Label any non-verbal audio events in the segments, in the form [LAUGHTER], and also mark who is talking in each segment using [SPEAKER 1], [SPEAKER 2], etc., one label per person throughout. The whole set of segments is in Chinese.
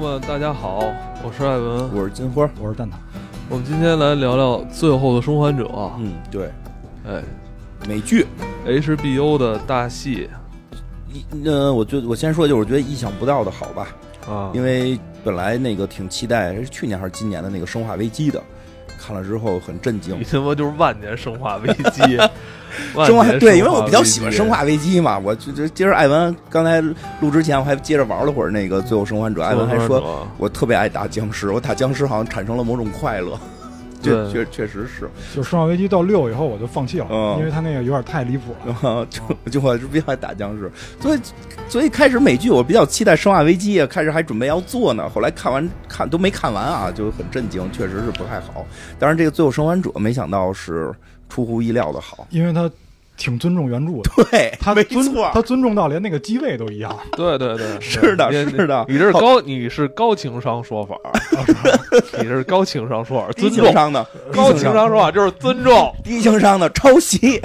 [SPEAKER 1] 们，大家好，我是艾文。
[SPEAKER 2] 我是金花。
[SPEAKER 3] 我是蛋挞，
[SPEAKER 1] 我们今天来聊聊《最后的生还者》啊，
[SPEAKER 2] 嗯，对，
[SPEAKER 1] 哎
[SPEAKER 2] 美剧。
[SPEAKER 1] ，HBO 的大戏
[SPEAKER 2] 一，呃，我觉得我先说，就是我觉得意想不到的好吧，
[SPEAKER 1] 啊，
[SPEAKER 2] 因为本来那个挺期待是去年还是今年的那个《生化危机》的，看了之后很震惊
[SPEAKER 1] 你。他妈就是万年生化危
[SPEAKER 2] [LAUGHS]
[SPEAKER 1] 机，万
[SPEAKER 2] 生化
[SPEAKER 1] 年
[SPEAKER 2] 对，因为我比较喜
[SPEAKER 1] 危
[SPEAKER 2] 欢《
[SPEAKER 1] 机
[SPEAKER 2] 生化危机》嘛，我就就接着艾文刚才录之前，我还接着玩了会儿那个《最后生还者》，艾文还说，我特别爱打僵尸，我打僵尸好像产生了某种快乐， [LAUGHS]
[SPEAKER 1] 对
[SPEAKER 2] 确确确实是。
[SPEAKER 3] 就是《生化危机》到六以后我就放弃了，
[SPEAKER 2] 嗯
[SPEAKER 3] 因为它那个有点太离谱了。
[SPEAKER 2] 然后就就我是比较爱打僵尸，所以所以开始美剧我比较期待《生化危机》，开始还准备要做呢，后来看完看都没看完啊，就很震惊，确实是不太好。当然，这个《最后生还者》没想到是出乎意料的好，
[SPEAKER 3] 因为它挺尊重原著的，
[SPEAKER 2] 对，
[SPEAKER 3] 它
[SPEAKER 2] 没
[SPEAKER 3] 尊
[SPEAKER 2] 错，
[SPEAKER 3] 它尊重到连那个机位都一样。
[SPEAKER 1] 对对对，
[SPEAKER 2] 是的
[SPEAKER 1] 你
[SPEAKER 2] 是的
[SPEAKER 1] 你这是
[SPEAKER 2] 好
[SPEAKER 1] 高，你是高情商说
[SPEAKER 2] [LAUGHS]
[SPEAKER 1] 法，你这是高情商说法，
[SPEAKER 2] 低
[SPEAKER 1] 尊
[SPEAKER 2] 情
[SPEAKER 1] 重。
[SPEAKER 2] 商的，
[SPEAKER 1] 高情商说法就是尊重，
[SPEAKER 2] 低情商的抄袭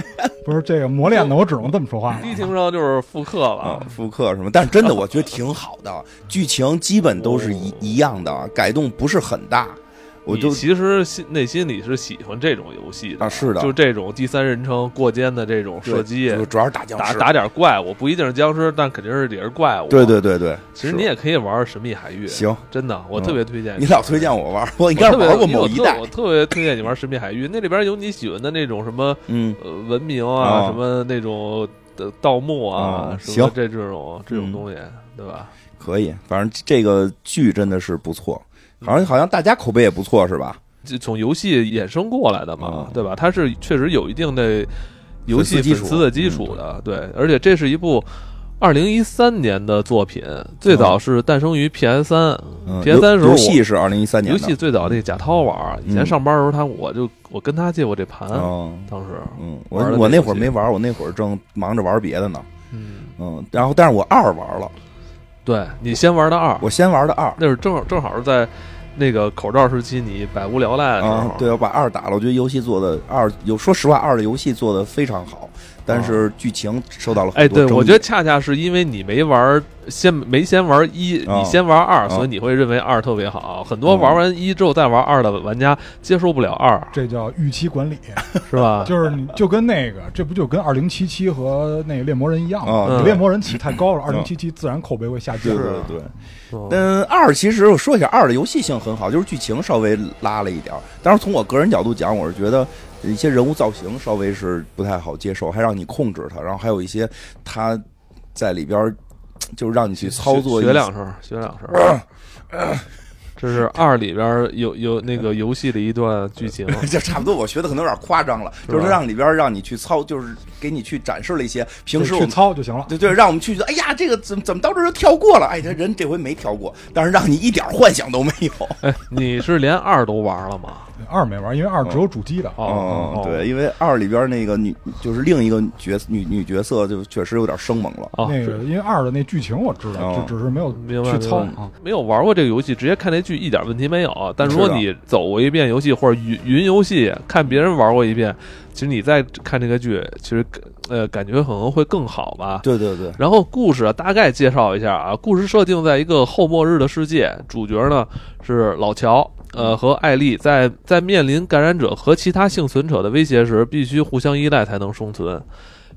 [SPEAKER 3] 不是这个磨练的，我只能这么说话了。
[SPEAKER 1] 低情商就是复刻
[SPEAKER 2] 啊
[SPEAKER 1] 了。，
[SPEAKER 2] 复刻什么？但是真的我觉得挺好的，剧情基本都是一一样的，改动不是很大，我
[SPEAKER 1] 你
[SPEAKER 2] 就
[SPEAKER 1] 其实心内心里是喜欢这种游戏的，
[SPEAKER 2] 啊是的，
[SPEAKER 1] 就这种第三人称过肩的这种
[SPEAKER 2] 对
[SPEAKER 1] 射击，
[SPEAKER 2] 就主要是打僵
[SPEAKER 1] 打
[SPEAKER 2] 尸，
[SPEAKER 1] 打点怪物，不一定是僵尸，但肯定是也是怪物。
[SPEAKER 2] 对，对对对，
[SPEAKER 1] 其实
[SPEAKER 2] 是
[SPEAKER 1] 你也可以玩《神秘海域》，
[SPEAKER 2] 行。
[SPEAKER 1] 真的，我
[SPEAKER 2] 嗯
[SPEAKER 1] 特别推荐
[SPEAKER 2] 你老推荐我玩儿，我应
[SPEAKER 1] 哎我
[SPEAKER 2] 该
[SPEAKER 1] 特别
[SPEAKER 2] 玩过某一代
[SPEAKER 1] 我。特我特别推荐你玩《神秘海域》，那里边有你喜欢的那种什么
[SPEAKER 2] 嗯，
[SPEAKER 1] 呃文明啊，
[SPEAKER 2] 哦
[SPEAKER 1] 什么那种的盗墓啊，
[SPEAKER 2] 哦
[SPEAKER 1] 什么
[SPEAKER 2] 行
[SPEAKER 1] 这这种这种
[SPEAKER 2] 嗯
[SPEAKER 1] 东西，对吧？
[SPEAKER 2] 可以，反正这个剧真的是不错，好
[SPEAKER 1] 嗯
[SPEAKER 2] 像好像大家口碑也不错，是吧？
[SPEAKER 1] 就从游戏衍生过来的嘛
[SPEAKER 2] 哦，
[SPEAKER 1] 对吧？它是确实有一定的游戏
[SPEAKER 2] 粉丝基
[SPEAKER 1] 粉
[SPEAKER 2] 础嗯
[SPEAKER 1] 丝的基础的，对，而且这是一部。二零一三年的作品，最早是诞生于 PS 三、
[SPEAKER 2] 嗯，
[SPEAKER 1] PS3 时候
[SPEAKER 2] 游
[SPEAKER 1] 我
[SPEAKER 2] 游戏是二零一三年
[SPEAKER 1] 游
[SPEAKER 2] 的
[SPEAKER 1] 戏最早那贾涛玩儿，以前
[SPEAKER 2] 嗯
[SPEAKER 1] 上班的时候他我就我跟他借过这盘，
[SPEAKER 2] 哦，
[SPEAKER 1] 当时，
[SPEAKER 2] 嗯，我
[SPEAKER 1] 玩的那
[SPEAKER 2] 我那会
[SPEAKER 1] 游
[SPEAKER 2] 儿
[SPEAKER 1] 戏
[SPEAKER 2] 没玩儿，我那会儿正忙着玩儿别的呢。
[SPEAKER 1] 嗯，
[SPEAKER 2] 嗯，然后但是我二玩了，
[SPEAKER 1] 对你先玩的二，
[SPEAKER 2] 我先玩的二
[SPEAKER 1] 那是正好正好是在那个口罩时期，你百无聊赖的时候
[SPEAKER 2] 啊，，对，我把二打了，我觉得游戏做的二有说实话，二的游戏做的非常好，但是剧情受到了
[SPEAKER 1] 哦哎，
[SPEAKER 2] 很多
[SPEAKER 1] 对，
[SPEAKER 2] 争议。
[SPEAKER 1] 我觉得恰恰是因为你没玩儿先没先玩一，
[SPEAKER 2] 啊
[SPEAKER 1] 你先玩二，
[SPEAKER 2] 啊
[SPEAKER 1] 所以你会认为二特别好。很多
[SPEAKER 2] 嗯
[SPEAKER 1] 玩完一之后再玩二的玩家接受不了二，
[SPEAKER 3] 这叫预期管理，
[SPEAKER 1] 是吧？
[SPEAKER 3] [LAUGHS] 就是你就跟那个，这不就跟二零七七和那个猎魔人一样吗？
[SPEAKER 2] 哦
[SPEAKER 3] 你猎魔人起太高了，二
[SPEAKER 2] 嗯
[SPEAKER 3] 零七七自然口碑会下
[SPEAKER 2] 对
[SPEAKER 3] 降。
[SPEAKER 2] 对对。
[SPEAKER 1] 嗯
[SPEAKER 2] 嗯，二其实我说一下，二的游戏性很好，就是剧情稍微拉了一点儿。当然，从我个人角度讲，我是觉得一些人物造型稍微是不太好接受，还让你控制它，然后还有一些他在里边儿就是让你去操作一
[SPEAKER 1] 学学
[SPEAKER 2] 些
[SPEAKER 1] 两声儿，学两声儿。
[SPEAKER 2] [LAUGHS]
[SPEAKER 1] 这是二里边儿有有那个游戏的一段剧
[SPEAKER 2] [LAUGHS]
[SPEAKER 1] 情，
[SPEAKER 2] 就差不多，我学的可能有点夸张了，
[SPEAKER 1] 是吧
[SPEAKER 2] 就是让里边儿让你去操，就是给你去展示了一些平时我
[SPEAKER 3] 去
[SPEAKER 2] 们
[SPEAKER 3] 操就行了。
[SPEAKER 2] 对对，让我们去，哎呀，这个怎么怎么到这儿就跳过了？哎，他人这回没跳过，但是让你一点儿幻想都没有。
[SPEAKER 1] 哎，你是连二都玩了吗？
[SPEAKER 3] 二没玩，因为二只有
[SPEAKER 2] 嗯
[SPEAKER 3] 主机的。
[SPEAKER 1] 哦，哦
[SPEAKER 2] 对，，因为二里边那个女就是另一个角女女角色，就确实有点生猛了。
[SPEAKER 1] 哦，
[SPEAKER 3] 那
[SPEAKER 1] 是
[SPEAKER 3] 个因为二的那剧情我知道，
[SPEAKER 2] 哦
[SPEAKER 3] 只只是没有
[SPEAKER 1] 明白
[SPEAKER 3] 去操
[SPEAKER 1] 明
[SPEAKER 3] 啊。
[SPEAKER 1] 没有玩过这个游戏，直接看那剧一点问题没有。但如果
[SPEAKER 2] 是的
[SPEAKER 1] 你走过一遍游戏或者云云游戏，看别人玩过一遍，其实你再看这个剧，其实呃感觉可能会更好吧。
[SPEAKER 2] 对对对，
[SPEAKER 1] 然后故事啊，大概介绍一下啊，故事设定在一个后末日的世界，主角呢是老乔。呃，和艾丽在在面临感染者和其他幸存者的威胁时，必须互相依赖才能生存。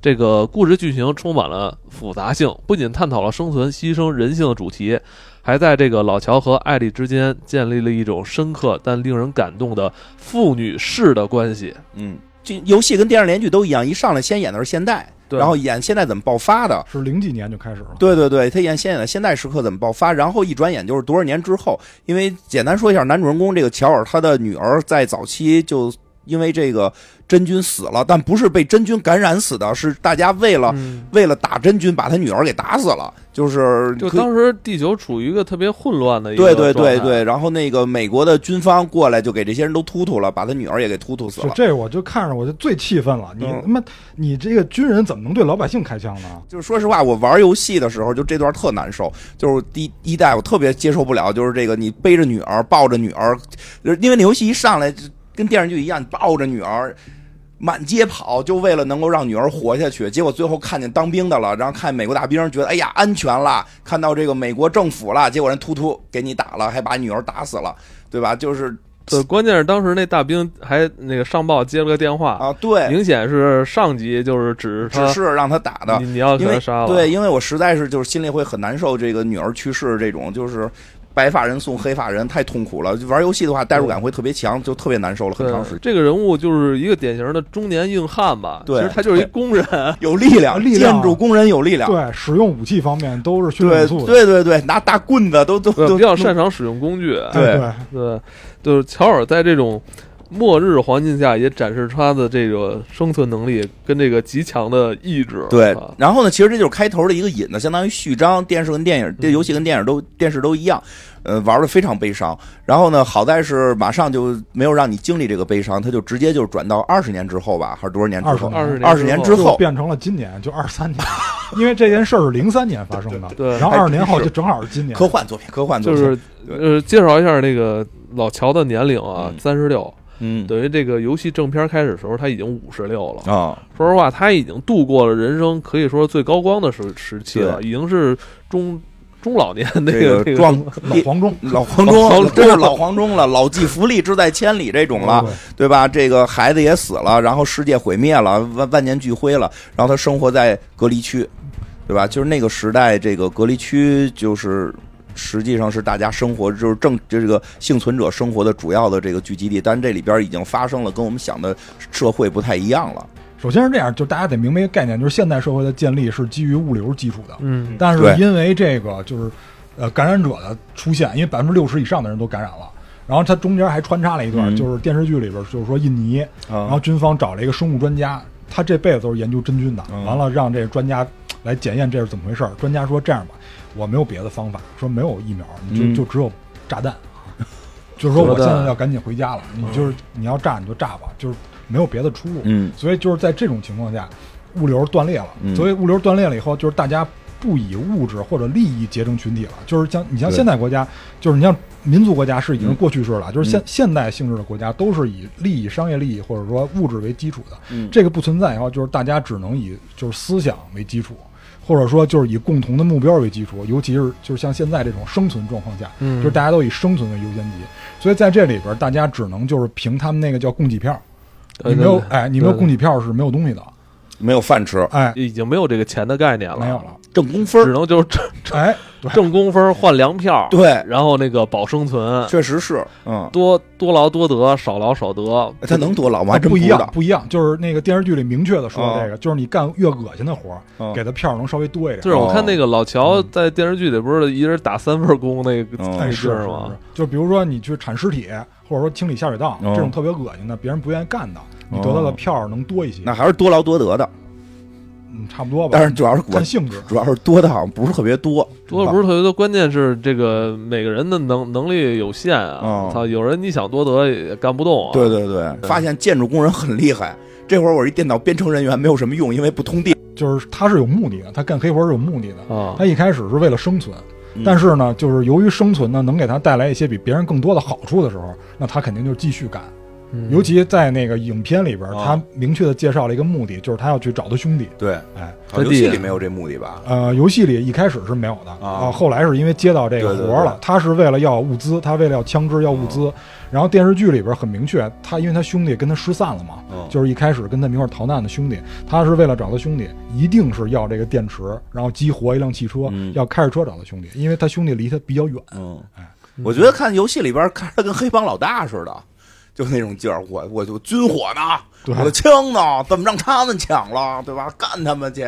[SPEAKER 1] 这个故事剧情充满了复杂性，不仅探讨了生存、牺牲、人性的主题，还在这个老乔和艾丽之间建立了一种深刻但令人感动的父女式的关系。
[SPEAKER 2] 嗯，这游戏跟电视连续剧都一样，一上来先演的是现代，
[SPEAKER 1] 对
[SPEAKER 2] 然后演现在怎么爆发的。
[SPEAKER 3] 是零几年就开始了。
[SPEAKER 2] 对对对，他演先演的现代时刻怎么爆发，然后一转眼就是多少年之后。因为简单说一下，男主人公这个乔尔，他的女儿在早期就因为这个真菌死了，但不是被真菌感染死的，是大家为了、
[SPEAKER 1] 嗯，
[SPEAKER 2] 为了打真菌把他女儿给打死了，就是
[SPEAKER 1] 就
[SPEAKER 2] 可以
[SPEAKER 1] 当时地球处于一个特别混乱的一个
[SPEAKER 2] 对对对
[SPEAKER 1] 状态
[SPEAKER 2] 对，然后那个美国的军方过来就给这些人都突突了，把他女儿也给突突死
[SPEAKER 3] 是
[SPEAKER 2] 了。
[SPEAKER 3] 这我就看着我就最气愤了，你
[SPEAKER 2] 嗯
[SPEAKER 3] 他妈你这个军人怎么能对老百姓开枪呢？
[SPEAKER 2] 就是说实话，我玩游戏的时候，就这段特难受。就是第一代我特别接受不了，就是这个你背着女儿抱着女儿，因为那游戏一上来就跟电视剧一样，你抱着女儿，满街跑，就为了能够让女儿活下去。结果最后看见当兵的了，然后看美国大兵，觉得哎呀安全了，看到这个美国政府了，结果人突突给你打了，还把女儿打死了，对吧？就是
[SPEAKER 1] 对，关键是当时那大兵还那个上报接了个电话，
[SPEAKER 2] 啊，对，
[SPEAKER 1] 明显是上级就是指示
[SPEAKER 2] 只
[SPEAKER 1] 他，
[SPEAKER 2] 是让他打的，
[SPEAKER 1] 你你要给
[SPEAKER 2] 因
[SPEAKER 1] 他
[SPEAKER 2] 为
[SPEAKER 1] 杀了，
[SPEAKER 2] 对，因为我实在是就是心里会很难受，这个女儿去世这种就是。白发人送黑发人太痛苦了，就玩游戏的话代入感会特别强，就特别难受了很
[SPEAKER 1] 对
[SPEAKER 2] 长时间。
[SPEAKER 1] 这个人物就是一个典型的中年硬汉吧，
[SPEAKER 2] 对
[SPEAKER 1] 其实他就是一
[SPEAKER 2] 对
[SPEAKER 1] 工人，
[SPEAKER 2] 有力量，
[SPEAKER 3] 力量
[SPEAKER 2] 建筑工人有力量，
[SPEAKER 3] 对，使用武器方面都是迅
[SPEAKER 2] 对
[SPEAKER 3] 速的，
[SPEAKER 2] 对对对，拿大棍子都都
[SPEAKER 1] 对
[SPEAKER 2] 都
[SPEAKER 1] 呃比较擅长使用工具，
[SPEAKER 2] 对
[SPEAKER 3] 哎对，
[SPEAKER 1] 对，就是乔尔在这种末日环境下也展示他的这个生存能力跟这个极强的意志，
[SPEAKER 2] 对
[SPEAKER 1] 啊，
[SPEAKER 2] 然后呢，其实这就是开头的一个引子，相当于序章。电视跟电影，这
[SPEAKER 1] 嗯
[SPEAKER 2] 游戏跟电影都电视都一样，呃，玩的非常悲伤。然后呢，好在是马上就没有让你经历这个悲伤，它就直接就转到二十年之后吧，还是多少年之后？
[SPEAKER 1] 二十
[SPEAKER 3] 20
[SPEAKER 1] 年
[SPEAKER 2] 20年嗯之
[SPEAKER 1] 后，
[SPEAKER 2] 后
[SPEAKER 3] 就变成了今年，就二三年， [LAUGHS] 因为这件事儿是零三年发生的，
[SPEAKER 1] 对对
[SPEAKER 3] 然后
[SPEAKER 2] 还
[SPEAKER 3] 二十年后
[SPEAKER 2] 真
[SPEAKER 3] 就是正好是今年，
[SPEAKER 2] 科幻作品，科幻作
[SPEAKER 1] 就
[SPEAKER 2] 品，
[SPEAKER 1] 是
[SPEAKER 2] 对
[SPEAKER 1] 呃，介绍一下那个老乔的年龄啊，
[SPEAKER 2] 嗯
[SPEAKER 1] 三十六，
[SPEAKER 2] 嗯
[SPEAKER 1] 等于这个游戏正片开始的时候他已经五十六了。
[SPEAKER 2] 啊，
[SPEAKER 1] 说实话，他已经度过了人生可以说最高光的时时期了，已经是中中老年那
[SPEAKER 2] 这
[SPEAKER 1] 个那
[SPEAKER 2] 个
[SPEAKER 1] 个
[SPEAKER 2] 壮
[SPEAKER 3] 老黄忠
[SPEAKER 2] 老黄
[SPEAKER 1] 老黄
[SPEAKER 2] 忠，
[SPEAKER 1] 忠
[SPEAKER 2] 真是老黄忠了，老骥伏枥，志在千里这种了，对吧？这个孩子也死了，然后世界毁灭了，万万念俱灰了，然后他生活在隔离区，对吧？就是那个时代，这个隔离区就是。实际上是大家生活，就是正这个幸存者生活的主要的这个聚集地，但这里边已经发生了跟我们想的社会不太一样了。
[SPEAKER 3] 首先是这样，就大家得明白一个概念，就是现代社会的建立是基于物流基础的，
[SPEAKER 1] 嗯，
[SPEAKER 3] 但是
[SPEAKER 2] 对
[SPEAKER 3] 因为这个就是呃感染者的出现，因为百分之六十以上的人都感染了。然后它中间还穿插了一段，
[SPEAKER 2] 嗯
[SPEAKER 3] 就是电视剧里边，就是说印尼，然后
[SPEAKER 2] 啊，
[SPEAKER 3] 军方找了一个生物专家，他这辈子都是研究真菌的，
[SPEAKER 2] 嗯
[SPEAKER 3] 完了让这个专家来检验这是怎么回事儿。专家说这样吧，我没有别的方法，说没有疫苗，你
[SPEAKER 2] 嗯
[SPEAKER 3] 就就只有
[SPEAKER 2] [LAUGHS]
[SPEAKER 3] 炸弹，就是说我
[SPEAKER 1] 炸
[SPEAKER 3] 现
[SPEAKER 1] 弹
[SPEAKER 3] 在要赶紧回家了，你就是你要炸你就炸吧，就是没有别的出路。
[SPEAKER 2] 嗯
[SPEAKER 3] 所以就是在这种情况下，物流断裂了。
[SPEAKER 2] 嗯
[SPEAKER 3] 所以物流断裂了以后，就是大家不以物质或者利益结成群体了。就是像你像
[SPEAKER 2] 对
[SPEAKER 3] 现代国家，就是你像民族国家是已经
[SPEAKER 2] 嗯
[SPEAKER 3] 过去式了，就是现
[SPEAKER 2] 嗯
[SPEAKER 3] 现代性质的国家都是以利益、商业利益或者说物质为基础的。
[SPEAKER 2] 嗯
[SPEAKER 3] 这个不存在以后，就是大家只能以就是思想为基础。或者说，就是以共同的目标为基础，尤其是就是像现在这种生存状况下，
[SPEAKER 1] 嗯
[SPEAKER 3] 就是大家都以生存为优先级，所以在这里边，大家只能就是凭他们那个叫供给票，你没有
[SPEAKER 1] 呃对对
[SPEAKER 3] 哎，你没有
[SPEAKER 1] 对
[SPEAKER 3] 供给票是没有东西的，
[SPEAKER 2] 没有饭吃，
[SPEAKER 3] 哎，
[SPEAKER 1] 已经没有这个钱的概念了，
[SPEAKER 3] 没有了，
[SPEAKER 2] 挣工分
[SPEAKER 1] 只
[SPEAKER 2] 儿，
[SPEAKER 1] 能就是挣
[SPEAKER 2] [LAUGHS]
[SPEAKER 3] 哎，对，
[SPEAKER 1] 挣工分儿换粮票，，
[SPEAKER 2] 对，
[SPEAKER 1] 然后那个保生存，
[SPEAKER 2] 确实是，嗯，
[SPEAKER 1] 多多劳多得，少劳少得，
[SPEAKER 2] 他能多老吗？
[SPEAKER 3] 啊
[SPEAKER 2] 还真
[SPEAKER 3] 不一
[SPEAKER 2] 知
[SPEAKER 3] 样
[SPEAKER 2] 道，。哦
[SPEAKER 3] 不一样，就是那个电视剧里明确的说这个，就是你干越恶心的活儿，
[SPEAKER 2] 嗯
[SPEAKER 3] 给的票能稍微多一
[SPEAKER 1] 就
[SPEAKER 3] 点。
[SPEAKER 1] 是我看那个老乔在电视剧里不是一人打三份工那个
[SPEAKER 2] 嗯
[SPEAKER 1] 那
[SPEAKER 3] 哎，
[SPEAKER 1] 个
[SPEAKER 3] 是
[SPEAKER 1] 事
[SPEAKER 3] 是
[SPEAKER 1] 儿
[SPEAKER 3] 是
[SPEAKER 1] 吗？，
[SPEAKER 3] 就比如说你去铲尸体，或者说清理下水道，
[SPEAKER 2] 哦
[SPEAKER 3] 这种特别恶心的，别人不愿意干的，你得到的票能多一些，
[SPEAKER 2] 那还是多劳多得的，
[SPEAKER 3] 嗯，差不多吧
[SPEAKER 2] 但。是主要是我
[SPEAKER 3] 看性质，
[SPEAKER 2] 主要是多的好像不是特别多，
[SPEAKER 1] 多不是特别多，关键是这个每个人的能能力有限啊
[SPEAKER 2] 嗯！
[SPEAKER 1] 操，有人你想多得也干不动啊。
[SPEAKER 2] 对对对，发现建筑工人很厉害。这会儿我一电脑编程人员没有什么用，因为不通电。
[SPEAKER 3] 就是他是有目的的，他干黑活是有目的的。
[SPEAKER 1] 啊
[SPEAKER 3] 他，一开始是为了生存，
[SPEAKER 2] 嗯
[SPEAKER 3] 但是呢，就是由于生存呢能给他带来一些比别人更多的好处的时候，那他肯定就继续干。
[SPEAKER 1] 嗯
[SPEAKER 3] 尤其在那个影片里边，
[SPEAKER 2] 啊
[SPEAKER 3] 他明确的介绍了一个目的，就是他要去找他兄弟。
[SPEAKER 2] 对，
[SPEAKER 3] 哎，
[SPEAKER 2] 好游戏里没有这目的吧？
[SPEAKER 3] 呃，游戏里一开始是没有的
[SPEAKER 2] 啊
[SPEAKER 3] 后来是因为接到这个
[SPEAKER 2] 对对啊
[SPEAKER 3] 活儿了，
[SPEAKER 2] 对
[SPEAKER 3] 他是为了要物资，他为了要枪支要物资。然后电视剧里边很明确，他因为他兄弟跟他失散了嘛，
[SPEAKER 2] 嗯
[SPEAKER 3] 就是一开始跟他们一块儿逃难的兄弟，他是为了找他兄弟，一定是要这个电池，然后激活一辆汽车，
[SPEAKER 2] 嗯
[SPEAKER 3] 要开着车找他兄弟，因为他兄弟离他比较远。
[SPEAKER 2] 嗯，我觉得看游戏里边看着跟黑帮老大似的，就那种劲儿。我我就军火呢
[SPEAKER 3] 对，
[SPEAKER 2] 我的枪呢，怎么让他们抢了，对吧？干他们去，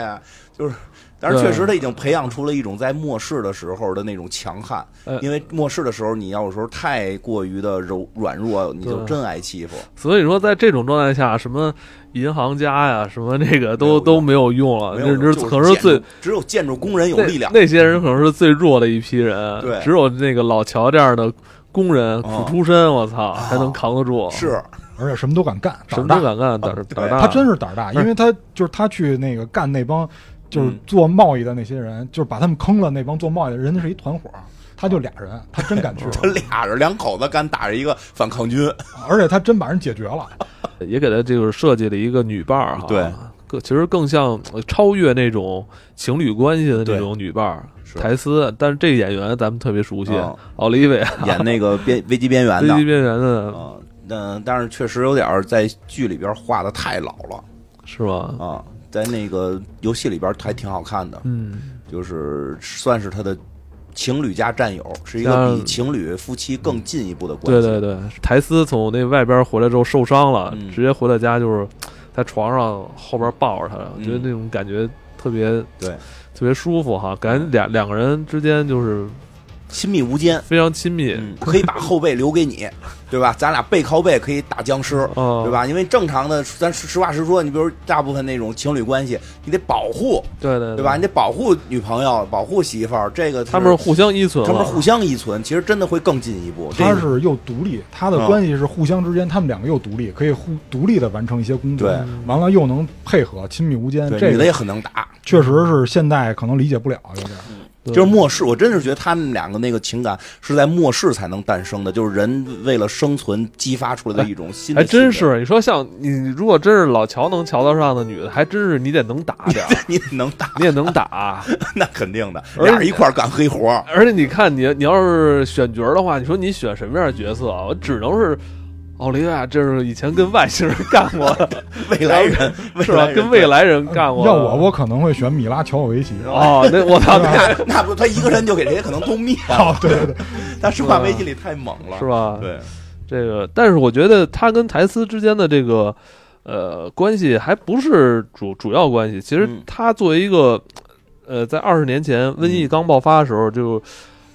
[SPEAKER 2] 就是。但是确实，他已经培养出了一种在末世的时候的那种强悍
[SPEAKER 1] 呃，
[SPEAKER 2] 因为末世的时候，你要有时候太过于的柔软弱，你就
[SPEAKER 1] 对
[SPEAKER 2] 真挨欺负。
[SPEAKER 1] 所以说，在这种状态下，什么银行家呀，什么那个
[SPEAKER 2] 没有
[SPEAKER 1] 都
[SPEAKER 2] 用
[SPEAKER 1] 都没有用了，
[SPEAKER 2] 没有
[SPEAKER 1] 这
[SPEAKER 2] 人
[SPEAKER 1] 这
[SPEAKER 2] 就
[SPEAKER 1] 可能是
[SPEAKER 2] 建
[SPEAKER 1] 最
[SPEAKER 2] 筑只有建筑工人有
[SPEAKER 1] 那
[SPEAKER 2] 力量。
[SPEAKER 1] 那些人可能是最弱的一批人，
[SPEAKER 2] 对嗯
[SPEAKER 1] 只有那个老乔这样的工人苦出身，我操，才能扛得住，
[SPEAKER 2] 啊是，啊
[SPEAKER 3] 而且什么都敢干，
[SPEAKER 1] 什
[SPEAKER 3] 胆
[SPEAKER 1] 么
[SPEAKER 3] 大
[SPEAKER 1] 都敢干，胆儿
[SPEAKER 2] 对
[SPEAKER 1] 胆儿大，
[SPEAKER 3] 他真是胆儿
[SPEAKER 2] 啊
[SPEAKER 3] 大，因为他就是他去那个干那帮就是做贸易的那些人，
[SPEAKER 2] 嗯
[SPEAKER 3] 就是把他们坑了那帮做贸易的人，人家是一团伙儿，他就俩人，他
[SPEAKER 2] [LAUGHS]
[SPEAKER 3] 真敢去，
[SPEAKER 2] 他俩人两口子敢打着一个反抗军，啊
[SPEAKER 3] 而且他真把人解决了。
[SPEAKER 1] 也给他就是设计了一个女伴儿哈。
[SPEAKER 2] 对，
[SPEAKER 1] 更其实更像呃超越那种情侣关系的那种女伴儿。
[SPEAKER 2] 是
[SPEAKER 1] 台词，但是这个演员咱们特别熟悉，
[SPEAKER 2] 嗯
[SPEAKER 1] 奥利维亚
[SPEAKER 2] 演那个边危机边
[SPEAKER 1] 《
[SPEAKER 2] 缘
[SPEAKER 1] 飞
[SPEAKER 2] 的
[SPEAKER 1] 机边缘》的，
[SPEAKER 2] 啊。但但是确实有点儿在剧里边画的太老了
[SPEAKER 1] 是吧？
[SPEAKER 2] 啊，在那个游戏里边还挺好看的，
[SPEAKER 1] 嗯，
[SPEAKER 2] 就是算是他的情侣加战友，是一
[SPEAKER 1] 加
[SPEAKER 2] 个比情侣夫妻更进一步的关
[SPEAKER 1] 对
[SPEAKER 2] 系。
[SPEAKER 1] 对对，台斯从那外边回来之后受伤了，
[SPEAKER 2] 嗯
[SPEAKER 1] 直接回到家就是在床上后边抱着他，我觉得
[SPEAKER 2] 嗯
[SPEAKER 1] 那种感觉特别
[SPEAKER 2] 对
[SPEAKER 1] 特别舒服哈，感觉两两个人之间就是
[SPEAKER 2] 亲密无间，
[SPEAKER 1] 非常亲密，
[SPEAKER 2] 嗯，可以把后背留给你，对吧？咱俩背靠背可以打僵尸，
[SPEAKER 1] 哦
[SPEAKER 2] 对吧？因为正常的，咱实实话实说，你比如大部分那种情侣关系，你得保护，
[SPEAKER 1] 对对
[SPEAKER 2] 对吧？？你得保护女朋友，保护媳妇儿，这个是
[SPEAKER 1] 他们是互相依存了，
[SPEAKER 2] 他们是互相依存，其实真的会更进一步。这啊
[SPEAKER 3] 他是又独立，他的关系是互相之间，他们两个又独立，可以互独立的完成一些工作。
[SPEAKER 2] 对
[SPEAKER 3] 完了又能配合，亲密
[SPEAKER 1] 嗯
[SPEAKER 3] 无间。
[SPEAKER 2] 对
[SPEAKER 3] 这
[SPEAKER 2] 女的
[SPEAKER 3] 个
[SPEAKER 2] 也很能打，
[SPEAKER 3] 确实是现代可能理解不了，有点。
[SPEAKER 1] 对
[SPEAKER 2] 就是末世，我真是觉得他们两个那个情感是在末世才能诞生的，就是人为了生存激发出来的一种新的
[SPEAKER 1] 还
[SPEAKER 2] 性格。
[SPEAKER 1] 哎真是，你说像你如果真是老乔能瞧得上的女的，还真是你得能打点儿，
[SPEAKER 2] [LAUGHS] 你得能打，
[SPEAKER 1] 你也能打。
[SPEAKER 2] 那肯定的，
[SPEAKER 1] 而
[SPEAKER 2] 俩人一块儿干黑
[SPEAKER 1] [LAUGHS]
[SPEAKER 2] 活儿，
[SPEAKER 1] 而且你看你，你要是选角儿的话，你说你选什么样的角色啊？我只能是奥利维亚，这是以前跟外星人干过的，
[SPEAKER 2] 未来人
[SPEAKER 1] 是吧？跟未来人干过的。
[SPEAKER 3] 要我，我可能会选米拉乔沃维奇。
[SPEAKER 1] 哦，那我操，
[SPEAKER 2] 那那不他一个人就给人家可能都
[SPEAKER 1] [LAUGHS]
[SPEAKER 2] 灭了，
[SPEAKER 3] 哦对对对，
[SPEAKER 2] 他生化危机里太猛了，
[SPEAKER 1] 哦是？吧？ [LAUGHS]
[SPEAKER 2] 对，
[SPEAKER 1] 这个，但是我觉得他跟台斯之间的这个呃关系还不是主主要关系。其实
[SPEAKER 2] 嗯
[SPEAKER 1] 他作为一个呃，在二十年前瘟疫刚爆发的时候就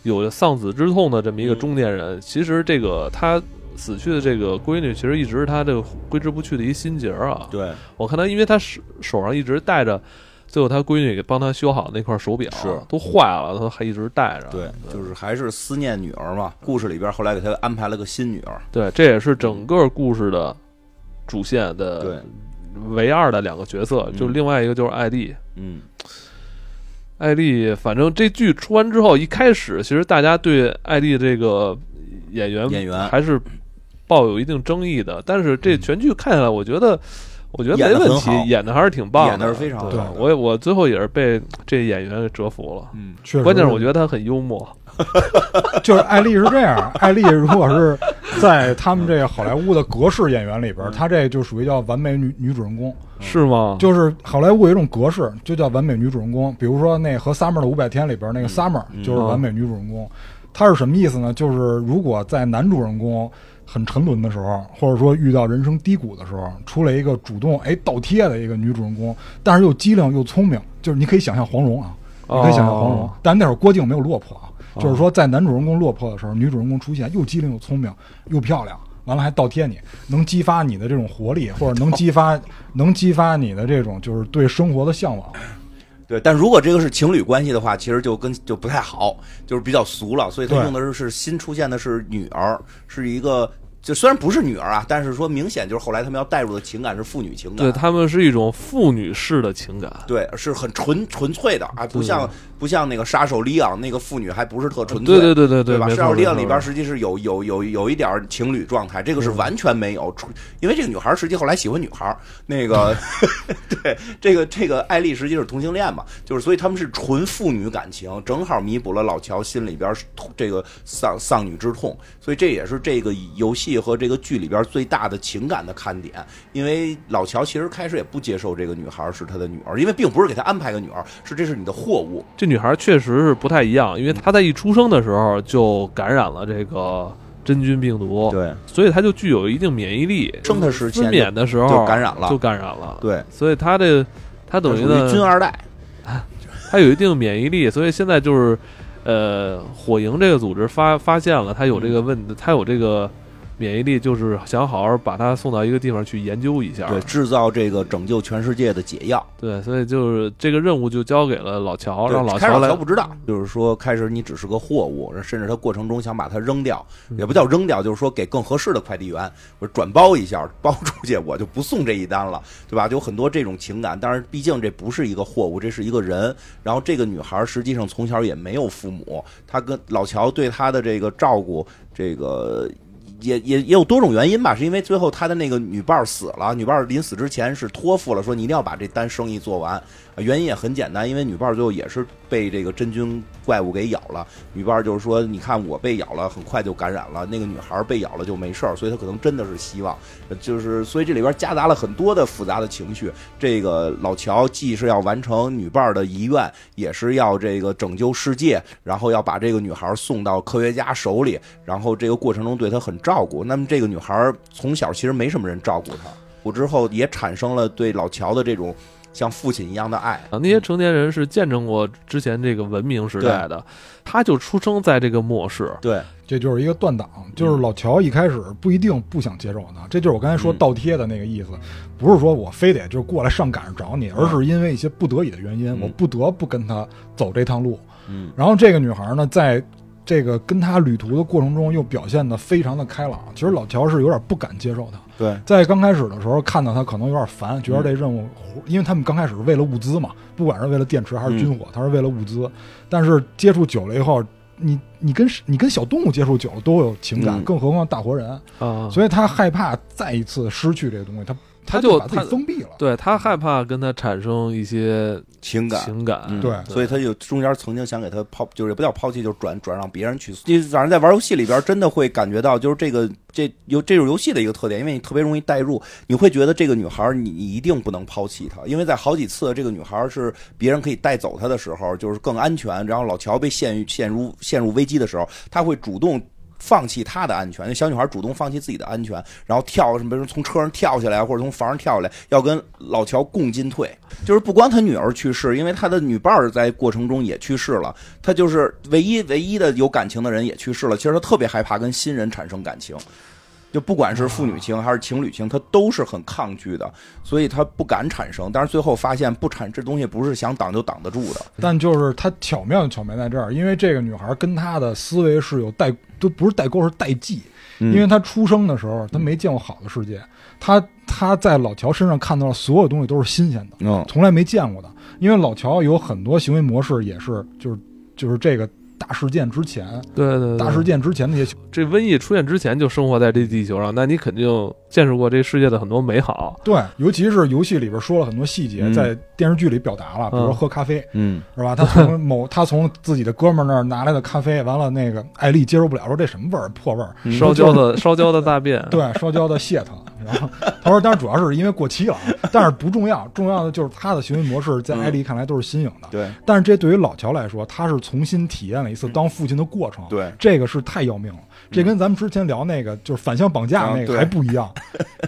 [SPEAKER 1] 有丧子之痛的这么一个
[SPEAKER 2] 嗯
[SPEAKER 1] 中年人，其实这个他死去的这个闺女，其实一直是他这个挥之不去的一心结儿啊。
[SPEAKER 2] 对，
[SPEAKER 1] 我看他，因为他手手上一直戴着。最后，他闺女给帮他修好那块手表，
[SPEAKER 2] 是
[SPEAKER 1] 都坏了，他还一直戴着。
[SPEAKER 2] 对，就是还是思念女儿嘛。故事里边后来给他安排了个新女儿，
[SPEAKER 1] 对，这也是整个故事的主线
[SPEAKER 2] 对
[SPEAKER 1] 的，唯二的两个角色，
[SPEAKER 2] 嗯
[SPEAKER 1] 就另外一个就是艾丽。
[SPEAKER 2] 嗯，
[SPEAKER 1] 艾丽，反正这剧出完之后，一开始其实大家对艾丽这个演员
[SPEAKER 2] 演员嗯
[SPEAKER 1] 还是抱有一定争议的，但是这全剧看下来，我觉得。我觉得
[SPEAKER 2] 演
[SPEAKER 1] 没
[SPEAKER 2] 得
[SPEAKER 1] 问
[SPEAKER 2] 很
[SPEAKER 1] 题
[SPEAKER 2] 好，
[SPEAKER 1] 演的还是挺棒的，
[SPEAKER 2] 演得是非常
[SPEAKER 1] 对
[SPEAKER 2] 好的
[SPEAKER 1] 我也我最后也是被这演员给折服了，
[SPEAKER 2] 嗯，
[SPEAKER 3] 确实。
[SPEAKER 1] 关键是我觉得他很幽默，
[SPEAKER 3] 就是艾丽是这样，艾丽如果是在他们这个好莱坞的格式演员里
[SPEAKER 2] 嗯
[SPEAKER 3] 边，她这就属于叫完美女女主人公。
[SPEAKER 1] 是吗？
[SPEAKER 3] 就是好莱坞有一种格式，就叫完美女主人公。比如说那和《Summer 的五百天》里边那个 Summer 就是完美女主人公。她是什么意思呢？就是如果在男主人公很沉沦的时候，或者说遇到人生低谷的时候，出来一个主动哎倒贴的一个女主人公，但是又机灵又聪明，就是你可以想象黄蓉啊，
[SPEAKER 1] 哦
[SPEAKER 3] 你可以想象黄蓉，但那会儿郭靖没有落魄啊。就是说，在男主人公落魄的时候，女主人公出现，又机灵又聪明又漂亮，完了还倒贴你，能激发你的这种活力，或者能激发 [LAUGHS] 能激发你的这种就是对生活的向往。
[SPEAKER 2] 对。但如果这个是情侣关系的话，其实就跟就不太好，就是比较俗了。所以他
[SPEAKER 3] 对
[SPEAKER 2] 用的是是新出现的是女儿，是一个就虽然不是女儿啊，但是说明显就是后来他们要带入的情感是父女情感
[SPEAKER 1] 对，他们是一种父女式的情感，
[SPEAKER 2] 对，是很纯纯粹的，啊，不像不像那个杀手里昂那个妇女还不是特纯粹，
[SPEAKER 1] 对对对对对
[SPEAKER 2] 吧？
[SPEAKER 1] 没错
[SPEAKER 2] 杀手里昂里
[SPEAKER 1] 没
[SPEAKER 2] 边
[SPEAKER 1] 错
[SPEAKER 2] 实际是有有有有一点儿情侣状态，这个是完全没有，纯因为这个女孩儿实际后来喜欢女孩儿，那 [LAUGHS] 个对这个这个艾丽实际是同性恋嘛，就是所以他们是纯父女感情，正好弥补了老乔心里边儿这个丧丧女之痛，所以这也是这个游戏和这个剧里边儿最大的情感的看点，因为老乔其实开始也不接受这个女孩是他的女儿，因为并不是给他安排个女儿，是这是你的货物。
[SPEAKER 1] 这女孩确实是不太一样，因为她在一出生的时候就感染了这个真菌病毒，
[SPEAKER 2] 对，
[SPEAKER 1] 所以她就具有一定免疫力。
[SPEAKER 2] 生她时
[SPEAKER 1] 分
[SPEAKER 2] 前
[SPEAKER 1] 娩的时候
[SPEAKER 2] 就感染了
[SPEAKER 1] 就感染了。，
[SPEAKER 2] 对，
[SPEAKER 1] 所以她这她等于
[SPEAKER 2] 她属于军
[SPEAKER 1] 呢，
[SPEAKER 2] 二代。
[SPEAKER 1] 她有一定免疫力，所以现在就是呃，火营这个组织发发现了她有这个
[SPEAKER 2] 嗯
[SPEAKER 1] 问，她有这个免疫力，就是想好好把她送到一个地方去研究一下。
[SPEAKER 2] 对，制造这个拯救全世界的解药。
[SPEAKER 1] 对所以就是这个任务就交给了老乔，
[SPEAKER 2] 对
[SPEAKER 1] 让老
[SPEAKER 2] 开始
[SPEAKER 1] 乔
[SPEAKER 2] 老
[SPEAKER 1] 来嗯
[SPEAKER 2] 乔不知道，就是说开始你只是个货物，甚至他过程中想把它扔掉，
[SPEAKER 1] 嗯
[SPEAKER 2] 也不叫扔掉，就是说给更合适的快递员，我转包一下，包出去我就不送这一单了，对吧？就有很多这种情感，但是毕竟这不是一个货物，这是一个人。然后这个女孩实际上从小也没有父母，她跟老乔对她的这个照顾，这个。也也也有多种原因吧，是因为最后他的那个女伴儿死了，女伴儿临死之前是托付了说你一定要把这单生意做完，呃原因也很简单，因为女伴儿最后也是被这个真菌怪物给咬了，女伴儿就是说你看我被咬了，很快就感染了，那个女孩儿被咬了就没事儿，所以她可能真的是希望，呃就是所以这里边夹杂了很多的复杂的情绪，这个老乔既是要完成女伴儿的遗愿，也是要这个拯救世界，然后要把这个女孩送到科学家手里，然后这个过程中对她很照顾。那么这个女孩从小其实没什么人照顾她，我之后也产生了对老乔的这种像父亲一样的爱。
[SPEAKER 1] 啊，那些成年人是见证过之前这个文明时代的，他就出生在这个末世。
[SPEAKER 2] 对，
[SPEAKER 3] 这就是一个断档，就是老乔一开始不一定不想接受他，这就是我刚才说
[SPEAKER 2] 嗯
[SPEAKER 3] 倒贴的那个意思，不是说我非得就是过来上赶着找你，而是因为一些不得已的原因，我不得不跟他走这趟路。
[SPEAKER 2] 嗯，
[SPEAKER 3] 然后这个女孩呢，在这个跟他旅途的过程中，又表现得非常的开朗。其实老乔是有点不敢接受她，
[SPEAKER 2] 对，
[SPEAKER 3] 在刚开始的时候看到他可能有点烦，觉得这任务，因为他们刚开始是为了物资嘛，不管是为了电池还是军火，他是为了物资。但是接触久了以后，你你跟你跟小动物接触久了都有情感，
[SPEAKER 2] 嗯
[SPEAKER 3] 更何况大活人，
[SPEAKER 1] 啊，
[SPEAKER 3] 所以他害怕再一次失去这个东西，他
[SPEAKER 1] 他
[SPEAKER 3] 就
[SPEAKER 1] 就
[SPEAKER 3] 把自己封闭了。
[SPEAKER 1] 对他害怕跟他产生一些
[SPEAKER 2] 情感。
[SPEAKER 1] 情感，
[SPEAKER 2] 嗯
[SPEAKER 3] 对
[SPEAKER 2] 所以他就中间曾经想给他抛，就是也不叫抛弃，就是转转让别人去。你反正在玩游戏里边，真的会感觉到，就是这个这有这种游戏的一个特点，因为你特别容易代入，你会觉得这个女孩儿你你一定不能抛弃她，因为在好几次这个女孩儿是别人可以带走她的时候，就是更安全。然后老乔被陷于陷入陷入危机的时候，他会主动。放弃她的安全，那小女孩主动放弃自己的安全，然后跳什么，比如从车上跳下来，或者从房上跳下来，要跟老乔共进退。就是不光他女儿去世，因为他的女伴儿在过程中也去世了，他就是唯一唯一的有感情的人也去世了。其实他特别害怕跟新人产生感情，就不管是父女情还是情侣情，他都是很抗拒的，所以他不敢产生。但是最后发现不产这东西不是想挡就挡得住的，
[SPEAKER 3] 但就是他巧妙就巧妙在这儿，因为这个女孩跟他的思维是有代，都不是代沟，是代际。因为他出生的时候，他没见过好的世界，他他在老乔身上看到的所有东西都是新鲜的，
[SPEAKER 4] 嗯
[SPEAKER 3] 从来没见过的。因为老乔有很多行为模式也是，就是就是这个大事件之前，
[SPEAKER 1] 对对对，
[SPEAKER 3] 大事件之前那些行为
[SPEAKER 1] 这瘟疫出现之前就生活在这地球上，那你肯定见识过这世界的很多美好。
[SPEAKER 3] 对，尤其是游戏里边说了很多细节，
[SPEAKER 4] 嗯
[SPEAKER 3] 在电视剧里表达了，比如说
[SPEAKER 1] 嗯
[SPEAKER 3] 喝咖啡，
[SPEAKER 4] 嗯
[SPEAKER 3] 是吧？他从某他从自己的哥们儿那儿拿来的咖啡，完了那个艾丽接受不了，说这什么味儿，破味儿，
[SPEAKER 2] 嗯
[SPEAKER 1] 烧焦
[SPEAKER 3] [LAUGHS]
[SPEAKER 1] 的烧焦的大便，
[SPEAKER 3] 对，烧焦的谢他。然后他说，当然主要是因为过期了，啊，但是不重要，重要的就是他的行为模式在艾丽看来都是新颖的。
[SPEAKER 2] 嗯对嗯
[SPEAKER 3] 但是这对于老乔来说，他是重新体验了一次当父亲的过程。
[SPEAKER 2] 对嗯
[SPEAKER 3] 这个是太要命了。这跟咱们之前聊那个就是反向绑架
[SPEAKER 2] 啊
[SPEAKER 3] 那个
[SPEAKER 2] 对
[SPEAKER 3] 还不
[SPEAKER 2] [LAUGHS]
[SPEAKER 3] 一样，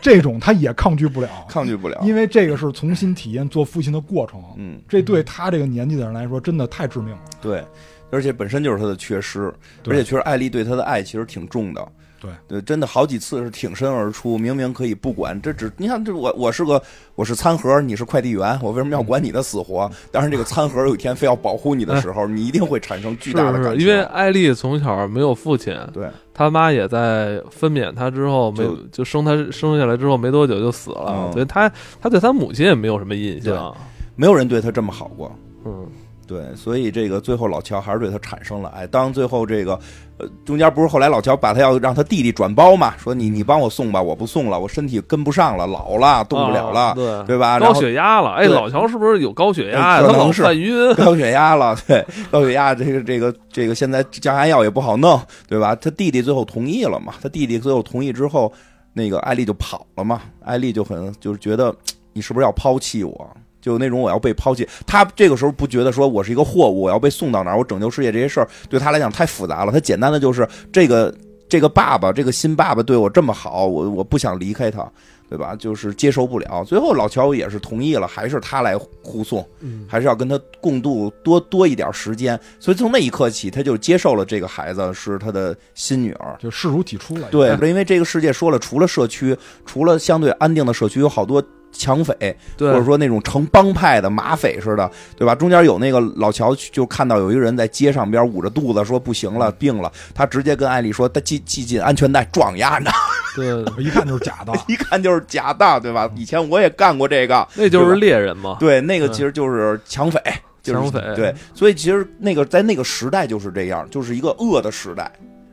[SPEAKER 3] 这种他也抗拒不了，
[SPEAKER 2] 抗拒不了。
[SPEAKER 3] 因为这个是重新体验做父亲的过程。
[SPEAKER 2] 嗯，
[SPEAKER 3] 这对他这个年纪的人来说，真的太致命了。
[SPEAKER 2] 对，而且本身就是他的缺失，而
[SPEAKER 3] 对
[SPEAKER 2] 且确实艾丽对他的爱其实挺重的。
[SPEAKER 3] 对
[SPEAKER 2] 对，真的好几次是挺身而出，明明可以不管，这只你看这我我是个我是餐盒，你是快递员，我为什么要管你的死活？
[SPEAKER 1] 嗯
[SPEAKER 2] 当然，这个餐盒有一天非要保护你的时候，你一定会产生巨
[SPEAKER 1] 是
[SPEAKER 2] 大的
[SPEAKER 1] 不
[SPEAKER 2] 感
[SPEAKER 1] 是？
[SPEAKER 2] 情。
[SPEAKER 1] 因为艾丽从小没有父亲，
[SPEAKER 2] 对
[SPEAKER 1] 他妈也在分娩她之后没
[SPEAKER 2] 就
[SPEAKER 1] 就生她生下来之后没多久就死了，
[SPEAKER 2] 嗯
[SPEAKER 1] 所以她她对她母亲也没有什么印象。
[SPEAKER 2] 没有人对他这么好过，
[SPEAKER 1] 嗯，
[SPEAKER 2] 对，所以这个最后老乔还是对他产生了爱。当最后这个，呃，中间不是后来老乔把他要让他弟弟转包嘛，说你你帮我送吧，我不送了，我身体跟不上了，老了，动不了了，
[SPEAKER 1] 啊对
[SPEAKER 2] 对吧？然
[SPEAKER 1] 高
[SPEAKER 2] 后
[SPEAKER 1] 血压了，哎，
[SPEAKER 2] 对呃
[SPEAKER 1] 老乔是不是有高血压呀？
[SPEAKER 2] 可
[SPEAKER 1] 他
[SPEAKER 2] 能
[SPEAKER 1] 老
[SPEAKER 2] 是
[SPEAKER 1] 犯晕，
[SPEAKER 2] [LAUGHS] [LAUGHS] 高血压了，对，高血压这个这个这个现在降压药也不好弄，对吧？他弟弟最后同意了嘛？他弟弟最后同意之后，那个艾丽就跑了嘛？艾丽就很就是觉得嘖你是不是要抛弃我？就那种我要被抛弃，他这个时候不觉得说我是一个货物，我要被送到哪儿，我拯救世界这些事儿对他来讲太复杂了。他简单的就是这个这个爸爸，这个新爸爸对我这么好，我我不想离开他，对吧？就是接受不了。最后老乔也是同意了，还是他来护送。
[SPEAKER 1] 嗯
[SPEAKER 2] 还是要跟他共度多多一点时间。所以从那一刻起，他就接受了这个孩子是他的新女儿。
[SPEAKER 3] 就视如己出了。
[SPEAKER 2] 对，因为这个世界说了，除了社区，除了相对安定的社区，有好多抢匪，或
[SPEAKER 1] 对
[SPEAKER 2] 者，说那种成帮派的马匪似的，对吧？中间有那个老乔就看到有一个人在街上边捂着肚子说不行了，病了，他直接跟艾丽说，他系系紧安全带撞压呢， [LAUGHS]
[SPEAKER 1] 对，
[SPEAKER 3] [LAUGHS] 一看就是假的。
[SPEAKER 2] 一看就是假的，对吧？以前我也干过这个，
[SPEAKER 1] 那就
[SPEAKER 2] 对
[SPEAKER 1] 是
[SPEAKER 2] 吧
[SPEAKER 1] 猎人嘛，
[SPEAKER 2] 对，那个其实就是抢匪，就是
[SPEAKER 1] 抢匪
[SPEAKER 2] 对，所以其实那个在那个时代就是这样，就是一个恶的时代，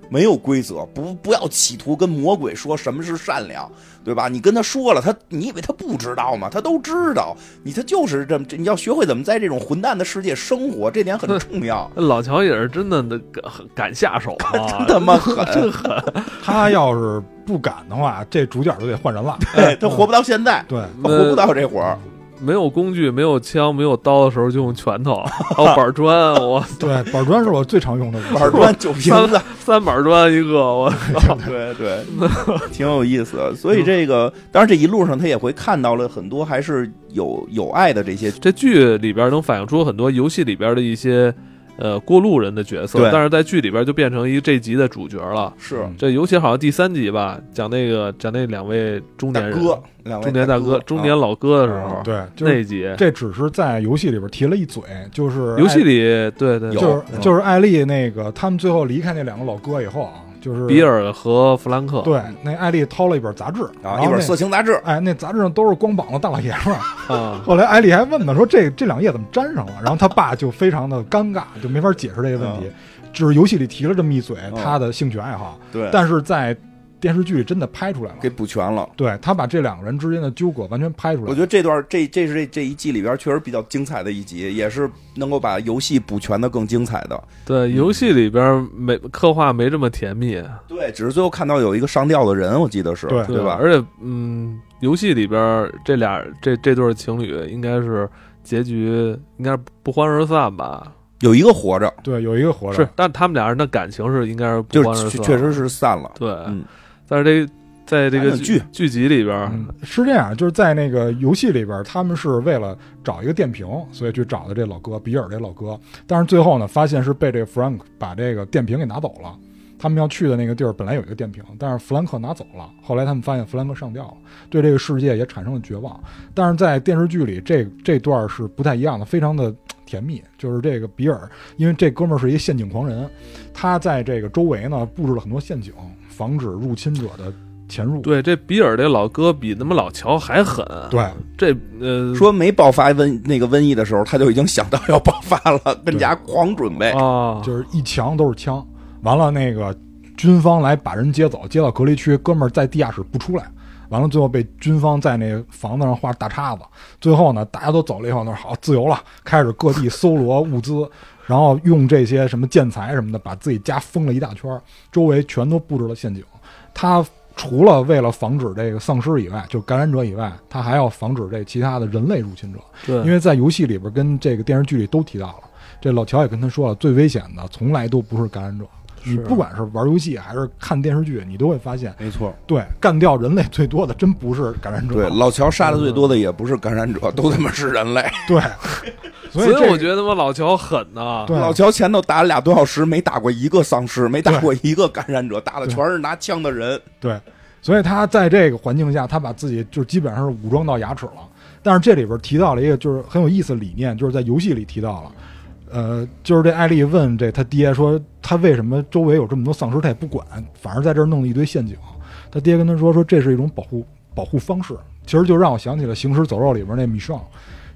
[SPEAKER 2] 没有规则，不不要企图跟魔鬼说什么是善良，对吧？你跟他说了，他你以为他不知道吗？他都知道，你他就是这么，这你要学会怎么在这种混蛋的世界生活，这点很重要。
[SPEAKER 1] 那老乔也是真的那敢敢下手啊，
[SPEAKER 2] [LAUGHS] 真他妈狠，
[SPEAKER 1] 真狠！
[SPEAKER 3] 他要是不敢的话，这主角就得换人
[SPEAKER 2] [LAUGHS]
[SPEAKER 3] 了。
[SPEAKER 2] 对哎他活不到现在，
[SPEAKER 3] 对，
[SPEAKER 2] 他活不到这会儿。
[SPEAKER 1] 没有工具、没有枪、没有刀的时候就用拳
[SPEAKER 2] [LAUGHS]
[SPEAKER 1] 头，还有板砖，我 [LAUGHS]
[SPEAKER 3] 对，板砖是我最常用的武器。
[SPEAKER 2] 板砖酒瓶
[SPEAKER 1] 三
[SPEAKER 2] 子，
[SPEAKER 1] 三板砖一个，我
[SPEAKER 2] 对对，挺有意思的。所以这个，当然这一路上他也会看到了很多还是有有爱的这些。
[SPEAKER 1] 这剧里边能反映出很多游戏里边的一些呃过路人的角色
[SPEAKER 2] 对，
[SPEAKER 1] 但是在剧里边就变成一这集的主角了。
[SPEAKER 2] 是
[SPEAKER 3] 嗯
[SPEAKER 1] 这尤其好像第三集吧，讲那个讲那两位中
[SPEAKER 2] 大
[SPEAKER 1] 年人、
[SPEAKER 2] 哥，两位
[SPEAKER 1] 中年大哥、中年
[SPEAKER 2] 啊
[SPEAKER 1] 老哥的时候，
[SPEAKER 3] 对，就
[SPEAKER 1] 那
[SPEAKER 3] 是
[SPEAKER 1] 一集
[SPEAKER 3] 这只是在游戏里边提了一嘴，就是
[SPEAKER 1] 游戏
[SPEAKER 3] 艾
[SPEAKER 1] 里对对
[SPEAKER 2] 有嗯
[SPEAKER 3] 就是就是艾丽那个他们最后离开那两个老哥以后啊，就是
[SPEAKER 1] 比尔和弗兰克，
[SPEAKER 3] 对那艾丽掏了一本杂志，然
[SPEAKER 2] 啊，一
[SPEAKER 3] 后
[SPEAKER 2] 本
[SPEAKER 3] 那
[SPEAKER 2] 色情杂志，
[SPEAKER 3] 哎那杂志上都是光膀子大老爷们儿。
[SPEAKER 2] 嗯
[SPEAKER 1] 啊，
[SPEAKER 3] 后来艾丽还问呢，说这这两页怎么粘上了？然后他爸就非常的尴尬，就没法解释这个问
[SPEAKER 2] 嗯
[SPEAKER 3] 题。只是游戏里提了这么一嘴，他的兴趣爱好，
[SPEAKER 2] 对，
[SPEAKER 3] 但是在电视剧里真的拍出来了
[SPEAKER 2] 给。补全了。
[SPEAKER 3] 对他把这两个人之间的纠葛完全拍出来了。
[SPEAKER 2] 我觉得这段这这是这这一季里边确实比较精彩的一集，也是能够把游戏补全的更精彩的。
[SPEAKER 1] 对，游戏里边没刻画没这么甜蜜，
[SPEAKER 2] 对，只是最后看到有一个上吊的人，我记得是
[SPEAKER 3] 对
[SPEAKER 1] 对
[SPEAKER 2] 吧？
[SPEAKER 1] 而且，嗯，游戏里边这俩这这对情侣应该是结局应该是不欢而散吧？
[SPEAKER 2] 有一个活着，
[SPEAKER 3] 对，有一个活着
[SPEAKER 1] 是，但他们俩人的感情是应该是不
[SPEAKER 2] 就
[SPEAKER 1] 欢而
[SPEAKER 2] 是
[SPEAKER 1] 散，
[SPEAKER 2] 确确实是散了。
[SPEAKER 1] 对。
[SPEAKER 2] 嗯
[SPEAKER 1] 但是这在这个
[SPEAKER 2] 还有剧
[SPEAKER 1] 剧集里边，
[SPEAKER 3] 嗯，是这样，就是在那个游戏里边，他们是为了找一个电瓶，所以去找的这老哥比尔这老哥。但是最后呢，发现是被这个 Frank 把这个电瓶给拿走了。他们要去的那个地儿本来有一个电瓶，但是弗兰克拿走了。后来他们发现弗兰克上吊了，对这个世界也产生了绝望。但是在电视剧里，这这段是不太一样的，非常的甜蜜。就是这个比尔，因为这哥们儿是一陷阱狂人，他在这个周围呢布置了很多陷阱，防止入侵者的潜入。
[SPEAKER 1] 对这比尔这老哥比他妈老乔还狠，
[SPEAKER 3] 对，
[SPEAKER 1] 这呃
[SPEAKER 2] 说没爆发瘟那个瘟疫的时候，他就已经想到要爆发了，跟家狂准备。
[SPEAKER 1] 啊，
[SPEAKER 3] 就是一墙都是枪。完了，那个军方来把人接走，接到隔离区，哥们儿在地下室不出来。完了，最后被军方在那房子上画大叉子。最后呢，大家都走了以后呢，好自由了，开始各地搜罗物资，然后用这些什么建材什么的，把自己家封了一大圈儿，周围全都布置了陷阱。他除了为了防止这个丧尸以外，就感染者以外，他还要防止这其他的人类入侵者。
[SPEAKER 1] 对，
[SPEAKER 3] 因为在游戏里边跟这个电视剧里都提到了，这老乔也跟他说了，最危险的从来都不是感染者。你不管是玩游戏还是看电视剧，你都会发现，
[SPEAKER 1] 哎
[SPEAKER 2] 没错，
[SPEAKER 3] 对，干掉人类最多的真不是感染者，
[SPEAKER 2] 对，老乔杀的最多的也不是感染者，都他妈是人类。
[SPEAKER 3] 对，所
[SPEAKER 1] 所
[SPEAKER 3] 以
[SPEAKER 1] 以
[SPEAKER 3] 这个
[SPEAKER 1] 我觉得他妈老乔狠呐、
[SPEAKER 3] 对
[SPEAKER 2] 老乔前头打了俩多小时，没打过一个丧尸，没打过一个感染者，打的全是拿枪的人。
[SPEAKER 3] 对，所以他在这个环境下，他把自己就基本上是武装到牙齿了。但是这里边提到了一个就是很有意思的理念，就是在游戏里提到了，呃，就是这艾丽问这他爹说他为什么周围有这么多丧尸，他也不管，反而在这儿弄了一堆陷阱。他爹跟他说说这是一种保护保护方式，其实就让我想起了《行尸走肉》里边那米尚，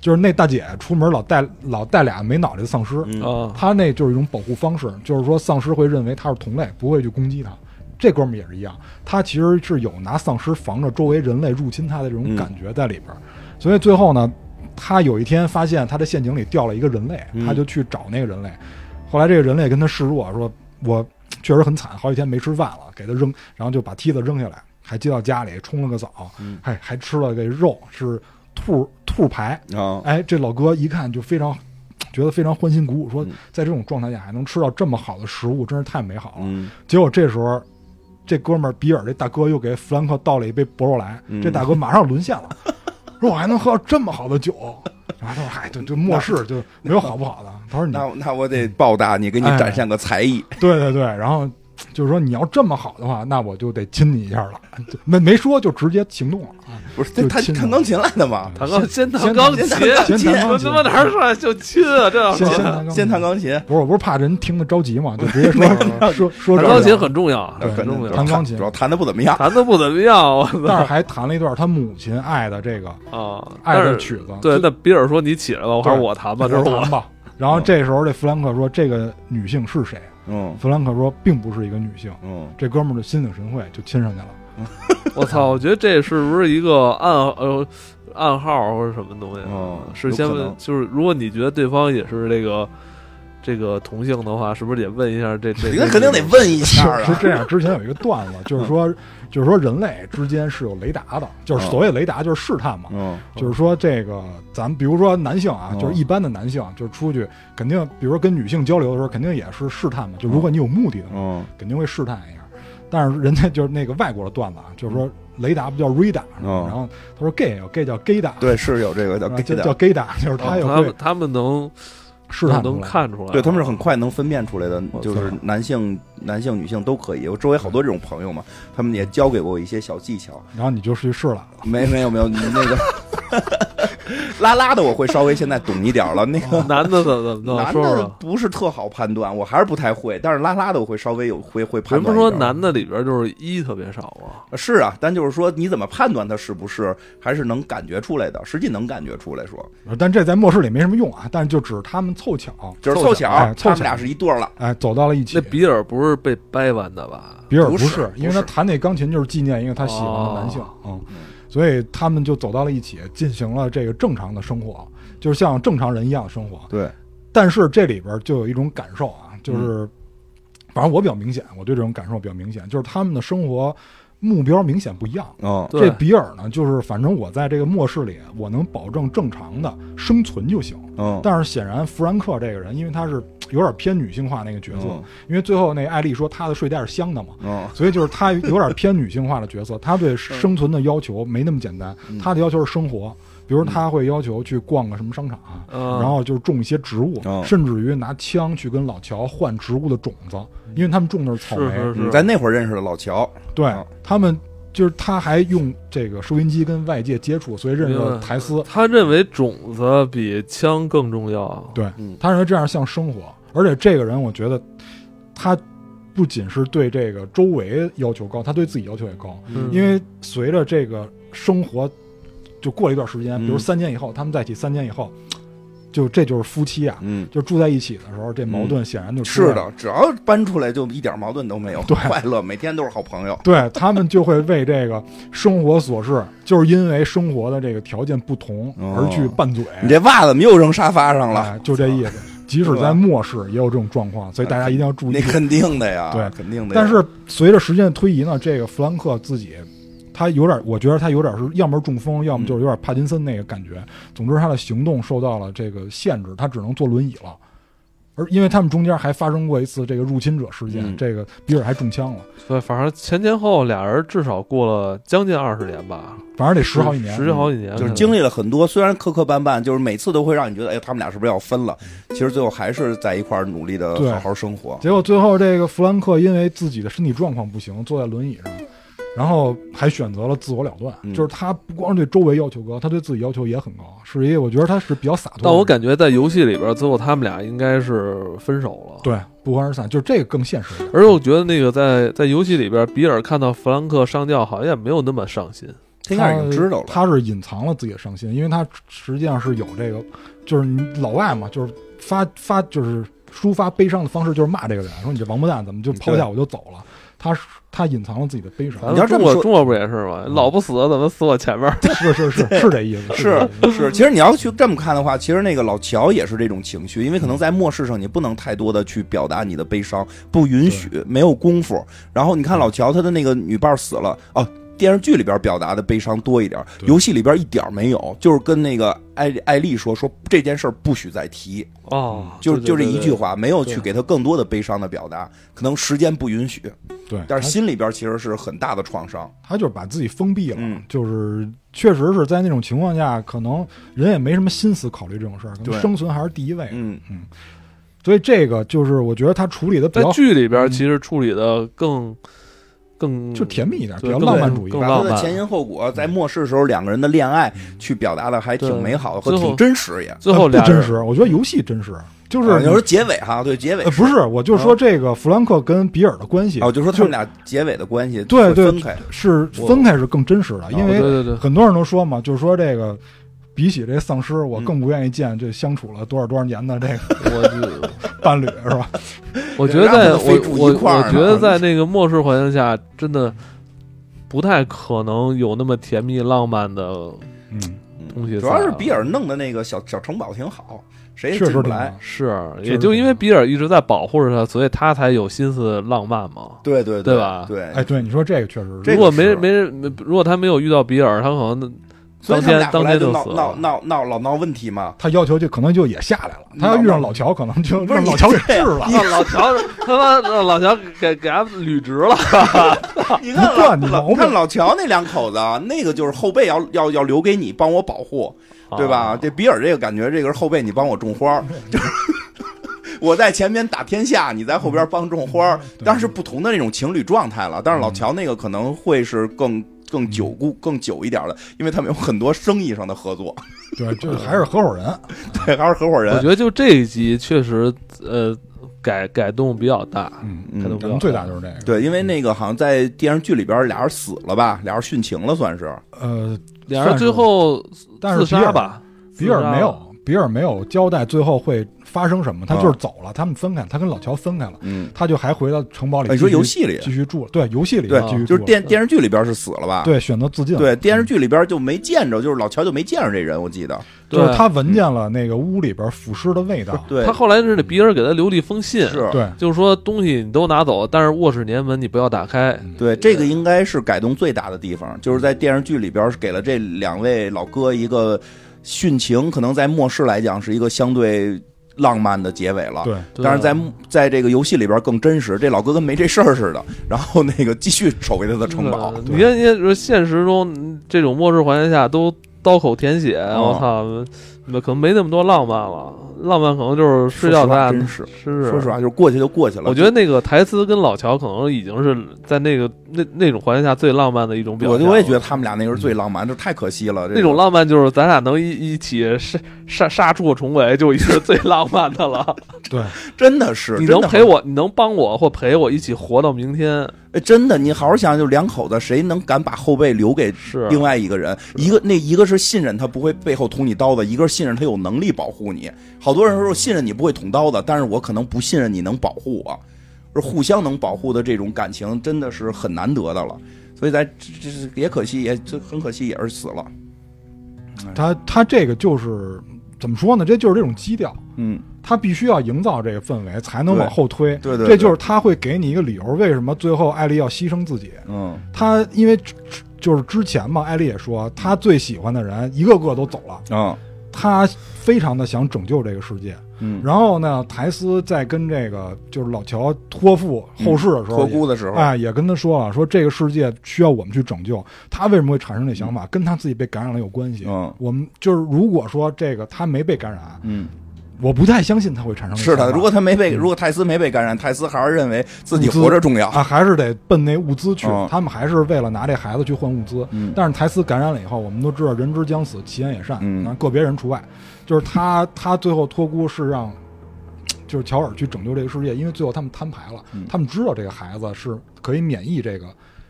[SPEAKER 3] 就是那大姐出门老带老带俩没脑袋的丧尸，
[SPEAKER 1] 啊，
[SPEAKER 3] 他那就是一种保护方式，就是说丧尸会认为他是同类，不会去攻击他。这哥们儿也是一样，他其实是有拿丧尸防着周围人类入侵他的这种感觉在里边儿，所以最后呢，他有一天发现他的陷阱里掉了一个人类，他就去找那个人类，后来这个人类跟他示弱，说我确实很惨，好几天没吃饭了，给他扔，然后就把梯子扔下来，还接到家里冲了个澡，还还吃了个肉，是兔兔排，
[SPEAKER 2] 啊，
[SPEAKER 3] 哎，这老哥一看就非常觉得非常欢欣鼓舞，说
[SPEAKER 2] 嗯
[SPEAKER 3] 在这种状态下还能吃到这么好的食物，真是太美好了。
[SPEAKER 2] 嗯，
[SPEAKER 3] 结果这时候，这哥们儿比尔这大哥又给弗兰克倒了一杯博若莱，
[SPEAKER 2] 嗯
[SPEAKER 3] 这大哥马上沦陷了，说我还能喝到这么好的酒。然后他说：“嗨，就就漠视，就没有好不好的。”他说：“你
[SPEAKER 2] 那那我得报答你，给你展现个才艺。
[SPEAKER 3] 对对对，然后就是说你要这么好的话，那我就得亲你一下了。 [LAUGHS] 就”没没说，就直接行动了。
[SPEAKER 2] 不是他他
[SPEAKER 3] 就亲
[SPEAKER 2] 弹钢琴来的吗？
[SPEAKER 1] 弹钢先弹
[SPEAKER 3] 先
[SPEAKER 1] 钢琴，
[SPEAKER 2] 先弹
[SPEAKER 1] 我
[SPEAKER 3] 先
[SPEAKER 1] 啊他妈
[SPEAKER 3] 弹钢琴，
[SPEAKER 1] 哪儿上来就亲啊？这要
[SPEAKER 3] 先
[SPEAKER 1] 说
[SPEAKER 3] 先弹钢琴
[SPEAKER 2] 先弹钢琴，
[SPEAKER 3] 不是，我不是怕人听得着急
[SPEAKER 1] [LAUGHS]
[SPEAKER 3] 嘛，就直接说说说
[SPEAKER 1] 弹
[SPEAKER 3] 这
[SPEAKER 1] 钢
[SPEAKER 3] 个
[SPEAKER 1] 琴很重要，
[SPEAKER 3] 对
[SPEAKER 1] 很重
[SPEAKER 2] 主要
[SPEAKER 1] 要
[SPEAKER 3] 弹，钢琴
[SPEAKER 2] 主要弹的不怎么样。
[SPEAKER 1] 弹的不怎么样，我
[SPEAKER 3] 但是还弹了一段他母亲爱的这个
[SPEAKER 1] 啊，
[SPEAKER 3] 爱
[SPEAKER 1] 但
[SPEAKER 3] 的
[SPEAKER 1] 是
[SPEAKER 3] 曲子，
[SPEAKER 1] 对，
[SPEAKER 3] 就
[SPEAKER 1] 那比尔说你起来吧，我还是
[SPEAKER 3] 对
[SPEAKER 1] 我弹吧，嗯
[SPEAKER 3] 就
[SPEAKER 1] 这是我
[SPEAKER 3] 弹吧。然后这时候这弗兰克说：“这个女性是谁？”
[SPEAKER 2] 嗯
[SPEAKER 3] 弗兰克说并不是一个女性，
[SPEAKER 2] 嗯，
[SPEAKER 3] 这哥们儿就心领神会，就亲上去了。
[SPEAKER 1] 我操，我觉得这是不是一个暗呃暗号或者什么东西
[SPEAKER 3] 哦
[SPEAKER 1] 啊？
[SPEAKER 2] 嗯
[SPEAKER 1] 是
[SPEAKER 2] 有
[SPEAKER 1] 先
[SPEAKER 2] 可
[SPEAKER 1] 问
[SPEAKER 2] 能，
[SPEAKER 1] 就是如果你觉得对方也是这个这个同性的话，是不是得问一下这这？
[SPEAKER 2] 那肯定得问一
[SPEAKER 3] 是
[SPEAKER 2] 下啊，
[SPEAKER 3] 是这样，之前有一个段
[SPEAKER 1] [LAUGHS]
[SPEAKER 3] 子，就是说，就是说人类之间是有雷达的，
[SPEAKER 1] 嗯
[SPEAKER 3] 就是所谓雷达就是试探嘛，
[SPEAKER 2] 嗯
[SPEAKER 3] 就是说这个咱们比如说男性啊，
[SPEAKER 2] 嗯
[SPEAKER 3] 就是一般的男性，就是出去肯定，比如说跟女性交流的时候，肯定也是试探嘛，就如果你有目的的话，
[SPEAKER 2] 嗯
[SPEAKER 3] 肯定会试探一下。但是人家就是那个外国的段子啊，就是说雷达不叫 radar，
[SPEAKER 2] 嗯
[SPEAKER 3] 然后他说 gay 有 gay 叫 gay 达，
[SPEAKER 2] 对，是有这个叫
[SPEAKER 3] 啊
[SPEAKER 2] gay
[SPEAKER 3] 就
[SPEAKER 2] 的
[SPEAKER 3] 叫 gay 达， [LAUGHS] 就是他有
[SPEAKER 1] 哦啊他
[SPEAKER 3] 会
[SPEAKER 1] 们他们能
[SPEAKER 3] 试探
[SPEAKER 1] 能
[SPEAKER 3] 出来
[SPEAKER 1] 看出来，
[SPEAKER 2] 对他们是很快能分辨出来的
[SPEAKER 1] 我，
[SPEAKER 2] 就是
[SPEAKER 3] 操
[SPEAKER 2] 男性、男性、女性都可以。我周围好多这种朋友嘛，他们也教给我一些小技巧。
[SPEAKER 3] 然后你就去试了。
[SPEAKER 2] 没没有没有，你那个拉拉的我会稍微现在懂一点儿了，那个。
[SPEAKER 1] 啊男的怎么怎么
[SPEAKER 2] 男
[SPEAKER 1] 着？哦说啊
[SPEAKER 2] 的
[SPEAKER 1] 说。
[SPEAKER 2] 不是特好判断，我还是不太会。但是拉拉的我会稍微有会会判
[SPEAKER 1] 人
[SPEAKER 2] 断。
[SPEAKER 1] 不是说男的里边就是一特别少吗？
[SPEAKER 2] 是啊，但就是说你怎么判断他是不是，还是能感觉出来的，实际能感觉出来说，
[SPEAKER 3] 但这在末世里没什么用啊，但就只是他们凑巧，
[SPEAKER 2] 就是
[SPEAKER 1] 凑巧
[SPEAKER 2] 凑巧，
[SPEAKER 3] 哎凑巧
[SPEAKER 2] 他们俩是一对儿了。
[SPEAKER 3] 哎，走到了一起。
[SPEAKER 1] 那比尔不是被掰弯的吧？
[SPEAKER 3] 比尔不
[SPEAKER 2] 不是
[SPEAKER 3] 因为他弹那钢琴就是纪念一个他喜欢的男性
[SPEAKER 1] 哦，
[SPEAKER 3] 嗯，所以他们就走到了一起，进行了这个正常的生活，就是像正常人一样的生活。
[SPEAKER 2] 对，
[SPEAKER 3] 但是这里边就有一种感受啊，
[SPEAKER 2] 嗯
[SPEAKER 3] 就是，反正我比较明显，我对这种感受比较明显，就是他们的生活目标明显不一样。
[SPEAKER 2] 嗯，
[SPEAKER 1] 对
[SPEAKER 3] 这比尔呢，就是反正我在这个末世里，我能保证正常的生存就行。
[SPEAKER 2] 嗯，
[SPEAKER 3] 但是显然，弗兰克这个人，因为他是有点偏女性化那个角色，
[SPEAKER 2] 嗯
[SPEAKER 3] 因为最后那艾丽说她的睡袋是香的嘛，
[SPEAKER 2] 嗯
[SPEAKER 3] 所以就是他有点偏女性化
[SPEAKER 2] [LAUGHS]
[SPEAKER 3] 的角色，他对生存的要求没那么简单，
[SPEAKER 2] 嗯
[SPEAKER 3] 他的要求是生活，比如他会要求去逛个什么商场，啊
[SPEAKER 1] 嗯
[SPEAKER 3] 然后就是种一些植物，
[SPEAKER 2] 嗯
[SPEAKER 3] 甚至于拿枪去跟老乔换植物的种子，因为他们种的是草
[SPEAKER 1] 是
[SPEAKER 3] 莓，
[SPEAKER 1] 是
[SPEAKER 2] 嗯
[SPEAKER 1] 是，
[SPEAKER 2] 在那会儿认识的老乔，
[SPEAKER 3] 对
[SPEAKER 2] 嗯
[SPEAKER 3] 他们。就是他还用这个收音机跟外界接触，所以认识了台斯。
[SPEAKER 1] 他认为种子比枪更重要。
[SPEAKER 3] 对
[SPEAKER 2] 嗯，
[SPEAKER 3] 他认为这样像生活，而且这个人，我觉得他不仅是对这个周围要求高，他对自己要求也高。
[SPEAKER 1] 嗯
[SPEAKER 3] 因为随着这个生活，就过了一段时间，
[SPEAKER 2] 嗯
[SPEAKER 3] 比如三年以后，他们在一起三年以后，就这就是夫妻啊，
[SPEAKER 2] 嗯，
[SPEAKER 3] 就住在一起的时候，这矛盾显然就出来
[SPEAKER 2] 是
[SPEAKER 3] 了。
[SPEAKER 2] 的，只要搬出来就一点矛盾都没有，
[SPEAKER 3] 对
[SPEAKER 2] 快乐，每天都是好朋 [LAUGHS] 友。
[SPEAKER 3] 对他们就会为这个生活琐事，就是因为生活的这个条件不同
[SPEAKER 2] 哦
[SPEAKER 3] 而去拌嘴，
[SPEAKER 2] 你这袜子怎么又扔沙发上了？
[SPEAKER 3] 哎就这意思。即使
[SPEAKER 2] 是吧
[SPEAKER 3] 在末世也有这种状况，所以大家一定要注意
[SPEAKER 2] 那。肯定的呀，
[SPEAKER 3] 对
[SPEAKER 2] 肯定的呀。
[SPEAKER 3] [LAUGHS] 但是随着时间的推移呢，这个弗兰克自己，他有点，我觉得他有点是要么是中风，要么就是有点帕金森那个感觉。总之，他的行动受到了这个限制，他只能坐轮椅了。而因为他们中间还发生过一次这个入侵者事件，
[SPEAKER 2] 嗯
[SPEAKER 3] 这个比尔还中枪了，
[SPEAKER 1] 对，反正前前后俩人至少过了将近二十年吧，
[SPEAKER 3] 反正得十好几年。
[SPEAKER 1] 十好几年，
[SPEAKER 2] 就是
[SPEAKER 1] 经
[SPEAKER 2] 经历了很多，虽然磕磕绊绊，就是每次都会让你觉得，哎，他们俩是不是要分了？其实最后还是在一块儿努力的
[SPEAKER 3] 对
[SPEAKER 2] 好好生活。
[SPEAKER 3] 结果最后这个弗兰克因为自己的身体状况不行，坐在轮椅上，然后还选择了自我了断，
[SPEAKER 2] 嗯
[SPEAKER 3] 就是他不光对周围要求高，他对自己要求也很高，是一个我觉得他是比较洒脱的人。
[SPEAKER 1] 但我感觉在游戏里边，最后他们俩应该是分手了。，
[SPEAKER 3] 对不欢而散，就是这个更现实一点。
[SPEAKER 1] 而且我觉得那个在在游戏里边，比尔看到弗兰克上吊，好像也没有那么上心。
[SPEAKER 2] 他应该已经知道了，
[SPEAKER 3] 他是隐藏了自己的伤心，因为他实际上是有这个，就是你老外嘛，就是发发就是抒发悲伤的方式就是骂这个人，说你这王八蛋怎么就抛下我就走了？他是他隐藏了自己的悲伤，
[SPEAKER 1] 咱
[SPEAKER 2] 你要
[SPEAKER 1] 们
[SPEAKER 2] 这
[SPEAKER 1] 中国
[SPEAKER 2] 么说嗯
[SPEAKER 1] 中国不也是吗？老不死怎么死我前面儿？
[SPEAKER 3] 是是是是这意思，
[SPEAKER 2] 是
[SPEAKER 3] 这意思
[SPEAKER 2] 是，其实你要去这么看的话，其实那个老乔也是这种情绪，因为可能在末世上你不能太多的去表达你的悲伤，不允许，没有功夫。然后你看老乔他的那个女伴死了，哦、电视剧里边表达的悲伤多一点，
[SPEAKER 3] 对
[SPEAKER 2] 游戏里边一点儿没有，就是跟那个艾艾丽说说这件事儿不许再提，
[SPEAKER 1] 哦，
[SPEAKER 2] 就
[SPEAKER 1] 对
[SPEAKER 2] 就这一句。
[SPEAKER 1] 对对哎
[SPEAKER 2] 话，没有
[SPEAKER 3] 对
[SPEAKER 2] 去给他更多的悲伤的表达，可能时间不允许，
[SPEAKER 3] 对，
[SPEAKER 2] 但是
[SPEAKER 3] 他
[SPEAKER 2] 心里边其实是很大的创伤。
[SPEAKER 3] 他就是把自己封闭了，
[SPEAKER 2] 嗯
[SPEAKER 3] 就是确实是在那种情况下，可能人也没什么心思考虑这种事儿，可能
[SPEAKER 2] 对
[SPEAKER 3] 生存还是第一位的，
[SPEAKER 2] 嗯，
[SPEAKER 3] 所以这个就是我觉得他处理的比
[SPEAKER 1] 在
[SPEAKER 3] 较
[SPEAKER 1] 剧里边
[SPEAKER 3] 嗯
[SPEAKER 1] 其实处理的更更
[SPEAKER 3] 就甜蜜一点，比
[SPEAKER 1] 对
[SPEAKER 3] 较
[SPEAKER 1] 更
[SPEAKER 3] 浪漫主义
[SPEAKER 1] 更。
[SPEAKER 2] 把
[SPEAKER 1] 浪
[SPEAKER 2] 他的
[SPEAKER 1] 漫嗯
[SPEAKER 2] 前因后果，在末世时候两个人的恋爱去表达的还
[SPEAKER 1] 对
[SPEAKER 2] 挺美好的和
[SPEAKER 1] 最后
[SPEAKER 2] 挺真实也。
[SPEAKER 1] 最后
[SPEAKER 3] 不
[SPEAKER 1] 俩
[SPEAKER 3] 真
[SPEAKER 1] 人
[SPEAKER 3] 实，我觉得游戏真实，就是
[SPEAKER 2] 啊
[SPEAKER 3] 你
[SPEAKER 2] 你说结尾哈，对结尾
[SPEAKER 3] 呃，不是，我就说这个弗兰克跟比尔的关系
[SPEAKER 2] 啊，我就说他们俩结尾的关系
[SPEAKER 3] 对
[SPEAKER 2] 会
[SPEAKER 3] 对
[SPEAKER 2] 分开，
[SPEAKER 3] 是分开是更真实的，因
[SPEAKER 1] 对
[SPEAKER 3] 为
[SPEAKER 1] 对对，
[SPEAKER 3] 很多人都说嘛，就是说这个比起这丧尸，我更不愿意见这相处了多少多少年的这个
[SPEAKER 1] 我就
[SPEAKER 3] 伴侣是吧？
[SPEAKER 1] 我觉得在我
[SPEAKER 2] 让他们非住
[SPEAKER 1] 我
[SPEAKER 2] 一块儿
[SPEAKER 1] 我
[SPEAKER 2] 呢
[SPEAKER 1] 觉得在那个末世环境下，真的不太可能有那么甜蜜浪漫的
[SPEAKER 3] 嗯，
[SPEAKER 1] 东西在了。
[SPEAKER 2] 主要是比尔弄的那个小小城堡挺好，谁也
[SPEAKER 3] [LAUGHS] 确
[SPEAKER 2] 哎进
[SPEAKER 3] 实
[SPEAKER 2] 不
[SPEAKER 3] 挺
[SPEAKER 2] 来
[SPEAKER 3] 好。
[SPEAKER 1] 是，
[SPEAKER 3] 确
[SPEAKER 1] 也
[SPEAKER 3] 实
[SPEAKER 1] 就
[SPEAKER 3] 挺
[SPEAKER 1] 因为
[SPEAKER 3] 好
[SPEAKER 1] 比尔一直在保护着他，所以他才有心思浪漫嘛。
[SPEAKER 2] 对对
[SPEAKER 1] 对吧
[SPEAKER 2] 对，
[SPEAKER 3] 哎，对，你说这个确实是，
[SPEAKER 2] 这
[SPEAKER 1] 如
[SPEAKER 2] 个
[SPEAKER 1] 果没
[SPEAKER 2] 是
[SPEAKER 1] 没人，如果他没有遇到比尔，他可能
[SPEAKER 2] 所以
[SPEAKER 1] 当
[SPEAKER 2] 他们
[SPEAKER 1] 天
[SPEAKER 2] 俩后
[SPEAKER 1] 当
[SPEAKER 2] 来
[SPEAKER 1] 天
[SPEAKER 2] 就
[SPEAKER 1] 就
[SPEAKER 2] 闹
[SPEAKER 1] 死
[SPEAKER 2] 闹
[SPEAKER 1] 了。
[SPEAKER 2] 闹闹老闹问题嘛。
[SPEAKER 3] 他要求就可能就也下来了，他要遇上老乔，可能就
[SPEAKER 2] 嗯不是
[SPEAKER 3] 让
[SPEAKER 2] 你
[SPEAKER 3] 老乔给
[SPEAKER 2] 这
[SPEAKER 3] 治了。
[SPEAKER 1] 让老乔他妈让老乔给给他捋直了，啊
[SPEAKER 2] 你看
[SPEAKER 3] 不
[SPEAKER 2] 老
[SPEAKER 3] 惯你
[SPEAKER 2] 老
[SPEAKER 3] 毛病
[SPEAKER 2] 看老乔那两口子啊，那个就是后背要要要留给你帮我保护，对吧？
[SPEAKER 1] 啊
[SPEAKER 2] 这比尔这个感觉，这个是后背你帮我种花儿，就是我在前边打天下，你在后边帮种
[SPEAKER 1] 嗯
[SPEAKER 2] 花儿，
[SPEAKER 3] 对
[SPEAKER 2] 当然是不同的那种情侣状态了。但是老乔那个可能会是更更久固、
[SPEAKER 1] 嗯
[SPEAKER 2] 更久一点的，因为他们有很多生意上的合作，
[SPEAKER 3] 对，就是还是合伙人，
[SPEAKER 2] 对，还是合伙
[SPEAKER 1] 我
[SPEAKER 2] 人。
[SPEAKER 1] 觉得就这一集确实呃改改动比较大，
[SPEAKER 3] 嗯，
[SPEAKER 1] 改动比
[SPEAKER 2] 嗯
[SPEAKER 3] 咱
[SPEAKER 1] 较
[SPEAKER 3] 们最大就是这个。
[SPEAKER 2] 对，因为那个好像在电视剧里边，俩人死了吧，俩人殉情了，算是。
[SPEAKER 3] 呃，
[SPEAKER 1] 俩人最后
[SPEAKER 3] 但
[SPEAKER 1] 自
[SPEAKER 3] 是比
[SPEAKER 1] 杀
[SPEAKER 3] 尔，
[SPEAKER 1] 吧，
[SPEAKER 3] 比尔
[SPEAKER 1] 自杀
[SPEAKER 3] 没有，比尔没有交代最后会发生什么，他
[SPEAKER 2] 啊
[SPEAKER 3] 就是走了，他们分开，他跟老乔分开了，
[SPEAKER 2] 嗯，
[SPEAKER 3] 他就还回到城堡里
[SPEAKER 2] 哎
[SPEAKER 3] 继
[SPEAKER 2] 你
[SPEAKER 3] 续。
[SPEAKER 2] 说游戏里
[SPEAKER 3] 继续住了，对，游戏里
[SPEAKER 2] 对
[SPEAKER 3] 继
[SPEAKER 1] 啊
[SPEAKER 3] 续住了，
[SPEAKER 2] 就是电电视剧里边是死了吧？
[SPEAKER 3] 对选择自尽，
[SPEAKER 2] 对，
[SPEAKER 1] 嗯
[SPEAKER 2] 电视剧里边就没见着，就是老乔就没见着这人，我记得。
[SPEAKER 3] 就
[SPEAKER 1] 对
[SPEAKER 3] 是他闻见了那个屋里边腐尸的味道，
[SPEAKER 2] 对
[SPEAKER 1] 啊他后来是那比尔给他留了一封信，
[SPEAKER 2] 是，
[SPEAKER 3] 对，
[SPEAKER 1] 就是说东西你都拿走，但是卧室年门你不要打开。
[SPEAKER 2] 对，这个应该是改动最大的地方，就是在电视剧里边给了这两位老哥一个殉情，可能在末世来讲是一个相对浪漫的结尾了。
[SPEAKER 3] 对，
[SPEAKER 1] 对
[SPEAKER 2] 但是在在这个游戏里边更真实，这老哥跟没这事儿似的，然后那个继续守卫他的城堡
[SPEAKER 1] 呃。
[SPEAKER 3] 对
[SPEAKER 1] 你看，你看说现实中嗯这种末世环境下都刀口舔血，
[SPEAKER 2] 啊
[SPEAKER 1] 我操，那可能没那么多浪漫了，浪漫可能就是睡觉咱俩
[SPEAKER 2] 说实话
[SPEAKER 1] 是
[SPEAKER 2] 说实话，就是过去就过去了。
[SPEAKER 1] 我觉得那个台词跟老乔可能已经是在那个那那种环境下最浪漫的一种表
[SPEAKER 2] 我
[SPEAKER 1] 现了。
[SPEAKER 2] 我也觉得他们俩那时候最浪漫，就太可惜了。这
[SPEAKER 1] 那种浪漫就是咱俩能一一起杀杀杀出个重围，就已经是最浪漫的了。
[SPEAKER 3] 对，
[SPEAKER 2] 真的是
[SPEAKER 1] 你
[SPEAKER 2] 真
[SPEAKER 1] 能
[SPEAKER 2] 的
[SPEAKER 1] 陪我，你能帮我或陪我一起活到明天，
[SPEAKER 2] 哎，真的，你好好想想，就两口子，谁能敢把后背留给
[SPEAKER 1] 是
[SPEAKER 2] 另外一个人？一个那一个是信任他不会背后捅你刀子，一个是信任他有能力保护你。好多人说我信任你不会捅刀子，但是我可能不信任你能保护我，而互相能保护的这种感情真的是很难得的了。所以咱这这是也可惜，也这很可惜，也是死了。
[SPEAKER 3] 他他这个就是怎么说呢？这就是这种基调，
[SPEAKER 2] 嗯，
[SPEAKER 3] 他必须要营造这个氛围，才能
[SPEAKER 2] 对
[SPEAKER 3] 往后推。
[SPEAKER 2] 对对
[SPEAKER 3] 这
[SPEAKER 2] 对
[SPEAKER 3] 就是他会给你一个理由，为什么最后艾丽要牺牲自己？
[SPEAKER 2] 嗯，
[SPEAKER 3] 他因为之之就是之前嘛，艾丽也说，他最喜欢的人一个个都走了，
[SPEAKER 2] 啊，
[SPEAKER 3] 他非常的想拯救这个世界。
[SPEAKER 2] 嗯，
[SPEAKER 3] 然后呢，苔丝在跟这个就是老乔托付后事的时
[SPEAKER 2] 嗯
[SPEAKER 3] 候
[SPEAKER 2] 托
[SPEAKER 3] 也，
[SPEAKER 2] 孤的时候，
[SPEAKER 3] 哎，也跟他说了，说这个世界需要我们去拯救。他为什么会产生这想法，跟他自己被感染了有关系。
[SPEAKER 2] 嗯
[SPEAKER 3] 我们就是如果说这个他没被感染，
[SPEAKER 2] 嗯，
[SPEAKER 3] 我不太相信他会产生这
[SPEAKER 2] 是
[SPEAKER 3] 想法。
[SPEAKER 2] 的。如果他没被，如果泰斯没被感染，泰斯还是认为嗯自己
[SPEAKER 3] 物资
[SPEAKER 2] 活着重要。
[SPEAKER 3] 啊，还是得奔那物资去。
[SPEAKER 2] 嗯
[SPEAKER 3] 他们还是为了拿这孩子去换物资。
[SPEAKER 2] 嗯
[SPEAKER 3] 但是台斯感染了以后，我们都知道人之将死，其言也善，
[SPEAKER 2] 嗯
[SPEAKER 3] 当然个别人除外。就是他，他最后托孤是让，就是乔尔去拯救这个世界，因为最后他们摊牌了，
[SPEAKER 2] 嗯
[SPEAKER 3] 他们知道这个孩子是可以免疫这个，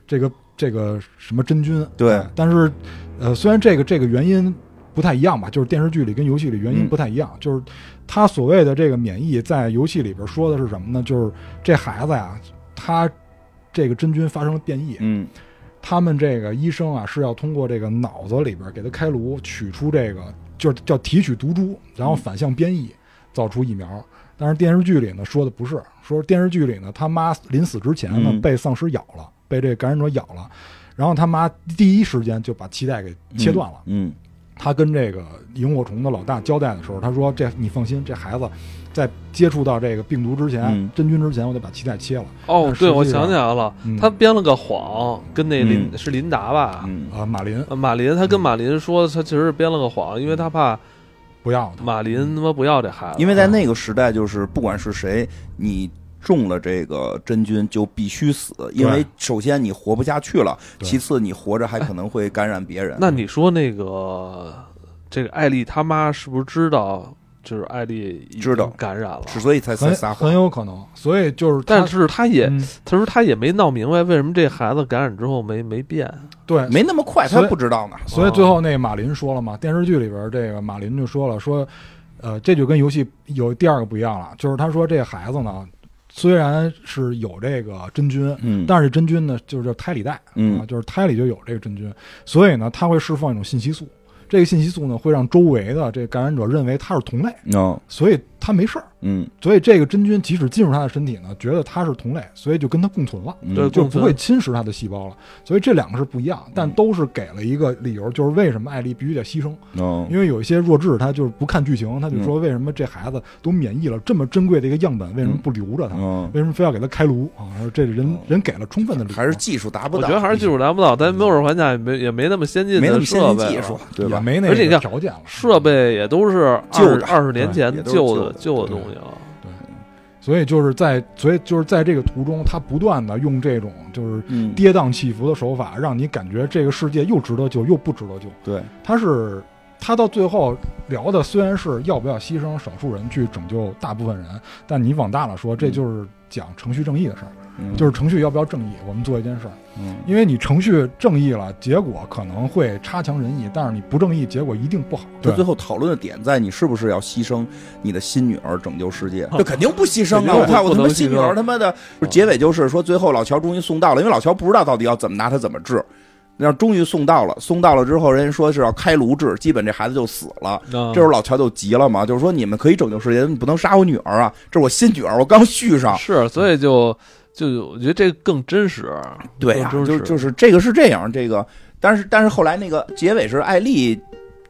[SPEAKER 3] 这个这个什么真菌。
[SPEAKER 2] 对
[SPEAKER 3] 哎但是，呃，虽然这个这个原因。不太一样吧，就是电视剧里跟游戏里原因
[SPEAKER 2] 嗯
[SPEAKER 3] 不太一样，就是他所谓的这个免疫，在游戏里边说的是什么呢？就是这孩子呀，他这个真菌发生了变异，
[SPEAKER 2] 嗯，
[SPEAKER 3] 他们这个医生啊是要通过这个脑子里边给他开颅，取出这个就是叫提取毒株，然后反向编译造出疫苗。但是电视剧里呢说的不是，说电视剧里呢他妈临死之前呢
[SPEAKER 2] 嗯
[SPEAKER 3] 被丧尸咬了，被这个感染者咬了，然后他妈第一时间就把脐带给切断了。
[SPEAKER 2] 嗯，
[SPEAKER 3] 他跟这个萤火虫的老大交代的时候，他说：“这你放心，这孩子在接触到这个病毒之前、
[SPEAKER 2] 嗯
[SPEAKER 3] 真菌之前，我得把脐带切了。
[SPEAKER 1] 哦
[SPEAKER 3] 但，实
[SPEAKER 1] 对，我
[SPEAKER 3] 际上
[SPEAKER 1] 想起来了，
[SPEAKER 3] 嗯
[SPEAKER 1] 他编了个谎，跟那林、
[SPEAKER 2] 嗯
[SPEAKER 1] 是琳达吧？
[SPEAKER 2] 嗯”
[SPEAKER 3] 啊，马林
[SPEAKER 1] 呃马林，他跟马林说，他其实是编了个谎，因为他怕
[SPEAKER 3] 不要他，
[SPEAKER 1] 马林他妈不要这孩子，
[SPEAKER 2] 因为在那个时代，就是不管是谁，你中了这个真菌就必须死，因为首先你活不下去了，
[SPEAKER 3] 对
[SPEAKER 2] 其次你活着还可能会感染别人。
[SPEAKER 1] 那你说那个这个艾丽他妈是不是知道，就是艾丽已经
[SPEAKER 2] 知道
[SPEAKER 1] 感染了？
[SPEAKER 2] 是所以才才
[SPEAKER 3] 很
[SPEAKER 2] 撒
[SPEAKER 3] 很
[SPEAKER 2] 谎。
[SPEAKER 3] 有可能。所以就是他，
[SPEAKER 1] 但是他也，
[SPEAKER 3] 嗯
[SPEAKER 1] 他说他也没闹明白为什么这孩子感染之后没没变。
[SPEAKER 3] 对，
[SPEAKER 2] 没那么快，
[SPEAKER 3] 所以
[SPEAKER 2] 他不知道呢。
[SPEAKER 3] 所以最后那马林说了嘛，电视剧里边这个马林就说了，说，呃，这就跟游戏有第二个不一样了，就是他说这孩子呢，虽然是有这个真菌，
[SPEAKER 5] 嗯
[SPEAKER 3] 但是真菌呢就是叫胎里带，
[SPEAKER 5] 嗯
[SPEAKER 3] 啊，就是胎里就有这个真菌，所以呢，它会释放一种信息素，这个信息素呢会让周围的这感染者认为它是同类，
[SPEAKER 5] 嗯
[SPEAKER 2] 哦
[SPEAKER 3] 所以它没事儿。
[SPEAKER 5] 嗯
[SPEAKER 3] 所以这个真菌即使进入它的身体呢，觉得它是同类，所以就跟它共存了，
[SPEAKER 5] 嗯
[SPEAKER 1] 对
[SPEAKER 3] 就
[SPEAKER 1] 共
[SPEAKER 3] 不
[SPEAKER 1] 存嗯
[SPEAKER 3] 会侵蚀它的细胞了。所以这两个是不一样，但都是给了一个理由，就是为什么艾丽必须得牺牲。
[SPEAKER 5] 嗯
[SPEAKER 2] 哦
[SPEAKER 3] 因为有一些弱智，他就是不看剧情，他就说为什么这孩子都免疫了这么珍贵的一个样本，为什么不留着他？
[SPEAKER 5] 嗯
[SPEAKER 3] 为什么非要给他开颅啊？说这人
[SPEAKER 5] 嗯
[SPEAKER 3] 人给了充分的理由，
[SPEAKER 2] 哦还是技术达不
[SPEAKER 1] 我
[SPEAKER 2] 到，
[SPEAKER 1] 觉得还是技术达不到，咱没有环境，也没也没那么先进
[SPEAKER 2] 没那
[SPEAKER 1] 的
[SPEAKER 2] 么先
[SPEAKER 1] 设
[SPEAKER 2] 进
[SPEAKER 1] 备
[SPEAKER 2] 技
[SPEAKER 1] 了，
[SPEAKER 2] 术，嗯对
[SPEAKER 3] 也
[SPEAKER 2] 吧？
[SPEAKER 3] 没那
[SPEAKER 1] 而且你
[SPEAKER 3] 个
[SPEAKER 1] 看
[SPEAKER 3] 条件了，
[SPEAKER 1] 设备也都是
[SPEAKER 2] 旧
[SPEAKER 1] 二
[SPEAKER 2] 的
[SPEAKER 1] 二十年前
[SPEAKER 2] 对也都是
[SPEAKER 1] 旧
[SPEAKER 2] 旧
[SPEAKER 1] 的
[SPEAKER 2] 的
[SPEAKER 1] 旧的
[SPEAKER 3] 对
[SPEAKER 1] 东西了。
[SPEAKER 3] 所以就是在所以就是在这个途中，他不断的用这种就是
[SPEAKER 5] 嗯
[SPEAKER 3] 跌宕起伏的手法，让你感觉这个世界又值得救又不值得救。
[SPEAKER 5] 对，
[SPEAKER 3] 他是他到最后聊的虽然是要不要牺牲少数人去拯救大部分人，但你往大了说，这就是讲程序正义的事儿。
[SPEAKER 5] 嗯
[SPEAKER 3] 就是程序要不要正义，我们做一件事儿，
[SPEAKER 5] 嗯
[SPEAKER 3] 因为你程序正义了，结果可能会差强人意，但是你不正义，结果一定不好。
[SPEAKER 5] 他最后讨论的点在你是不是要牺牲你的新女儿拯救世
[SPEAKER 1] [LAUGHS]
[SPEAKER 5] 界？
[SPEAKER 2] 这肯定不牺牲
[SPEAKER 1] 肯
[SPEAKER 2] 啊！
[SPEAKER 1] 定
[SPEAKER 2] 我看
[SPEAKER 1] 不
[SPEAKER 2] 我他
[SPEAKER 1] 能
[SPEAKER 2] 妈
[SPEAKER 1] 牺
[SPEAKER 2] 新女
[SPEAKER 1] 牲
[SPEAKER 2] 儿他妈的，不是结尾就是说，最后老乔终于送到了，因为老乔不知道到底要怎么拿他怎么治，那终于送到了，送到了之后，人家说是要开颅治，基本这孩子就死了。
[SPEAKER 1] 这
[SPEAKER 2] 这时候老乔就急了嘛，就是说你们可以拯救世界，你不能杀我女儿啊！这是我新女儿，我刚续上。
[SPEAKER 1] 是，所以就就我觉得这个更真实，
[SPEAKER 2] 对呀、
[SPEAKER 1] 更
[SPEAKER 2] 就
[SPEAKER 1] 真实
[SPEAKER 2] 是就是这个是这样，这个但是但是后来那个结尾是艾丽，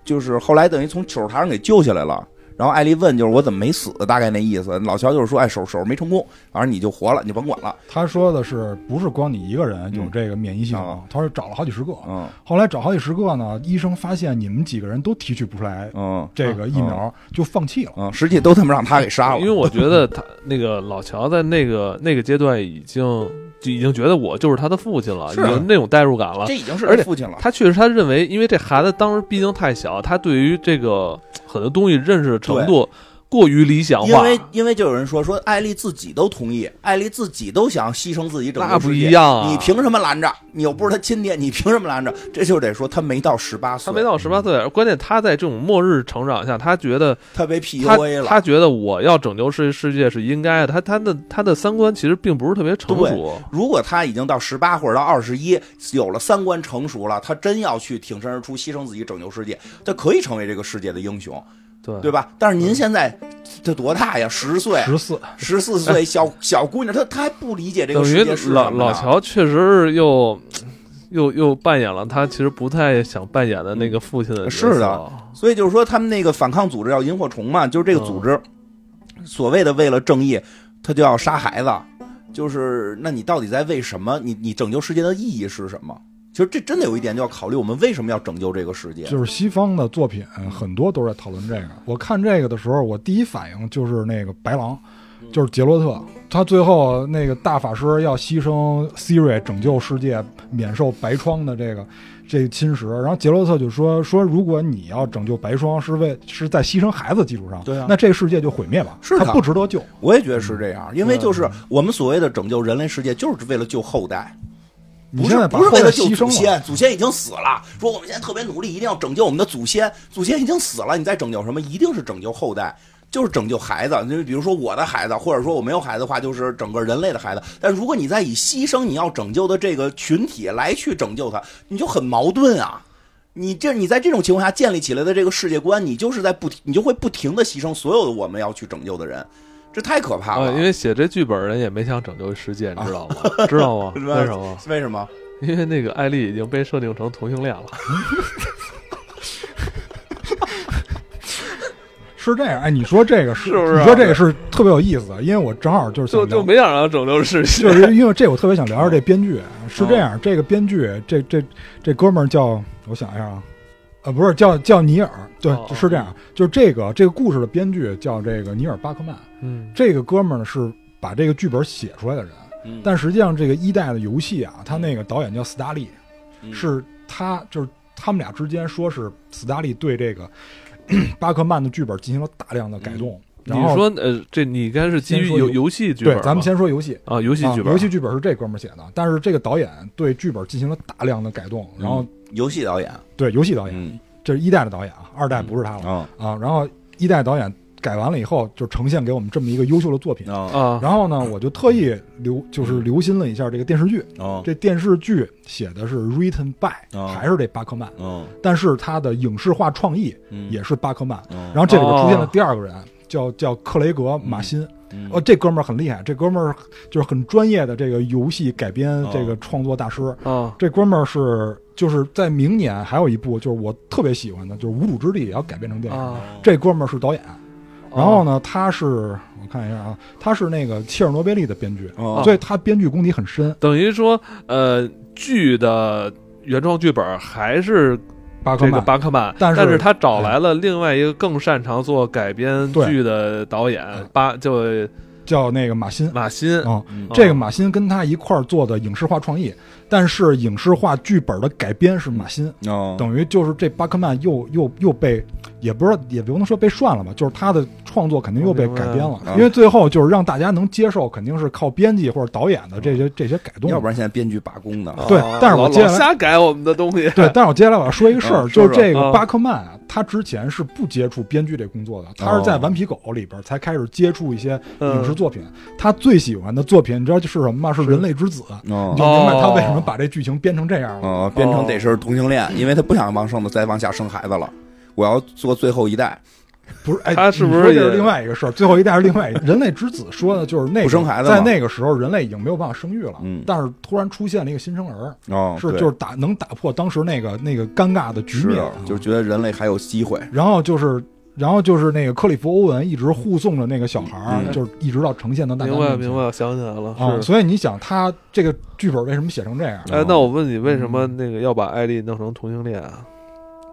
[SPEAKER 2] 就是后来等于从手台上给救下来了。然后艾丽问，就是我怎么没死？大概那意思。老乔就是说，哎，手手没成功，反正你就活了，你就甭管了。
[SPEAKER 3] 他说的是不是光你一个人有
[SPEAKER 5] 嗯
[SPEAKER 3] 这个免疫系统？
[SPEAKER 5] 啊
[SPEAKER 3] 他说找了好几十个，
[SPEAKER 5] 嗯
[SPEAKER 3] 后来找好几十个呢，医生发现你们几个人都提取不出来
[SPEAKER 5] 嗯
[SPEAKER 3] 这个疫苗，就放弃了。
[SPEAKER 5] 嗯，实际都他妈让他给杀
[SPEAKER 1] 因为
[SPEAKER 5] 了。
[SPEAKER 1] 我觉得他那个老乔在那个那个阶段已经就已经觉得我就是他的父亲了，
[SPEAKER 2] 是
[SPEAKER 1] 已
[SPEAKER 2] 啊
[SPEAKER 1] 经那种代入感了
[SPEAKER 2] 这。已经是
[SPEAKER 1] 而且
[SPEAKER 2] 父亲了。
[SPEAKER 1] 他确实，他认为，因为这孩子当时毕竟太小，他对于这个很多东西认识的程度过于理想
[SPEAKER 2] 因
[SPEAKER 1] 化，
[SPEAKER 2] 为因为就有人说说艾丽自己都同意，艾丽自己都想牺牲自己拯
[SPEAKER 1] 那
[SPEAKER 2] 救
[SPEAKER 1] 不
[SPEAKER 2] 世
[SPEAKER 1] 一
[SPEAKER 2] 界。
[SPEAKER 1] 样啊。
[SPEAKER 2] 你凭什么拦着？你又不是他亲爹，你凭什么拦着？这就得说他没到十八岁，
[SPEAKER 1] 他没到十八岁，关键他在这种末日成长下，他觉得
[SPEAKER 2] 他被
[SPEAKER 1] 他
[SPEAKER 2] PUA 了。
[SPEAKER 1] 他觉得我要拯救世世界是应该的，他他的他的三观其实并不是特别成熟，
[SPEAKER 2] 如果他已经到十八或者到二十一，有了三观成熟了，他真要去挺身而出，牺牲自己拯救世界，他可以成为这个世界的英雄，
[SPEAKER 1] 对
[SPEAKER 2] 对吧？但是您现在这多大呀？十岁、
[SPEAKER 3] 十四，
[SPEAKER 2] 十四岁小小姑娘，她她还不理解这个
[SPEAKER 1] 等
[SPEAKER 2] 世
[SPEAKER 1] 于
[SPEAKER 2] 界是什
[SPEAKER 1] 老
[SPEAKER 2] 么呢
[SPEAKER 1] 老乔确实是又又又扮演了他其实不太想扮演的那个父亲的角色
[SPEAKER 2] 是的，所以就是说，他们那个反抗组织叫萤火
[SPEAKER 1] 嗯
[SPEAKER 2] 虫嘛，就是这个组织，所谓的为了正义，他就要杀孩子，就是那你到底在为什么？你你拯救世界的意义是什么？其实这真的有一点就要考虑，我们为什么要拯救这个世界？
[SPEAKER 3] 就是西方的作品
[SPEAKER 2] 嗯
[SPEAKER 3] 很多都是在讨论这个。我看这个的时候，我第一反应就是那个白狼，
[SPEAKER 2] 嗯
[SPEAKER 3] 就是杰洛特，他最后那个大法师要牺牲 Siri 拯救世界，免受白霜的这个这个侵蚀。然后杰洛特就说说，如果你要拯救白霜，是为是在牺牲孩子基础上，
[SPEAKER 2] 对啊
[SPEAKER 3] 那这个世界就毁灭吧，
[SPEAKER 2] 是的
[SPEAKER 3] 他不值得救。
[SPEAKER 2] 我也觉得是这样，因为就是我们所谓的拯救人类世界，就是为了救后代，
[SPEAKER 3] 你
[SPEAKER 2] 不
[SPEAKER 3] 现
[SPEAKER 2] 是
[SPEAKER 3] 在把
[SPEAKER 2] 不是
[SPEAKER 3] 后
[SPEAKER 2] 为
[SPEAKER 3] 代
[SPEAKER 2] 了救祖
[SPEAKER 3] 牺牲了，
[SPEAKER 2] 先，祖先已经死了。说我们现在特别努力，一定要拯救我们的祖先，祖先已经死了，你再拯救什么？一定是拯救后代。就是拯救孩子，就是比如说我的孩子，或者说我没有孩子的话，就是整个人类的孩子。但如果你再以牺牲你要拯救的这个群体来去拯救他，你就很矛盾啊！你这你在这种情况下建立起来的这个世界观，你就是在不停，你就会不停的牺牲所有的我们要去拯救的人，这太可怕
[SPEAKER 1] 啊，
[SPEAKER 2] 了。
[SPEAKER 1] 因为写这剧本的人也没想拯救世界，你知
[SPEAKER 2] [LAUGHS]
[SPEAKER 1] 道吗？知道吗？
[SPEAKER 2] 是吧
[SPEAKER 1] 为什么？
[SPEAKER 2] 为什么？
[SPEAKER 1] 因为那个艾丽已经被设定成同性恋
[SPEAKER 2] [LAUGHS]
[SPEAKER 1] 了。
[SPEAKER 3] 是这样。哎，你说这个是
[SPEAKER 1] 是不是啊
[SPEAKER 3] 你说这个是特别有意思的，因为我正好就是想
[SPEAKER 1] 就就
[SPEAKER 3] 聊
[SPEAKER 1] 没想让拯救世界，
[SPEAKER 3] [LAUGHS] 就是因为这，我特别想聊聊这编剧啊是这
[SPEAKER 1] 嗯
[SPEAKER 3] 样，这个编剧这这这哥们儿叫我想一下啊，呃，不是叫叫尼尔，对
[SPEAKER 1] 哦，
[SPEAKER 3] 是这样，就是这个这个故事的编剧叫这个尼尔巴克曼，
[SPEAKER 1] 嗯，
[SPEAKER 3] 这个哥们儿呢是把这个剧本写出来的人，但实际上这个一代的游戏啊，
[SPEAKER 1] 嗯
[SPEAKER 3] 他那个导演叫斯达利，
[SPEAKER 2] 嗯
[SPEAKER 3] 是他就是他们俩之间说是斯达利对这个 [CLEARS THROAT] 咳巴克曼的剧本进行了大量的改动，
[SPEAKER 1] 你
[SPEAKER 3] 然后
[SPEAKER 1] 说呃，这你应该是基于
[SPEAKER 3] 先说
[SPEAKER 1] 游
[SPEAKER 3] 游
[SPEAKER 1] 游戏剧本
[SPEAKER 3] 对
[SPEAKER 1] 吧，，
[SPEAKER 3] 咱们先说游戏，
[SPEAKER 1] 啊，游戏剧
[SPEAKER 3] 啊
[SPEAKER 1] 本，
[SPEAKER 3] 游戏剧本是这哥们儿写的，但是这个导演对剧本进行了大量的改动，
[SPEAKER 1] 嗯
[SPEAKER 3] 然后、
[SPEAKER 2] 游戏导演，嗯
[SPEAKER 3] 对游戏导演，
[SPEAKER 5] 嗯
[SPEAKER 1] 嗯
[SPEAKER 2] 哦
[SPEAKER 3] 这是一代的导演啊，二代不是他了、
[SPEAKER 5] 啊
[SPEAKER 3] 啊。然后一代导演改完了以后，就呈现给我们这么一个优秀的作品。
[SPEAKER 2] 啊
[SPEAKER 1] 啊，
[SPEAKER 3] 然后呢，我就特意留就是
[SPEAKER 1] 嗯
[SPEAKER 3] 留心了一下这个电视剧，
[SPEAKER 2] 啊
[SPEAKER 3] 这电视剧写的是 written by，、
[SPEAKER 2] 哦
[SPEAKER 3] 还是这巴克曼，
[SPEAKER 2] 嗯
[SPEAKER 3] 但是他的影视化创意
[SPEAKER 2] 嗯
[SPEAKER 3] 也是巴克曼。
[SPEAKER 2] 嗯
[SPEAKER 3] 然后这里边出现了
[SPEAKER 1] 哦
[SPEAKER 3] 第二个人，叫叫克雷格马辛。
[SPEAKER 2] 嗯
[SPEAKER 3] 哦，这哥们儿很厉害，这哥们儿就是很专业的这个游戏改编
[SPEAKER 2] 哦
[SPEAKER 3] 这个创作大师。
[SPEAKER 1] 啊
[SPEAKER 3] 这哥们儿是就是在明年还有一部就是我特别喜欢的，就是《无主之地》也要改编成电影。
[SPEAKER 1] 啊，
[SPEAKER 3] 这哥们儿是导演，
[SPEAKER 1] 哦
[SPEAKER 3] 然后呢，他是我看一下啊，他是那个切尔诺贝利的编剧，
[SPEAKER 2] 哦
[SPEAKER 3] 所以他编剧功底很深。
[SPEAKER 1] 等于说，呃，剧的原创剧本还是
[SPEAKER 3] 巴克
[SPEAKER 1] 这个
[SPEAKER 3] 曼，
[SPEAKER 1] 巴克曼，
[SPEAKER 3] 但是
[SPEAKER 1] 但是他找来了另外一个更擅长做改编
[SPEAKER 3] 对
[SPEAKER 1] 剧的导演巴，就
[SPEAKER 3] 叫那个马欣。
[SPEAKER 1] 马哦欣。
[SPEAKER 3] 嗯，
[SPEAKER 2] 嗯
[SPEAKER 3] 这个马欣跟他一块儿做的影视化创意，但是影视化剧本的改编是马欣。
[SPEAKER 2] 哦
[SPEAKER 3] 等于就是这巴克曼又又又被，也不是也不能说被涮了吧，就是他的创作肯定又被改编了
[SPEAKER 2] 哦明白，了
[SPEAKER 3] 因为最后就是让大家能接受，肯定是靠编辑或者导演的这些这些改动。
[SPEAKER 2] 嗯要不然现在编剧罢工呢，
[SPEAKER 1] 啊
[SPEAKER 3] 对但是我
[SPEAKER 1] 老
[SPEAKER 3] 接下
[SPEAKER 1] 老
[SPEAKER 3] 来
[SPEAKER 1] 瞎改我们的东西。
[SPEAKER 2] [LAUGHS]
[SPEAKER 3] 对，但是我接下来我要说一个事儿，
[SPEAKER 2] 嗯
[SPEAKER 3] 就
[SPEAKER 2] 说说
[SPEAKER 3] 是这个
[SPEAKER 1] 嗯
[SPEAKER 3] 巴克曼啊，他之前是不接触编剧这工作的，他是在《顽皮狗》里边才开始接触一些影视作
[SPEAKER 2] 哦
[SPEAKER 3] 品。他最喜欢的作品，你知道是什么吗？是《人类之子》，你
[SPEAKER 2] 哦
[SPEAKER 3] 就明白他为什么把这剧情编成这样了。
[SPEAKER 2] 哦，编成得是同性
[SPEAKER 3] 嗯
[SPEAKER 2] 恋，因为他不想往上的再往下生孩子了，我要做最后一代，
[SPEAKER 3] 不是，哎，
[SPEAKER 1] 他是不
[SPEAKER 3] 你
[SPEAKER 1] 是
[SPEAKER 3] 说这
[SPEAKER 1] 也
[SPEAKER 3] 是另外一个事儿？最后一代是另
[SPEAKER 2] [LAUGHS]
[SPEAKER 3] 外一个。人类之子说的就是那个
[SPEAKER 2] 不生孩子吗
[SPEAKER 3] 在那个时候人类已经没有办法生育了，
[SPEAKER 2] 嗯
[SPEAKER 3] 但是突然出现了一个新生儿，
[SPEAKER 2] 哦，
[SPEAKER 3] 是
[SPEAKER 2] 对
[SPEAKER 3] 就是打能打破当时那个那个尴尬的局
[SPEAKER 2] 是
[SPEAKER 3] 面啊
[SPEAKER 2] 的，，就是觉得人类还有机会，
[SPEAKER 3] 然后就是。然后就是那个克里夫·欧文一直护送着那个小孩儿，
[SPEAKER 2] 嗯
[SPEAKER 3] 就是一直到呈现到大家
[SPEAKER 1] 明白
[SPEAKER 3] 面前
[SPEAKER 1] 明白，我想起来了，
[SPEAKER 3] 啊！
[SPEAKER 1] 是。
[SPEAKER 3] 所以你想，他这个剧本为什么写成这样？
[SPEAKER 1] 哎，那我问你，为什么
[SPEAKER 3] 嗯
[SPEAKER 1] 那个要把艾丽弄成同性恋啊？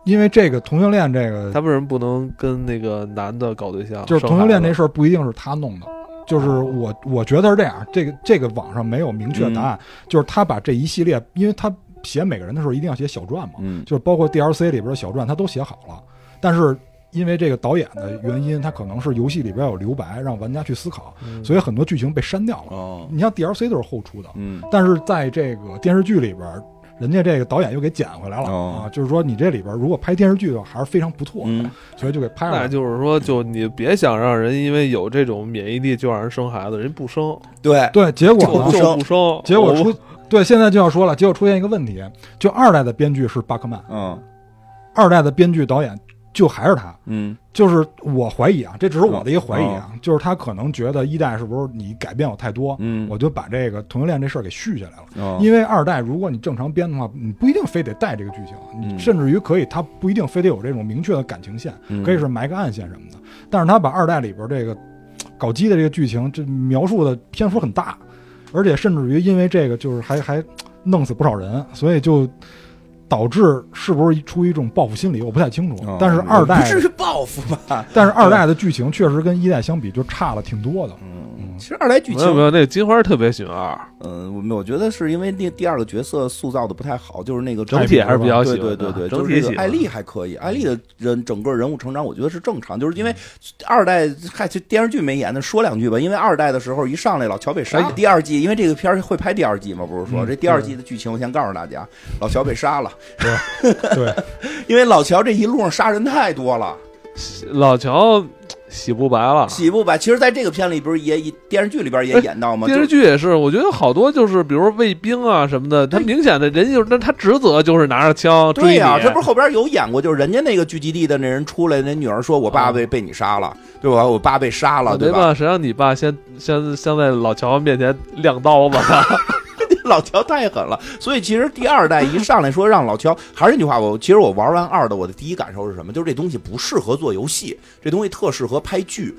[SPEAKER 3] 因为这个同性恋这个
[SPEAKER 1] 他为什么不能跟那个男的搞对象？
[SPEAKER 3] 就是同性恋这
[SPEAKER 1] 啊生
[SPEAKER 3] 事儿不一定是他弄的，就是我我觉得是这样，这个这个网上没有明确答案，
[SPEAKER 1] 嗯
[SPEAKER 3] 就是他把这一系列，因为他写每个人的时候一定要写小传嘛，
[SPEAKER 2] 嗯
[SPEAKER 3] 就是包括 DLC 里边的小传他都写好了，但是因为这个导演的原因，他可能是游戏里边有留白，让玩家去思考，
[SPEAKER 1] 孩子，嗯
[SPEAKER 3] 所以很多剧情被删掉了。
[SPEAKER 2] 哦
[SPEAKER 3] 你像 DLC 都是后出的，
[SPEAKER 2] 嗯
[SPEAKER 3] 但是在这个电视剧里边。人家这个导演又给捡回来了、
[SPEAKER 2] 哦
[SPEAKER 3] 啊，就是说你这里边如果拍电视剧的话还是非常不错的，
[SPEAKER 2] 嗯
[SPEAKER 3] 所以就给拍了。
[SPEAKER 1] 那就是说，就你别想让人因为有这种免疫力就让人生孩子，人不生，
[SPEAKER 2] 对，
[SPEAKER 3] 对，结
[SPEAKER 1] 就
[SPEAKER 3] 果呢？
[SPEAKER 1] 就
[SPEAKER 2] 生
[SPEAKER 1] 不生。
[SPEAKER 3] 结
[SPEAKER 2] 哦
[SPEAKER 3] 果
[SPEAKER 1] 我
[SPEAKER 3] 出对，现在就要说了，结果出现一个问题，就二代的编剧是巴克曼，
[SPEAKER 2] 嗯
[SPEAKER 3] 二代的编剧导演就还是他。
[SPEAKER 2] 嗯
[SPEAKER 3] 就是我怀疑啊，这只是我的一个怀疑啊，就是他可能觉得一代是不是你改变我太多，
[SPEAKER 2] 哦嗯，
[SPEAKER 3] 我就把这个同性恋这事儿给续下来了。
[SPEAKER 2] 哦
[SPEAKER 3] 因为二代如果你正常编的话，你不一定非得带这个剧情，你
[SPEAKER 2] 嗯
[SPEAKER 3] 甚至于可以，他不一定非得有这种明确的感情线，
[SPEAKER 2] 嗯
[SPEAKER 3] 可以是埋个暗线什么的。但是他把二代里边这个搞基的这个剧情，这描述的篇幅很大，而且甚至于因为这个就是还还弄死不少人，所以就导致是不是出于一种报复心理，我不太清楚
[SPEAKER 2] 哦。
[SPEAKER 3] 但是二代
[SPEAKER 2] 不，至于报复
[SPEAKER 3] [LAUGHS]
[SPEAKER 2] 吧？
[SPEAKER 3] 但是二代的剧情确实跟一代相比就差了挺多的。
[SPEAKER 2] 嗯，其实二代剧
[SPEAKER 1] 没有没
[SPEAKER 2] 情，
[SPEAKER 1] 有，那金花特别喜欢二，
[SPEAKER 2] 嗯，我我觉得是因为那第二个角色塑造的不太好，就是那个
[SPEAKER 1] 整体还是比较喜
[SPEAKER 2] 啊对
[SPEAKER 1] 欢
[SPEAKER 2] 对
[SPEAKER 1] 的。
[SPEAKER 2] 对对，
[SPEAKER 1] 整
[SPEAKER 2] 就是
[SPEAKER 1] 体
[SPEAKER 2] 这
[SPEAKER 1] 喜
[SPEAKER 2] 个
[SPEAKER 1] 欢
[SPEAKER 2] 艾丽还可以，艾丽的人整个人物成长，我觉得是正常，就是因为二代还这电视剧没演的，说两句吧。因为二代的时候一上来老乔被
[SPEAKER 1] 哎
[SPEAKER 2] 杀，第二季因为这个片儿会拍第二季嘛，不是说
[SPEAKER 3] 嗯
[SPEAKER 2] 这第二季的剧情我先告诉大家，老乔被杀了，
[SPEAKER 3] 对，
[SPEAKER 2] 因为老乔这一路上杀人太多
[SPEAKER 1] 啊
[SPEAKER 2] 了，
[SPEAKER 1] 老乔洗不白了，
[SPEAKER 2] 洗不白。其实，在这个片里不是也也电视剧里边也演到吗？
[SPEAKER 1] 哎电视
[SPEAKER 2] 剧
[SPEAKER 1] 剧也是，我觉得好多就是，比如卫兵啊什么的，他明显的人就是，那他职责就是拿着枪追
[SPEAKER 2] 对
[SPEAKER 1] 你。
[SPEAKER 2] 呀、这不是后边有演过，就是人家那个聚集地的那人出来，那女儿说：“我
[SPEAKER 1] 啊
[SPEAKER 2] 爸被被你杀了，对吧？我爸被杀了，对
[SPEAKER 1] 没
[SPEAKER 2] 吧？”
[SPEAKER 1] 办啊法，谁让你爸先先先在老乔面前亮刀嘛？
[SPEAKER 2] [LAUGHS] 老乔太狠了，所以其实第二代一上来说让老乔，还是那句话，我其实我玩完二的，我的第一感受是什么？就是这东西不适合做游戏，这东西特适合拍剧。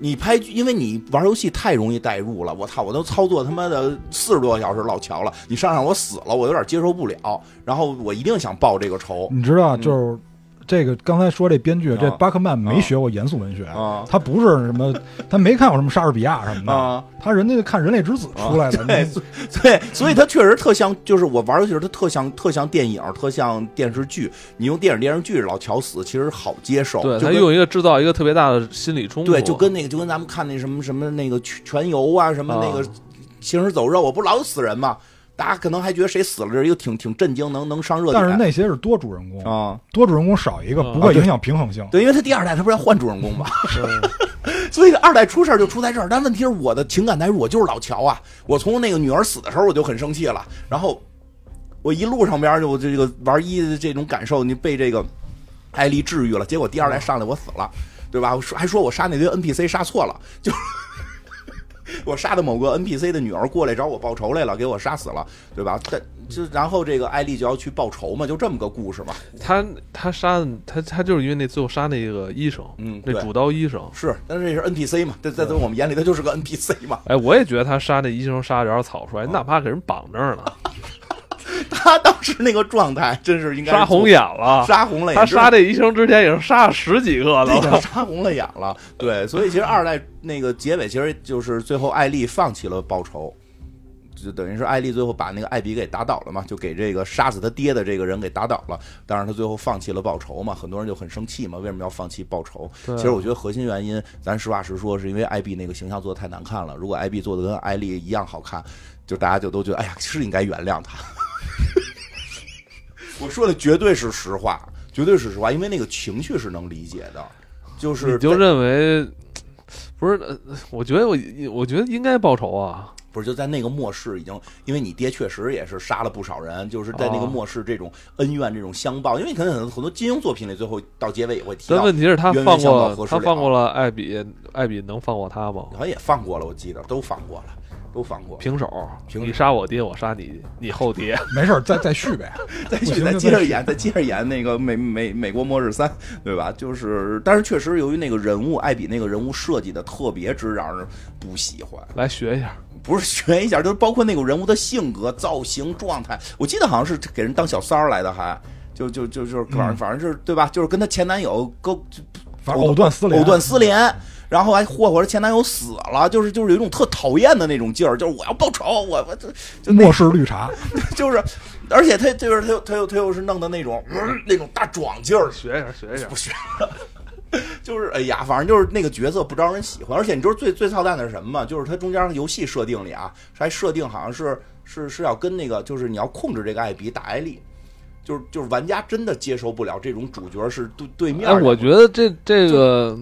[SPEAKER 2] 你拍剧，因为你玩游戏太容易代入了。我操，我都操作他妈的四十多个小时老乔了，你上让我死了，我有点接受不了。然后我一定想报这个仇
[SPEAKER 3] 你知道就是。这个刚才说这编剧，这
[SPEAKER 2] 嗯啊
[SPEAKER 3] 巴克曼没学过严肃文学，
[SPEAKER 2] 啊
[SPEAKER 3] 他不是什么，他没看过什么莎士比亚什么的，
[SPEAKER 2] 啊！
[SPEAKER 3] 他人家就看《人类之子》出来的，
[SPEAKER 2] [LAUGHS] 对
[SPEAKER 3] 你
[SPEAKER 2] 对，所以它确实特像，就是我玩游戏时候它特像特像电影，特像电视剧。你用电影电视剧老乔死，其实好接受。
[SPEAKER 1] 对
[SPEAKER 2] [LAUGHS] 就
[SPEAKER 1] 他
[SPEAKER 2] 跟
[SPEAKER 1] 用一个制造一个特别大的心理
[SPEAKER 3] 嗯
[SPEAKER 1] 冲突。
[SPEAKER 2] 对，就跟那个就跟咱
[SPEAKER 3] 啊
[SPEAKER 2] 们看那什么什么那个全全游啊，什么那个行尸走肉，我不老死人吗？大家可能还觉得谁死了，这是一个挺挺震惊，能能上热点。
[SPEAKER 3] 但是那些是多主人公，
[SPEAKER 2] 啊，
[SPEAKER 3] 多主人公少一个
[SPEAKER 1] 嗯
[SPEAKER 3] 不
[SPEAKER 1] 啊
[SPEAKER 3] 会影响平衡性。
[SPEAKER 2] 对，因为他第二代他不是要换主人公吗？ [LAUGHS] 所以二代出事儿就出在这儿。但问题是我的情感代入，我就是老乔啊。我从那个女儿死的时候我就很生气了，然后我一路上边儿就我这个玩一的这种感受，你被这个艾丽治愈了。结果第二代上来我死了，对吧？我说还说我杀那堆 NPC 杀错了，就是 [LAUGHS] 我杀的某个 NPC 的女儿过来找我报仇来了，给我杀死了，对吧？但就然后这个艾丽就要去报仇嘛，就这么个故事嘛。
[SPEAKER 1] 他他杀的他他就是因为那最后杀那个医生，
[SPEAKER 2] 嗯对
[SPEAKER 1] 那主刀医生。
[SPEAKER 2] 是，但是这是 NPC 嘛，在在在我们眼里他就是个 NPC 嘛。 [LAUGHS]
[SPEAKER 1] 哎，我也觉得他杀那医生杀的有点草
[SPEAKER 2] 嗯
[SPEAKER 1] 率，你哪怕给人绑那儿呢，
[SPEAKER 2] 他当时那个状态真是 [LAUGHS] 应该是
[SPEAKER 1] 杀红眼了。
[SPEAKER 2] [LAUGHS] 杀红了眼，
[SPEAKER 1] 他杀这医生之前也是杀了十几个
[SPEAKER 2] 对
[SPEAKER 1] 了，
[SPEAKER 2] 杀红了眼了。对，所以其实二代那个结尾，其实就是最后艾丽放弃了报仇，就等于是艾丽最后把那个艾比给打倒了嘛，就给这个杀死他爹的这个人给打倒了。当然，他最后放弃了报仇嘛，很多人就很生气嘛，为什么要放弃报仇？
[SPEAKER 1] 对啊
[SPEAKER 2] 其实我觉得核心原因，咱实话实说，是因为艾比那个形象做的太难看了。如果艾比做的跟艾丽一样好看，就大家就都觉得，哎呀，是应该原谅他。 [LAUGHS] 我说的绝对是实话，绝对是实话，因为那个情绪是能理解的，就是
[SPEAKER 1] 你就
[SPEAKER 2] 在
[SPEAKER 1] 认为不是？呃我觉得我我觉得应该报仇啊，
[SPEAKER 2] 不是就在那个末世已经，因为你爹确实也是杀了不少人，就是在那个
[SPEAKER 1] 哦
[SPEAKER 2] 末世这种恩怨这种相报，因为可能很很多金庸作品里最后到结尾也会提
[SPEAKER 1] 但
[SPEAKER 2] 到，
[SPEAKER 1] 问题是他
[SPEAKER 2] 冤冤
[SPEAKER 1] 放
[SPEAKER 2] 相报
[SPEAKER 1] 过
[SPEAKER 2] 何时
[SPEAKER 1] 他
[SPEAKER 2] 了
[SPEAKER 1] 放过了艾比，艾比能放过他吗？
[SPEAKER 2] 好像也放过了，我记得都放过
[SPEAKER 1] [LAUGHS]
[SPEAKER 2] 了，都放过了。
[SPEAKER 1] 平手，
[SPEAKER 2] 平手
[SPEAKER 1] 你杀我爹，我杀你，你后
[SPEAKER 2] [LAUGHS]
[SPEAKER 1] 爹。
[SPEAKER 3] 没事儿，再再 [LAUGHS] 续呗。
[SPEAKER 2] 再
[SPEAKER 3] 不
[SPEAKER 2] 去
[SPEAKER 3] 行
[SPEAKER 2] 再
[SPEAKER 3] 就
[SPEAKER 2] 接
[SPEAKER 3] 再
[SPEAKER 2] 着
[SPEAKER 3] 续
[SPEAKER 2] 演，再接着演那个美美美国末日三，对吧？就是，但是确实由于那个人物艾比那个人物设计的特别之让人不喜欢，
[SPEAKER 1] 来学一下，
[SPEAKER 2] 不是学一下，就是包括那个人物的性格、造型、状态。我记得好像是给人当小三儿来的还，就就就就是反正反正是对吧？就是跟她前男友勾
[SPEAKER 3] 嗯反正藕断丝连，
[SPEAKER 2] 藕断丝连，然后还霍霍着前男友死了，就是就是有一种特讨厌的那种劲儿，就是我要报仇，我 [LAUGHS] 我这就那
[SPEAKER 3] 末世绿茶，
[SPEAKER 2] 就是，而且他就是他又他又他又是弄的那种、嗯那种大壮劲儿，
[SPEAKER 1] 学一下，学一下
[SPEAKER 2] 不。 [LAUGHS] 学了。 [LAUGHS] 就是哎呀，反正就是那个角色不招人喜欢，而且你知道最最操蛋的是什么吗？就是它中间游戏设定里啊，还设定好像是是是要跟那个，就是你要控制这个艾比打艾丽，就是就是玩家真的接受不了这种主角是对对面
[SPEAKER 1] 哎，
[SPEAKER 2] 的，
[SPEAKER 1] 我觉得这这个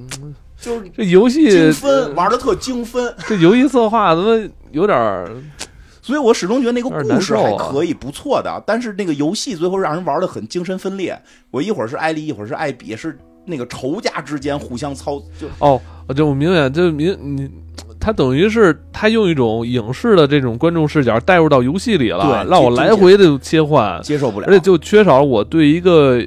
[SPEAKER 2] 就是
[SPEAKER 1] 这游戏
[SPEAKER 2] 精分
[SPEAKER 1] 呃
[SPEAKER 2] 玩的特精分，
[SPEAKER 1] 这游戏策划怎么有点儿
[SPEAKER 2] 所以我始终觉得那个故
[SPEAKER 1] 有
[SPEAKER 2] 事
[SPEAKER 1] 点
[SPEAKER 2] 还
[SPEAKER 1] 难受啊
[SPEAKER 2] 可以，不错的。但是那个游戏最后让人玩的很精神分裂，我一会儿是艾丽，一会儿是艾比，是那个仇家之间互相操就
[SPEAKER 1] 哦？我就我明显就明你，他等于是他用一种影视的这种观众视角带入到游戏里了，
[SPEAKER 2] 对
[SPEAKER 1] 让我
[SPEAKER 2] 就
[SPEAKER 1] 来回的切换，
[SPEAKER 2] 接受不了，
[SPEAKER 1] 而且就缺少我对一个，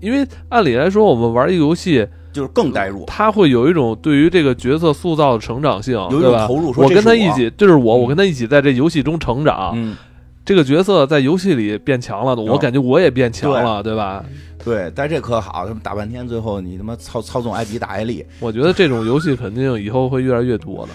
[SPEAKER 1] 因为按理来说我们玩一个游戏，
[SPEAKER 2] 就是更代入。
[SPEAKER 1] 他会有一种对于这个角色塑造的成长性，
[SPEAKER 2] 有
[SPEAKER 1] 对
[SPEAKER 2] 一种
[SPEAKER 1] 吧？
[SPEAKER 2] 投入说
[SPEAKER 1] 我
[SPEAKER 2] 这
[SPEAKER 1] 跟他
[SPEAKER 2] 是我
[SPEAKER 1] 一起，这是我，
[SPEAKER 2] 嗯
[SPEAKER 1] 我跟他一起在这游戏中成长。
[SPEAKER 2] 嗯，
[SPEAKER 1] 这个角色在游戏里变强了，我感觉我也变强了，对吧？
[SPEAKER 2] 对，但这可好，他们打半天，最后你他妈操操纵艾比打艾丽，
[SPEAKER 1] 我觉得这种游戏肯定以后会越来越多的。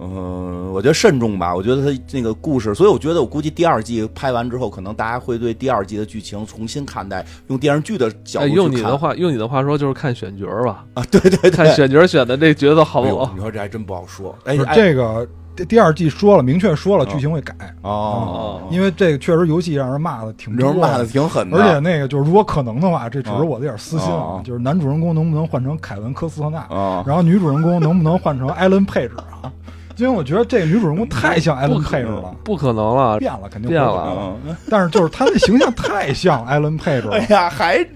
[SPEAKER 2] 嗯、我觉得慎重吧，我觉得他那个故事，所以我觉得我估计第二季拍完之后，可能大家会对第二季的剧情重新看待，用电视剧的角
[SPEAKER 1] 哎，
[SPEAKER 2] 度去看。
[SPEAKER 1] 用你的话，用你的话说就是看选角儿
[SPEAKER 2] [LAUGHS]
[SPEAKER 1] 吧，
[SPEAKER 2] 啊，对对
[SPEAKER 1] 看
[SPEAKER 2] 对，
[SPEAKER 1] 选角儿选的这角色好不
[SPEAKER 2] 哎呦
[SPEAKER 1] 好
[SPEAKER 2] 你。说这还真不好说，哎
[SPEAKER 3] 不是，
[SPEAKER 2] 哎
[SPEAKER 3] 这个第第二季说了，明确说了
[SPEAKER 2] 嗯
[SPEAKER 3] 剧情会改，
[SPEAKER 2] 哦，
[SPEAKER 3] 因为这个确实游戏让人骂的挺
[SPEAKER 2] 你
[SPEAKER 3] 多
[SPEAKER 2] 这
[SPEAKER 3] 的，
[SPEAKER 2] 骂的挺狠的，
[SPEAKER 3] 而且那个就是，如果可能的话，这只是我的点私心
[SPEAKER 2] 嗯
[SPEAKER 3] 啊
[SPEAKER 2] 嗯，
[SPEAKER 3] 就是男主人公能不能换成凯文·科斯特纳，
[SPEAKER 2] 啊，
[SPEAKER 3] 然后女主人公能不能换成艾伦·佩治啊？因为我觉得这个女主人公太像
[SPEAKER 2] 哎
[SPEAKER 3] 艾伦·佩治了，
[SPEAKER 1] 不可能了，
[SPEAKER 3] 变了肯定
[SPEAKER 1] 变
[SPEAKER 3] 会
[SPEAKER 1] 了
[SPEAKER 2] 嗯，
[SPEAKER 3] 但是就是她的形象太像艾伦·佩治
[SPEAKER 2] 哎 [LAUGHS]
[SPEAKER 3] 了，
[SPEAKER 2] 呀，还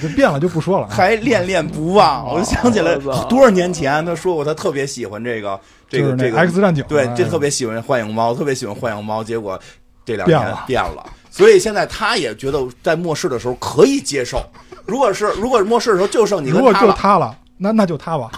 [SPEAKER 3] 就变了就不说了啊。
[SPEAKER 2] 还恋恋不忘，我就想起来
[SPEAKER 1] 哦我操
[SPEAKER 2] 多少年前他说过，他特别喜欢这个这
[SPEAKER 3] 就是
[SPEAKER 2] 个
[SPEAKER 3] 那
[SPEAKER 2] 这
[SPEAKER 3] 《
[SPEAKER 2] 个
[SPEAKER 3] X 战警》
[SPEAKER 2] 对
[SPEAKER 3] 哎，
[SPEAKER 2] 这特别喜欢幻影猫，特别喜欢幻影猫，结果这两年
[SPEAKER 3] 变了
[SPEAKER 2] 变了，所以现在他也觉得在末世的时候可以接受。如果是如果是末世的时候就剩你
[SPEAKER 3] 如
[SPEAKER 2] 跟
[SPEAKER 3] 果
[SPEAKER 2] 他
[SPEAKER 3] 就
[SPEAKER 2] 了，
[SPEAKER 3] 她了，那那就她吧。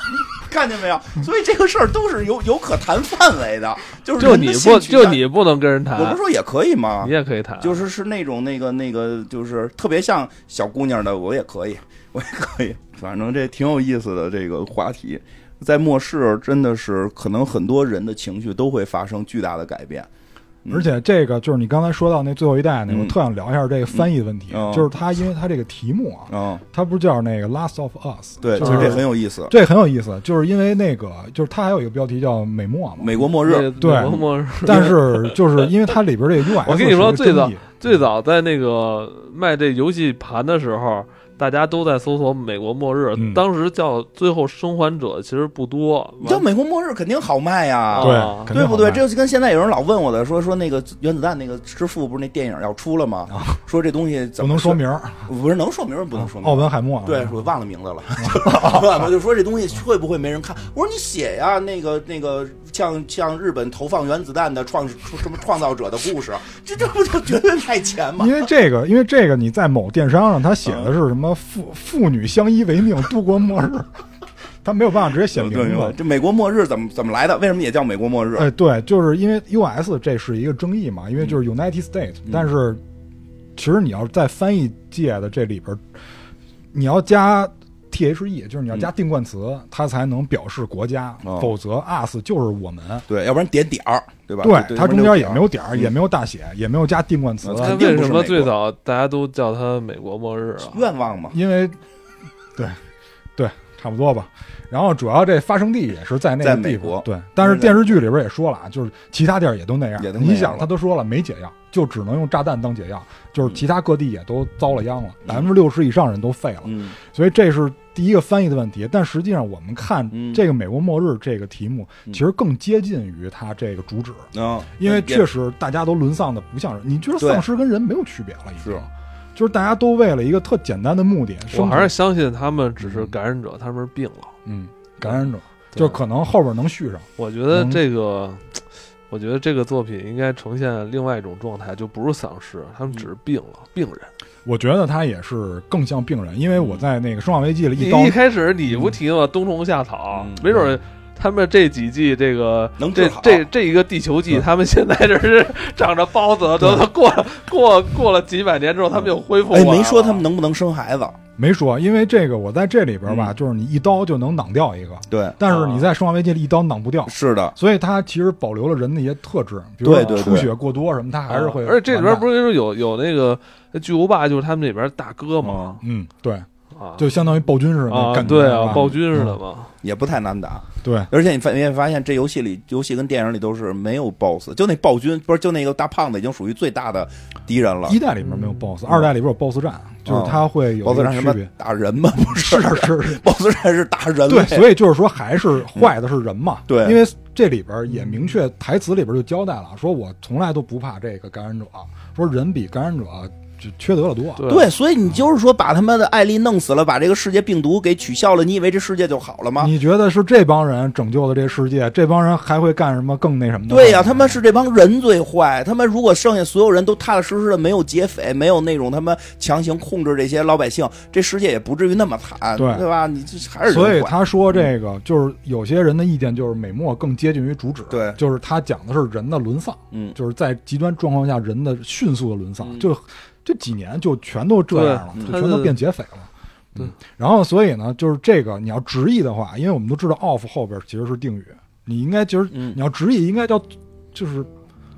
[SPEAKER 2] 看见没有？所以这个事儿都是有有可谈范围的，就是
[SPEAKER 1] 就
[SPEAKER 2] 人的
[SPEAKER 1] 你
[SPEAKER 2] 性
[SPEAKER 1] 不
[SPEAKER 2] 取
[SPEAKER 1] 就
[SPEAKER 2] 向，
[SPEAKER 1] 你不能跟人
[SPEAKER 2] 我不
[SPEAKER 1] 谈
[SPEAKER 2] 是，说也可以吗
[SPEAKER 1] 你？也可以谈。
[SPEAKER 2] 就是是那种那个那个，就是特别像小姑娘的，我也可以，我也可以。反正这挺有意思的这个话题，在末世真的是可能很多人的情绪都会发生巨大的改变。
[SPEAKER 3] 而且这个就是你刚才说到那最后一代那，我特想聊一下这个翻译问题
[SPEAKER 2] 嗯嗯哦，
[SPEAKER 3] 就是它因为它这个题目啊，
[SPEAKER 2] 嗯，
[SPEAKER 3] 它不是叫那个《Last of Us》，
[SPEAKER 2] 对，
[SPEAKER 3] 就
[SPEAKER 2] 其实这
[SPEAKER 3] 是
[SPEAKER 2] 很有意思。
[SPEAKER 3] 这很有意思，就是因为那个就是它还有一个标题叫美墨嘛，
[SPEAKER 2] 美国末
[SPEAKER 1] 那
[SPEAKER 2] 日，
[SPEAKER 3] 对
[SPEAKER 1] 美国末日
[SPEAKER 3] 但是就是因为它里边这个
[SPEAKER 1] [LAUGHS]
[SPEAKER 3] UI，
[SPEAKER 1] 我跟你说最早最早
[SPEAKER 3] 早
[SPEAKER 1] 在那个卖这游戏盘的时候，大家都在搜索美国末日，
[SPEAKER 3] 嗯
[SPEAKER 1] 当时叫《最后生还者》其实不多，
[SPEAKER 2] 你叫美国末日肯定好卖呀，
[SPEAKER 1] 啊
[SPEAKER 3] 对肯定
[SPEAKER 2] 对不对？
[SPEAKER 3] 好看
[SPEAKER 2] 这就跟现在有人老问我的，说说那个原子弹那个之父不是那电影要出了吗？说这东西怎
[SPEAKER 3] 啊不
[SPEAKER 2] 么
[SPEAKER 3] 能说
[SPEAKER 2] 是，
[SPEAKER 3] 明儿，哦
[SPEAKER 2] 不是能说明儿不能说明
[SPEAKER 3] 奥
[SPEAKER 2] 儿。
[SPEAKER 3] 本海默，啊
[SPEAKER 2] 对，我忘了名字 [LAUGHS] 了，忘了就说这东西会不会没人看？我说你写呀，那个那个像像日本投放原子弹的创什么创造者的故事，这这不就绝对卖钱吗
[SPEAKER 3] 因？为这个，因为这个，你在某电商上，他写的是什么父父女相依为
[SPEAKER 2] 嗯
[SPEAKER 3] 命度过末日，他没有办法直接写名字。啊
[SPEAKER 2] 这美国末日怎么怎么来的？为什么也叫美国末日？
[SPEAKER 3] 哎，对，就是因为 U.S. 这是一个争议嘛，因为就是 United States，、但是其实你要在翻译界的这里边儿，你要加 T.H.E，就是你要加定冠词，它才能表示国家，
[SPEAKER 2] 哦
[SPEAKER 3] 否则 us 就是我们。
[SPEAKER 2] 对，要不然点点儿，对吧？
[SPEAKER 3] 对，它中间也没有
[SPEAKER 2] 有
[SPEAKER 3] 点儿，嗯也没有大写，也没有加定冠词，
[SPEAKER 2] 肯
[SPEAKER 1] 那
[SPEAKER 2] 定
[SPEAKER 1] 为
[SPEAKER 2] 不
[SPEAKER 1] 什
[SPEAKER 2] 是美国
[SPEAKER 1] 么最早大家都叫它美国末日啊？
[SPEAKER 2] 愿望嘛。
[SPEAKER 3] 因为，对，对，差不多吧。然后主要这发生地也是在那个
[SPEAKER 2] 在
[SPEAKER 3] 地
[SPEAKER 2] 美
[SPEAKER 3] 方
[SPEAKER 2] 国
[SPEAKER 3] 对。但是电视剧里边也说了啊，就是其他地儿也都那样。
[SPEAKER 2] 也都那样
[SPEAKER 3] 你想，他都说了没解药，就只能用炸弹当解药，
[SPEAKER 2] 嗯
[SPEAKER 3] 就是其他各地也都遭了殃了，百分之六十以上人都废了。
[SPEAKER 2] 嗯
[SPEAKER 3] 所以这是第一个翻译的问题。但实际上，我们看
[SPEAKER 2] 嗯
[SPEAKER 3] 这个“美国末日”这个题目，
[SPEAKER 2] 嗯
[SPEAKER 3] 其实更接近于它这个主旨，
[SPEAKER 2] 啊，
[SPEAKER 3] 因为
[SPEAKER 2] 也
[SPEAKER 3] 确实大家都沦丧的不像人，你觉得丧尸跟人没有区别了，已经
[SPEAKER 2] 是。
[SPEAKER 3] 就是大家都为了一个特简单的目的，
[SPEAKER 1] 我
[SPEAKER 3] 生
[SPEAKER 1] 还是
[SPEAKER 3] 存
[SPEAKER 1] 相信他们只是感染者，他们是病了。
[SPEAKER 3] 嗯，感染者，
[SPEAKER 1] 对
[SPEAKER 3] 就可能后边能续上。
[SPEAKER 1] 我觉得
[SPEAKER 3] 嗯
[SPEAKER 1] 这个，我觉得这个作品应该呈现另外一种状态，就不是丧尸，他们只是病了，病人。
[SPEAKER 3] 我觉得他也是更像病人，因为我在那个《生化危机》里
[SPEAKER 1] 嗯你
[SPEAKER 3] 一刀
[SPEAKER 1] 一开始你不提吗？冬虫夏草
[SPEAKER 2] 嗯，
[SPEAKER 1] 没准儿他们这几季这个
[SPEAKER 2] 能治
[SPEAKER 1] 这
[SPEAKER 2] 好嗯
[SPEAKER 1] 这这一个地球季，
[SPEAKER 3] 对
[SPEAKER 1] 他们现在这是长着包子，等等过了过过了几百年之后，他们又恢复过
[SPEAKER 2] 哎，
[SPEAKER 1] 来了。
[SPEAKER 2] 没说他们能不能生孩子？
[SPEAKER 3] 没说，因为这个我在这里边吧，
[SPEAKER 2] 嗯
[SPEAKER 3] 就是你一刀就能挡掉一个，
[SPEAKER 2] 对，
[SPEAKER 3] 但
[SPEAKER 1] 啊
[SPEAKER 3] 是你在《生化危机》里一刀挡不掉，
[SPEAKER 2] 是的，
[SPEAKER 3] 所以它其实保留了人的一些特质，比如说
[SPEAKER 2] 对对对
[SPEAKER 3] 出血过多什么，它还是会。
[SPEAKER 1] 啊而且这里边不
[SPEAKER 3] 是，
[SPEAKER 1] 是说有有那个巨无霸，就是他们里边大哥嘛，
[SPEAKER 3] 嗯，对，
[SPEAKER 1] 啊，
[SPEAKER 3] 就相当于暴君似的那
[SPEAKER 1] 啊，
[SPEAKER 3] 感觉，
[SPEAKER 1] 对
[SPEAKER 3] 是
[SPEAKER 1] 啊，
[SPEAKER 3] 吧嗯
[SPEAKER 1] 暴君
[SPEAKER 2] 嗯
[SPEAKER 1] 似的嘛，
[SPEAKER 2] 也不太难打。
[SPEAKER 3] 对，
[SPEAKER 2] 而且你发你也发现，这游戏里游戏跟电影里都是没有 BOSS，就那暴君不是就那个大胖子已经属于最大的敌人了。
[SPEAKER 3] 一代里边没有 BOSS，二代里边有 BOSS 战，就是它会有
[SPEAKER 2] 嗯哦 BOSS
[SPEAKER 3] 一
[SPEAKER 2] 战什
[SPEAKER 3] 个区
[SPEAKER 2] 么
[SPEAKER 3] 别。
[SPEAKER 2] 打人吗？不
[SPEAKER 3] 是
[SPEAKER 2] 是
[SPEAKER 3] 是
[SPEAKER 2] [LAUGHS]
[SPEAKER 3] 是，
[SPEAKER 2] ，BOSS 战是打人类
[SPEAKER 3] 对，。所以就是说，还是坏的是人嘛。
[SPEAKER 2] 对
[SPEAKER 3] 因为这里边也明确台词里边就交代了，说我从来都不怕这个感染者，啊说人比感染者就缺德了多。
[SPEAKER 1] 对
[SPEAKER 2] 对，所以你就是说把他妈的艾丽弄死了，把这个世界病毒给取消了，你以为这世界就好了吗？
[SPEAKER 3] 你觉得是这帮人拯救了这世界？这帮人还会干什么更那什么的？
[SPEAKER 2] 对呀、他们是这帮人最坏。他们如果剩下所有人都踏踏实实的，没有劫匪，没有那种他们强行控制这些老百姓，这世界也不至于那么惨，
[SPEAKER 3] 对
[SPEAKER 2] 吧？你这还是人
[SPEAKER 3] 所以
[SPEAKER 2] 坏
[SPEAKER 3] 他说这个，就是有些人的意见就是美墨更接近于主旨，
[SPEAKER 2] 对
[SPEAKER 3] 就是他讲的是人的沦丧，
[SPEAKER 2] 嗯
[SPEAKER 3] 就是在极端状况下人的迅速的沦丧，
[SPEAKER 1] 嗯
[SPEAKER 3] 就这几年就全都这样了，
[SPEAKER 1] 对他
[SPEAKER 3] 就全都
[SPEAKER 1] 是
[SPEAKER 3] 变劫匪了。
[SPEAKER 1] 对
[SPEAKER 3] 嗯，然后所以呢，就是这个你要直译的话，因为我们都知道 off 后边其实是定语，你应该其实
[SPEAKER 2] 嗯
[SPEAKER 3] 你要直译应该叫就是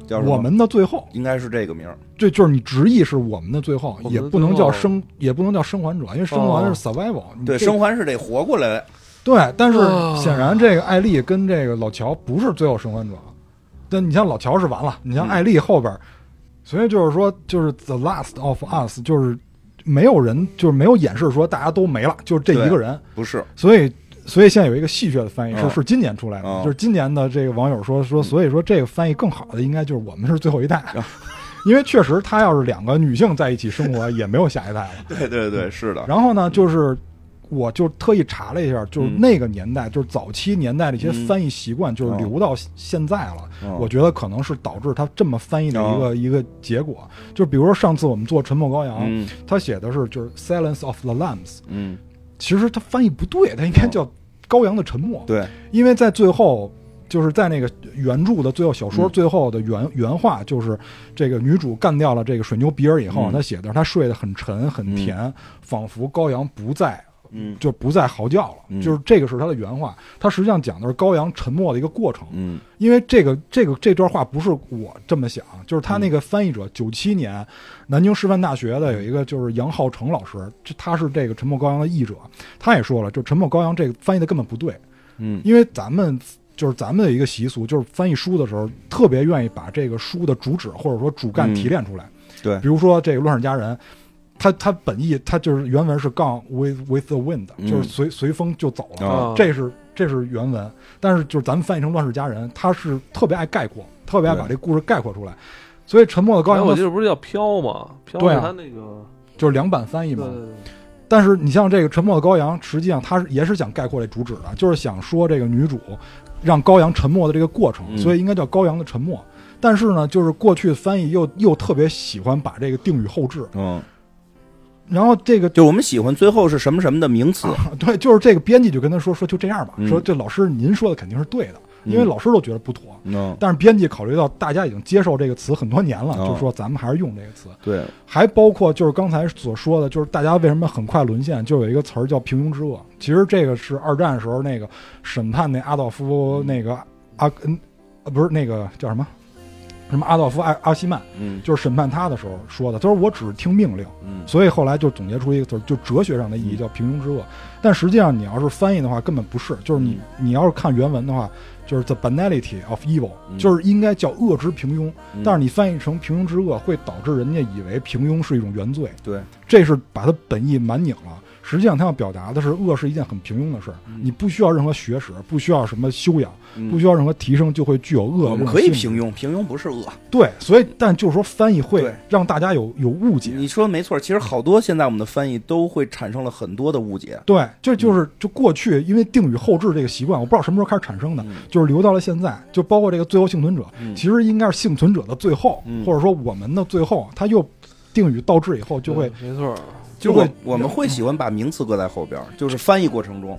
[SPEAKER 2] 叫什么
[SPEAKER 3] 我们的最后，
[SPEAKER 2] 应该是这个名儿，
[SPEAKER 3] 这就是你直译是我们的最后，
[SPEAKER 1] 我们的
[SPEAKER 3] 也不能叫
[SPEAKER 1] 最后
[SPEAKER 3] 生，也不能叫生还者，因为生还
[SPEAKER 1] 哦
[SPEAKER 3] 是 survival，你
[SPEAKER 2] 对，
[SPEAKER 3] 这
[SPEAKER 2] 生还是得活过来，
[SPEAKER 3] 对，但是
[SPEAKER 1] 啊
[SPEAKER 3] 显然这个艾丽跟这个老乔不是最后生还者，但你像老乔是完了，你像艾丽后边儿，所以就是说，就是 The Last of Us，就是没有人，就是没有掩饰说大家都没了，就是这一个人，
[SPEAKER 2] 不是？
[SPEAKER 3] 所以。所以现在有一个戏谑的翻译是
[SPEAKER 2] 嗯
[SPEAKER 3] 是今年出来的，
[SPEAKER 2] 嗯
[SPEAKER 3] 就是今年的这个网友说说，所以说这个翻译更好的应该就是我们是最后一代，因为确实她要是两个女性在一起生活也没有下一代了，
[SPEAKER 2] 对对
[SPEAKER 6] 嗯
[SPEAKER 2] 对，是的，
[SPEAKER 3] 然后呢，就是我就特意查了一下，就是
[SPEAKER 2] 嗯
[SPEAKER 3] 那个年代，就是早期年代的一些
[SPEAKER 2] 嗯
[SPEAKER 3] 翻译习惯，就是留到现在了。
[SPEAKER 2] 嗯
[SPEAKER 3] 我觉得可能是导致他这么翻译的一
[SPEAKER 2] 哦
[SPEAKER 3] 个、一个结果。就比如说上次我们做《沉默羔羊》
[SPEAKER 2] 嗯
[SPEAKER 3] 他写的是就是 “Silence of the Lambs”，
[SPEAKER 2] 嗯，
[SPEAKER 3] 其实他翻译不对，他应该
[SPEAKER 2] 嗯
[SPEAKER 3] 叫“羔羊的沉默”。
[SPEAKER 2] 对，
[SPEAKER 3] 因为在最后，就是在那个原著的最后小说
[SPEAKER 2] 嗯
[SPEAKER 3] 最后的原、原话，就是这个女主干掉了这个水牛比尔以后，
[SPEAKER 2] 嗯
[SPEAKER 3] 她写的是她睡得很沉很甜，仿佛羔羊不在
[SPEAKER 2] 嗯
[SPEAKER 3] 就不再嚎叫了。
[SPEAKER 2] 嗯
[SPEAKER 3] 就是这个是他的原话，他实际上讲的是羔羊沉默的一个过程。
[SPEAKER 2] 嗯
[SPEAKER 3] 因为这个这个这段话不是我这么想，就是
[SPEAKER 2] 嗯
[SPEAKER 3] 他那个翻译者九七年南京师范大学
[SPEAKER 2] 嗯
[SPEAKER 3] 的有一个就是杨浩成老师，这他是这个《沉默羔羊》的译者，他也说了，就《沉默羔羊》这个翻译的根本不对，
[SPEAKER 2] 嗯
[SPEAKER 3] 因为咱们就是咱们的一个习俗，就是翻译书的时候特别愿意把这个书的主旨或者说主干
[SPEAKER 2] 嗯
[SPEAKER 3] 提炼出来，
[SPEAKER 2] 对
[SPEAKER 3] 比如说这个《乱世佳人》。他他本意他就是原文是 “gone with with the wind”，、
[SPEAKER 2] 嗯
[SPEAKER 3] 就是随随风就走了。
[SPEAKER 1] 哦
[SPEAKER 2] 啊
[SPEAKER 3] 这是这是原文，但是就是咱们翻译成《乱世佳人》，他是特别爱概括，特别爱把
[SPEAKER 2] 对
[SPEAKER 3] 这故事概括出来。所以《沉默的羔
[SPEAKER 1] 刚才
[SPEAKER 3] 羊
[SPEAKER 1] 哎我》记
[SPEAKER 3] 它
[SPEAKER 1] 得不是叫飘吗？飘
[SPEAKER 3] 对
[SPEAKER 1] 是
[SPEAKER 3] 啊
[SPEAKER 1] 他那个
[SPEAKER 3] 就是两版翻译
[SPEAKER 1] 对
[SPEAKER 3] 嘛。
[SPEAKER 1] 对
[SPEAKER 3] 但是你像这个《沉默的羔羊》，实际上它是也是想概括这主旨的，就是想说这个女主让羔羊沉默的这个过程，
[SPEAKER 2] 嗯
[SPEAKER 3] 所以应该叫羔羊的沉默。但是呢，就是过去翻译又又特别喜欢把这个定语后置，
[SPEAKER 2] 嗯，
[SPEAKER 3] 然后这个 [COUGHS]
[SPEAKER 6] 就是我们喜欢最后是什么什么的名
[SPEAKER 2] 啊
[SPEAKER 6] 词，
[SPEAKER 3] 对，就是这个编辑就跟他说说就这样吧，
[SPEAKER 2] 嗯
[SPEAKER 3] 说这老师您说的肯定是对的，因为
[SPEAKER 2] 嗯
[SPEAKER 3] 老师都觉得不妥，
[SPEAKER 2] 嗯
[SPEAKER 3] 但是编辑考虑到大家已经接受这个词很多年了，
[SPEAKER 2] 哦
[SPEAKER 3] 就说咱们还是用这个词。
[SPEAKER 2] 对，
[SPEAKER 3] 还包括就是刚才所说的，就是大家为什么很快沦陷，就有一个词儿叫平庸之恶。其实这个是二战时候那个审判那阿道夫那个阿嗯、呃不是那个叫什么什么阿道夫阿阿西曼，
[SPEAKER 2] 嗯
[SPEAKER 3] 就是审判他的时候说的。他说我只听命令，
[SPEAKER 2] 嗯
[SPEAKER 3] 所以后来就总结出一个词儿，就哲学上的意义叫平庸之恶。但实际上你要是翻译的话，根本不是，就是你你要是看原文的话，就是 the banality of evil，
[SPEAKER 2] 嗯
[SPEAKER 3] 就是应该叫恶之平庸。
[SPEAKER 2] 嗯
[SPEAKER 3] 但是你翻译成平庸之恶，会导致人家以为平庸是一种原罪，
[SPEAKER 2] 对，
[SPEAKER 3] 这是把它本意蛮拧了。实际上，他要表达的是，恶是一件很平庸的事儿，你不需要任何学识，不需要什么修养，
[SPEAKER 2] 嗯
[SPEAKER 3] 不需要任何提升，就会具有恶。
[SPEAKER 6] 我们可以平庸，平庸不是恶。
[SPEAKER 3] 嗯对，所以但就是说翻译会
[SPEAKER 6] 对
[SPEAKER 3] 让大家有有误解，
[SPEAKER 6] 你说的没错，其实好多现在我们的翻译都会产生了很多的误解。
[SPEAKER 3] 对，这就是就过去因为定语后置这个习惯，我不知道什么时候开始产
[SPEAKER 2] 嗯
[SPEAKER 3] 生的，
[SPEAKER 6] 嗯
[SPEAKER 3] 就是留到了现在。就包括这个最后幸存者，其实应该是幸存者的最后，
[SPEAKER 2] 嗯
[SPEAKER 3] 或者说我们的最后，他又定语倒置以后就会
[SPEAKER 1] 对没错儿，
[SPEAKER 6] 就
[SPEAKER 3] 就是会
[SPEAKER 6] 我我们会喜欢把名词搁在后边儿，就是翻译过程中，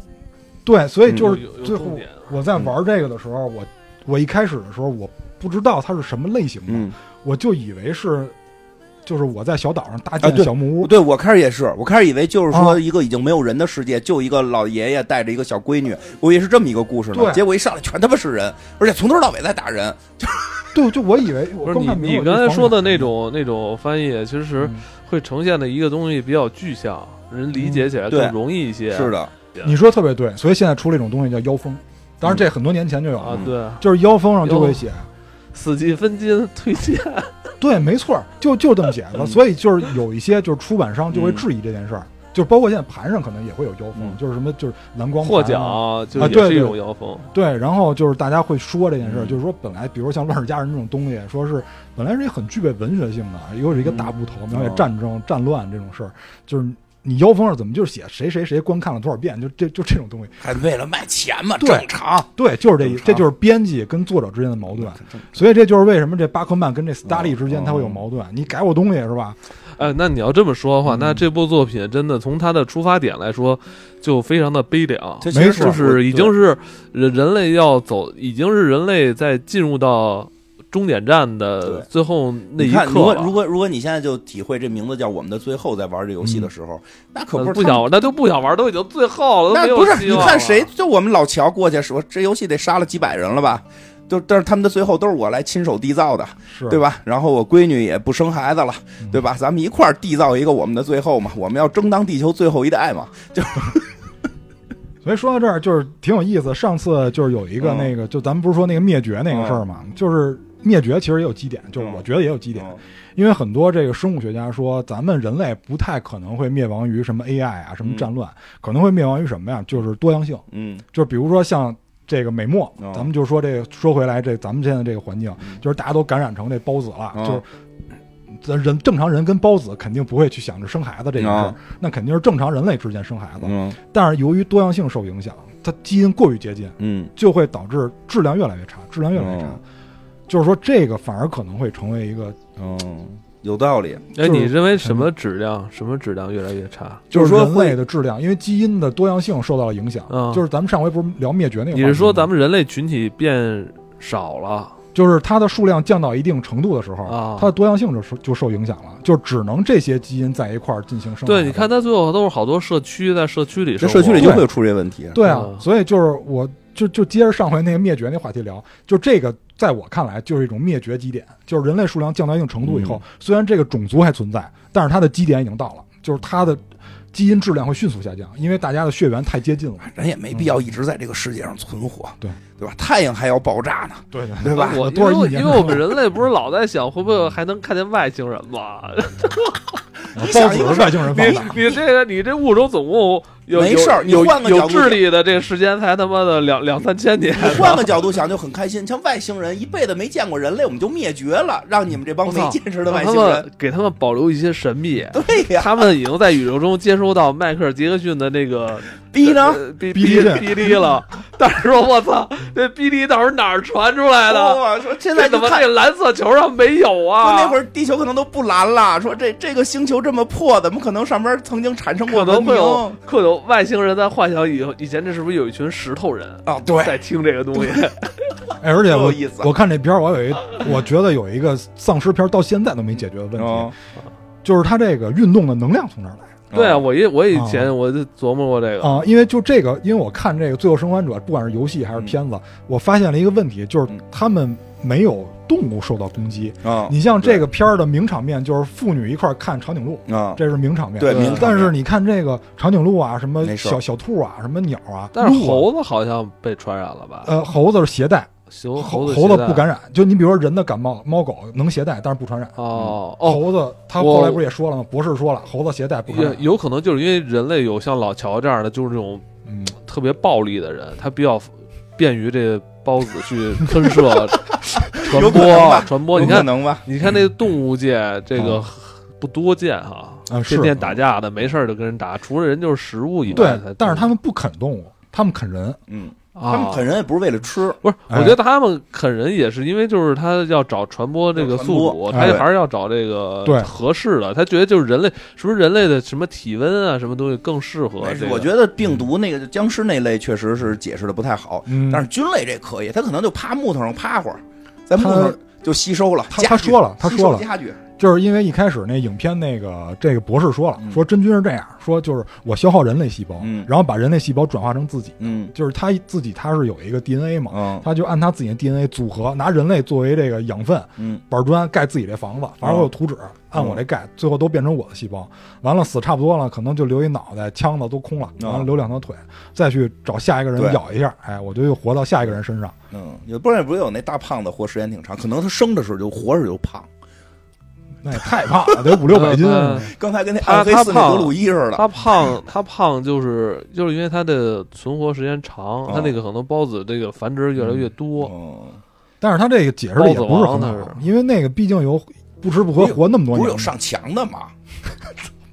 [SPEAKER 3] 对，所以就
[SPEAKER 1] 嗯有
[SPEAKER 3] 是
[SPEAKER 1] 有有
[SPEAKER 3] 最
[SPEAKER 1] 重
[SPEAKER 3] 后
[SPEAKER 1] 点啊嗯
[SPEAKER 3] 我在玩这个的时候，我我一开始的时候我不知道它是什么类型的，
[SPEAKER 2] 嗯
[SPEAKER 3] 我就以为是就是我在小岛上搭
[SPEAKER 6] 啊对
[SPEAKER 3] 建小木屋，
[SPEAKER 6] 对我开始也是，我开始以为就是说
[SPEAKER 3] 啊
[SPEAKER 6] 一个已经没有人的世界，就一个老爷爷带着一个小闺女，我也是这么一个故事呢。
[SPEAKER 3] 对
[SPEAKER 6] 结果一上来全他妈是人，而且从头到尾在打人。
[SPEAKER 3] 对，就我以为我
[SPEAKER 1] 不是
[SPEAKER 3] 刚
[SPEAKER 1] 你
[SPEAKER 3] 看
[SPEAKER 1] 你刚才说的那种那种翻译，其实
[SPEAKER 3] 嗯
[SPEAKER 1] 会呈现的一个东西比较具象，人理解起来
[SPEAKER 6] 对
[SPEAKER 1] 更容易一些。
[SPEAKER 6] 是的，
[SPEAKER 3] 你说特别对，所以现在出了一种东西叫妖风，当然这很多年前就有了，
[SPEAKER 1] 嗯
[SPEAKER 6] 嗯
[SPEAKER 1] 啊，对，
[SPEAKER 3] 就是妖风上就会写，
[SPEAKER 1] 死记分金推荐，
[SPEAKER 3] 对，没错，就就这么写
[SPEAKER 1] 嗯
[SPEAKER 3] 的。所以就是有一些就是出版商就会质疑这件事儿，就包括现在盘上可能也会有妖风，
[SPEAKER 2] 嗯
[SPEAKER 3] 就是什么就是蓝光
[SPEAKER 1] 获
[SPEAKER 3] 盘啊
[SPEAKER 1] 奖就
[SPEAKER 3] 啊
[SPEAKER 1] 也
[SPEAKER 3] 对
[SPEAKER 1] 是一
[SPEAKER 3] 对
[SPEAKER 1] 种妖风。
[SPEAKER 3] 对，然后就是大家会说这件事儿，
[SPEAKER 2] 嗯
[SPEAKER 3] 就是说本来比如像《乱世佳人》这种东西，说是本来是一个很具备文学性的，又是一个大部头，描写
[SPEAKER 2] 哦
[SPEAKER 3] 战争、战乱这种事儿，就是你妖风上怎么就是写谁谁谁观看了多少遍，就这就这种东西，
[SPEAKER 6] 还为了卖钱嘛，
[SPEAKER 3] 对
[SPEAKER 6] 正常。
[SPEAKER 3] 对，就是这
[SPEAKER 6] 正
[SPEAKER 3] 一，
[SPEAKER 6] 常
[SPEAKER 3] 这就是编辑跟作者之间的矛盾，所以这就是为什么这巴克曼跟这斯大利之间他会有矛盾，你改我东西是吧？
[SPEAKER 1] 哎，那你要这么说的话，
[SPEAKER 6] 嗯
[SPEAKER 1] 那这部作品真的从它的出发点来说，就非常的悲凉。
[SPEAKER 6] 这其
[SPEAKER 3] 没
[SPEAKER 6] 实
[SPEAKER 3] 错
[SPEAKER 1] 就
[SPEAKER 6] 我
[SPEAKER 1] 是已
[SPEAKER 6] 对
[SPEAKER 1] 经是人人类要走，已经是人类在进入到终点站的
[SPEAKER 6] 对
[SPEAKER 1] 最后那一
[SPEAKER 6] 你看，如
[SPEAKER 1] 刻
[SPEAKER 6] 果
[SPEAKER 1] 了。
[SPEAKER 6] 如果如果你现在就体会这名字叫我们的最后，在玩这游戏的时候，那可
[SPEAKER 1] 呃
[SPEAKER 6] 不是
[SPEAKER 1] 不
[SPEAKER 6] 他们
[SPEAKER 1] 想玩，那就不想玩，都已经最后了，都没
[SPEAKER 6] 那
[SPEAKER 1] 有
[SPEAKER 6] 不是
[SPEAKER 1] 希
[SPEAKER 6] 你
[SPEAKER 1] 望
[SPEAKER 6] 看
[SPEAKER 1] 了
[SPEAKER 6] 谁？就我们老乔过去说这游戏得杀了几百人了吧？就但是他们的最后都是我来亲手缔造的，
[SPEAKER 3] 是
[SPEAKER 6] 对？吧？然后我闺女也不生孩子了，对吧？咱们一块儿缔造一个我们的最后嘛，我们要争当地球最后一代嘛。
[SPEAKER 3] 所以说到这儿就是挺有意思。上次就是有一个
[SPEAKER 6] 嗯
[SPEAKER 3] 那个，就咱们不是说那个灭绝那个事儿嘛，就是灭绝其实也有基点，就是
[SPEAKER 6] 嗯
[SPEAKER 3] 我觉得也有基点，
[SPEAKER 6] 嗯
[SPEAKER 3] 因为很多这个生物学家说，咱们人类不太可能会灭亡于什么 AI 啊，什么战乱，可能会灭亡于什么呀？就是多样性，
[SPEAKER 6] 嗯，
[SPEAKER 3] 就比如说像。这个美墨
[SPEAKER 6] 哦，嗯
[SPEAKER 3] 咱们就说这个，说回来，这咱们现在这个环境，就是大家都感染成这孢子了，
[SPEAKER 6] 哦
[SPEAKER 3] 就是咱人正常人跟孢子肯定不会去想着生孩子这个事儿
[SPEAKER 6] 哦，
[SPEAKER 3] 那肯定是正常人类之间生孩子。
[SPEAKER 2] 嗯
[SPEAKER 3] 但是由于多样性受影响，它基因过于接近，
[SPEAKER 2] 嗯
[SPEAKER 3] 就会导致质量越来越差，质量越来越
[SPEAKER 6] 哦
[SPEAKER 3] 差。
[SPEAKER 2] 嗯
[SPEAKER 3] 就是说，这个反而可能会成为一个，
[SPEAKER 2] 嗯
[SPEAKER 6] 有道理。
[SPEAKER 1] 哎，
[SPEAKER 3] 就是
[SPEAKER 1] 你认为什么质量？什么质量越来越差？
[SPEAKER 6] 就是
[SPEAKER 3] 是
[SPEAKER 6] 说
[SPEAKER 3] 人类的质量，因为基因的多样性受到了影响。
[SPEAKER 1] 嗯
[SPEAKER 3] 就是咱们上回不是聊灭绝那个话题
[SPEAKER 1] 你
[SPEAKER 3] 吗？
[SPEAKER 1] 是说咱们人类群体变少了？
[SPEAKER 3] 就是它的数量降到一定程度的时候，
[SPEAKER 1] 啊
[SPEAKER 3] 它的多样性就受就受影响了，就只能这些基因在一块儿进行生
[SPEAKER 1] 对，
[SPEAKER 3] 活
[SPEAKER 1] 你看他最后都是好多社区在社区里
[SPEAKER 2] 这
[SPEAKER 1] 生活，
[SPEAKER 2] 社区里就会有出这问题。
[SPEAKER 3] 对啊，
[SPEAKER 1] 嗯
[SPEAKER 3] 所以就是我就就接着上回那个灭绝那话题聊，就这个在我看来就是一种灭绝基点，就是人类数量降到一定程度以后，虽然这个种族还存在，但是它的基点已经到了，就是它的基因质量会迅速下降，因为大家的血缘太接近了。
[SPEAKER 6] 人也没必要一直在这个世界上存活，
[SPEAKER 3] 对
[SPEAKER 6] 对吧？太阳还要爆炸呢，
[SPEAKER 3] 对对
[SPEAKER 6] 对吧？
[SPEAKER 1] 我
[SPEAKER 3] 多少
[SPEAKER 1] 因为
[SPEAKER 3] 亿年啊
[SPEAKER 1] 因为我们人类不是老在想会不会还能看见外星人
[SPEAKER 3] [LAUGHS]
[SPEAKER 1] 嘛？
[SPEAKER 3] 包子是外星人放的。
[SPEAKER 1] 你你这个你这物种总共有
[SPEAKER 6] 没事儿你
[SPEAKER 1] 有
[SPEAKER 6] 换个
[SPEAKER 1] 有
[SPEAKER 6] 角
[SPEAKER 1] 有
[SPEAKER 6] 度想
[SPEAKER 1] 智力的这个时间才他妈的两两三千年，
[SPEAKER 6] 换个角度想就很开心，像外星人一辈子没见过人类，我们就灭绝了，让你们这帮
[SPEAKER 1] 我
[SPEAKER 6] 没
[SPEAKER 1] 操
[SPEAKER 6] 见
[SPEAKER 1] [LAUGHS]
[SPEAKER 6] 识的外
[SPEAKER 1] 让
[SPEAKER 6] 星
[SPEAKER 1] 他
[SPEAKER 6] 人。
[SPEAKER 1] 们给他们保留一些神秘。
[SPEAKER 6] 对呀，
[SPEAKER 1] [LAUGHS] 他们已经在宇宙中接收到迈克尔·杰克逊的那个
[SPEAKER 6] 逼呢？
[SPEAKER 1] 呃哔
[SPEAKER 3] 哔哩
[SPEAKER 1] 哔
[SPEAKER 3] 阵
[SPEAKER 1] 哔哩了，但是说我操，这哔哩到时候哪儿传出来
[SPEAKER 2] 哦
[SPEAKER 1] 的？
[SPEAKER 6] 哇，说现在
[SPEAKER 1] 这
[SPEAKER 6] 就
[SPEAKER 1] 怎么
[SPEAKER 6] 看。
[SPEAKER 1] 这蓝色球上没有
[SPEAKER 6] 说
[SPEAKER 1] 啊？
[SPEAKER 6] 那会儿地球可能都不蓝了，说这这个星球这么破，怎么可能上边曾经产生过
[SPEAKER 1] 可
[SPEAKER 6] 文
[SPEAKER 1] 能
[SPEAKER 6] 明
[SPEAKER 1] 会？有可能外星人在幻想以后，以前这是不是有一群石头人
[SPEAKER 6] 啊，对，
[SPEAKER 1] 在听这个东西？
[SPEAKER 3] 哎，而且
[SPEAKER 6] 多有
[SPEAKER 3] 我
[SPEAKER 6] 意思啊
[SPEAKER 3] 我看这片儿，我有一我觉得有一个丧尸片儿到现在都没解决的问
[SPEAKER 2] 嗯
[SPEAKER 6] [LAUGHS]
[SPEAKER 3] 题，就是它这个运动的能量从哪儿来？
[SPEAKER 1] [LAUGHS] 对
[SPEAKER 2] 哦
[SPEAKER 1] 啊，我也我以
[SPEAKER 3] 啊
[SPEAKER 1] 前我就琢磨过这个，
[SPEAKER 3] 啊、因为就这个，因为我看这个《最后生还者》，不管是游戏还是片子，我发现了一个问题，就是
[SPEAKER 2] 嗯
[SPEAKER 3] 他们没有动物受到攻击。
[SPEAKER 2] 啊
[SPEAKER 3] 你像这个片儿的名场面，就是父女一块儿看长颈鹿，
[SPEAKER 2] 啊，
[SPEAKER 3] 这是名场面。
[SPEAKER 2] 对
[SPEAKER 1] 名场面
[SPEAKER 3] 但是你看这个长颈鹿啊，什么
[SPEAKER 2] 没事儿
[SPEAKER 3] 小小兔啊，什么鸟啊，
[SPEAKER 1] 但是
[SPEAKER 3] 鹿啊
[SPEAKER 1] 猴子好像被传染了吧？
[SPEAKER 3] 呃猴子是携带，
[SPEAKER 1] 熊
[SPEAKER 3] 猴
[SPEAKER 1] 子
[SPEAKER 3] 猴
[SPEAKER 1] 猴
[SPEAKER 3] 子不感染。就你比如说人的感冒，猫狗能携带，但是不传染。
[SPEAKER 1] 哦哦，
[SPEAKER 3] 猴子他
[SPEAKER 1] 我
[SPEAKER 3] 后来不是也说了吗？博士说了，猴子携带不传
[SPEAKER 1] 也
[SPEAKER 3] 染。
[SPEAKER 1] 有可能就是因为人类有像老乔这样的，就是这种
[SPEAKER 3] 嗯，
[SPEAKER 1] 特别暴力的人，他比较便于这孢子去 [LAUGHS] 喷射、传
[SPEAKER 2] 有可能吧
[SPEAKER 1] 播、传播。你
[SPEAKER 2] 有可
[SPEAKER 1] 看，
[SPEAKER 2] 能吧？
[SPEAKER 1] 你看那动物界这个不多见哈，
[SPEAKER 3] 啊是
[SPEAKER 1] 天天打架的，没事儿就跟人打，除了人就是食物以外
[SPEAKER 3] 对
[SPEAKER 1] 才。，
[SPEAKER 3] 但是他们不啃动物，他们啃人。
[SPEAKER 2] 嗯，
[SPEAKER 1] 啊
[SPEAKER 6] 他们啃人也不是为了吃，
[SPEAKER 1] 不是，我
[SPEAKER 3] 哎
[SPEAKER 1] 觉得他们啃人也是因为就是他要找传播这个宿主，
[SPEAKER 2] 要传播
[SPEAKER 1] 他
[SPEAKER 3] 哎
[SPEAKER 1] 还是要找这个
[SPEAKER 3] 对
[SPEAKER 1] 合适的。他觉得就是人类是不是人类的什么体温啊，什么东西更适合
[SPEAKER 6] 没
[SPEAKER 1] 这
[SPEAKER 6] 事
[SPEAKER 1] 个？
[SPEAKER 6] 我觉得病毒那个僵尸那类确实是解释的不太好，
[SPEAKER 3] 嗯，
[SPEAKER 6] 但是菌类这可以，它可能就趴木头上趴会儿，在木
[SPEAKER 3] 它
[SPEAKER 6] 头上就吸收了。
[SPEAKER 3] 他
[SPEAKER 6] 家
[SPEAKER 3] 他
[SPEAKER 6] 具
[SPEAKER 3] 说了他
[SPEAKER 6] 吸收
[SPEAKER 3] 说了
[SPEAKER 6] 家具，
[SPEAKER 3] 就是因为一开始那影片那个这个博士说了，
[SPEAKER 2] 嗯
[SPEAKER 3] 说真菌是这样，说就是我消耗人类细胞，
[SPEAKER 2] 嗯
[SPEAKER 3] 然后把人类细胞转化成自己，
[SPEAKER 2] 嗯
[SPEAKER 3] 就是他自己他是有一个 DNA 嘛，
[SPEAKER 2] 嗯
[SPEAKER 3] 他就按他自己的 DNA 组合，拿人类作为这个养分
[SPEAKER 2] 嗯
[SPEAKER 3] 板砖盖自己这房
[SPEAKER 6] 啊
[SPEAKER 3] 子，反正我有图纸，按我这
[SPEAKER 6] 嗯
[SPEAKER 3] 盖，最后都变成我的细胞。完了死差不多了，可能就留一脑袋，腔子都空了，
[SPEAKER 6] 啊
[SPEAKER 2] 嗯
[SPEAKER 3] 完了留两条腿，再去找下一个
[SPEAKER 2] 对
[SPEAKER 3] 人咬一下，哎，我就又活到下一个人身上。
[SPEAKER 2] 嗯，有不然不是有那大胖子活时间挺长，可能他生的时候就活着就胖。
[SPEAKER 3] 那也 [LAUGHS] 太胖了，得五六百斤。
[SPEAKER 1] 嗯
[SPEAKER 6] 刚才跟那
[SPEAKER 1] 他
[SPEAKER 6] 暗黑
[SPEAKER 1] 他
[SPEAKER 6] 四那
[SPEAKER 1] 胖
[SPEAKER 6] 德鲁伊似的，
[SPEAKER 1] 他胖， [LAUGHS] 他胖就是就是因为他的存活时间长，他那个可能孢子这个繁殖越来越多。
[SPEAKER 6] 哦
[SPEAKER 2] 嗯，
[SPEAKER 3] 但是他这个解释的也不是很
[SPEAKER 1] 包子
[SPEAKER 3] 好
[SPEAKER 1] 王，
[SPEAKER 3] 因为那个毕竟有不吃不喝活那么多
[SPEAKER 6] 不
[SPEAKER 3] 年
[SPEAKER 6] 是，有上墙的吗？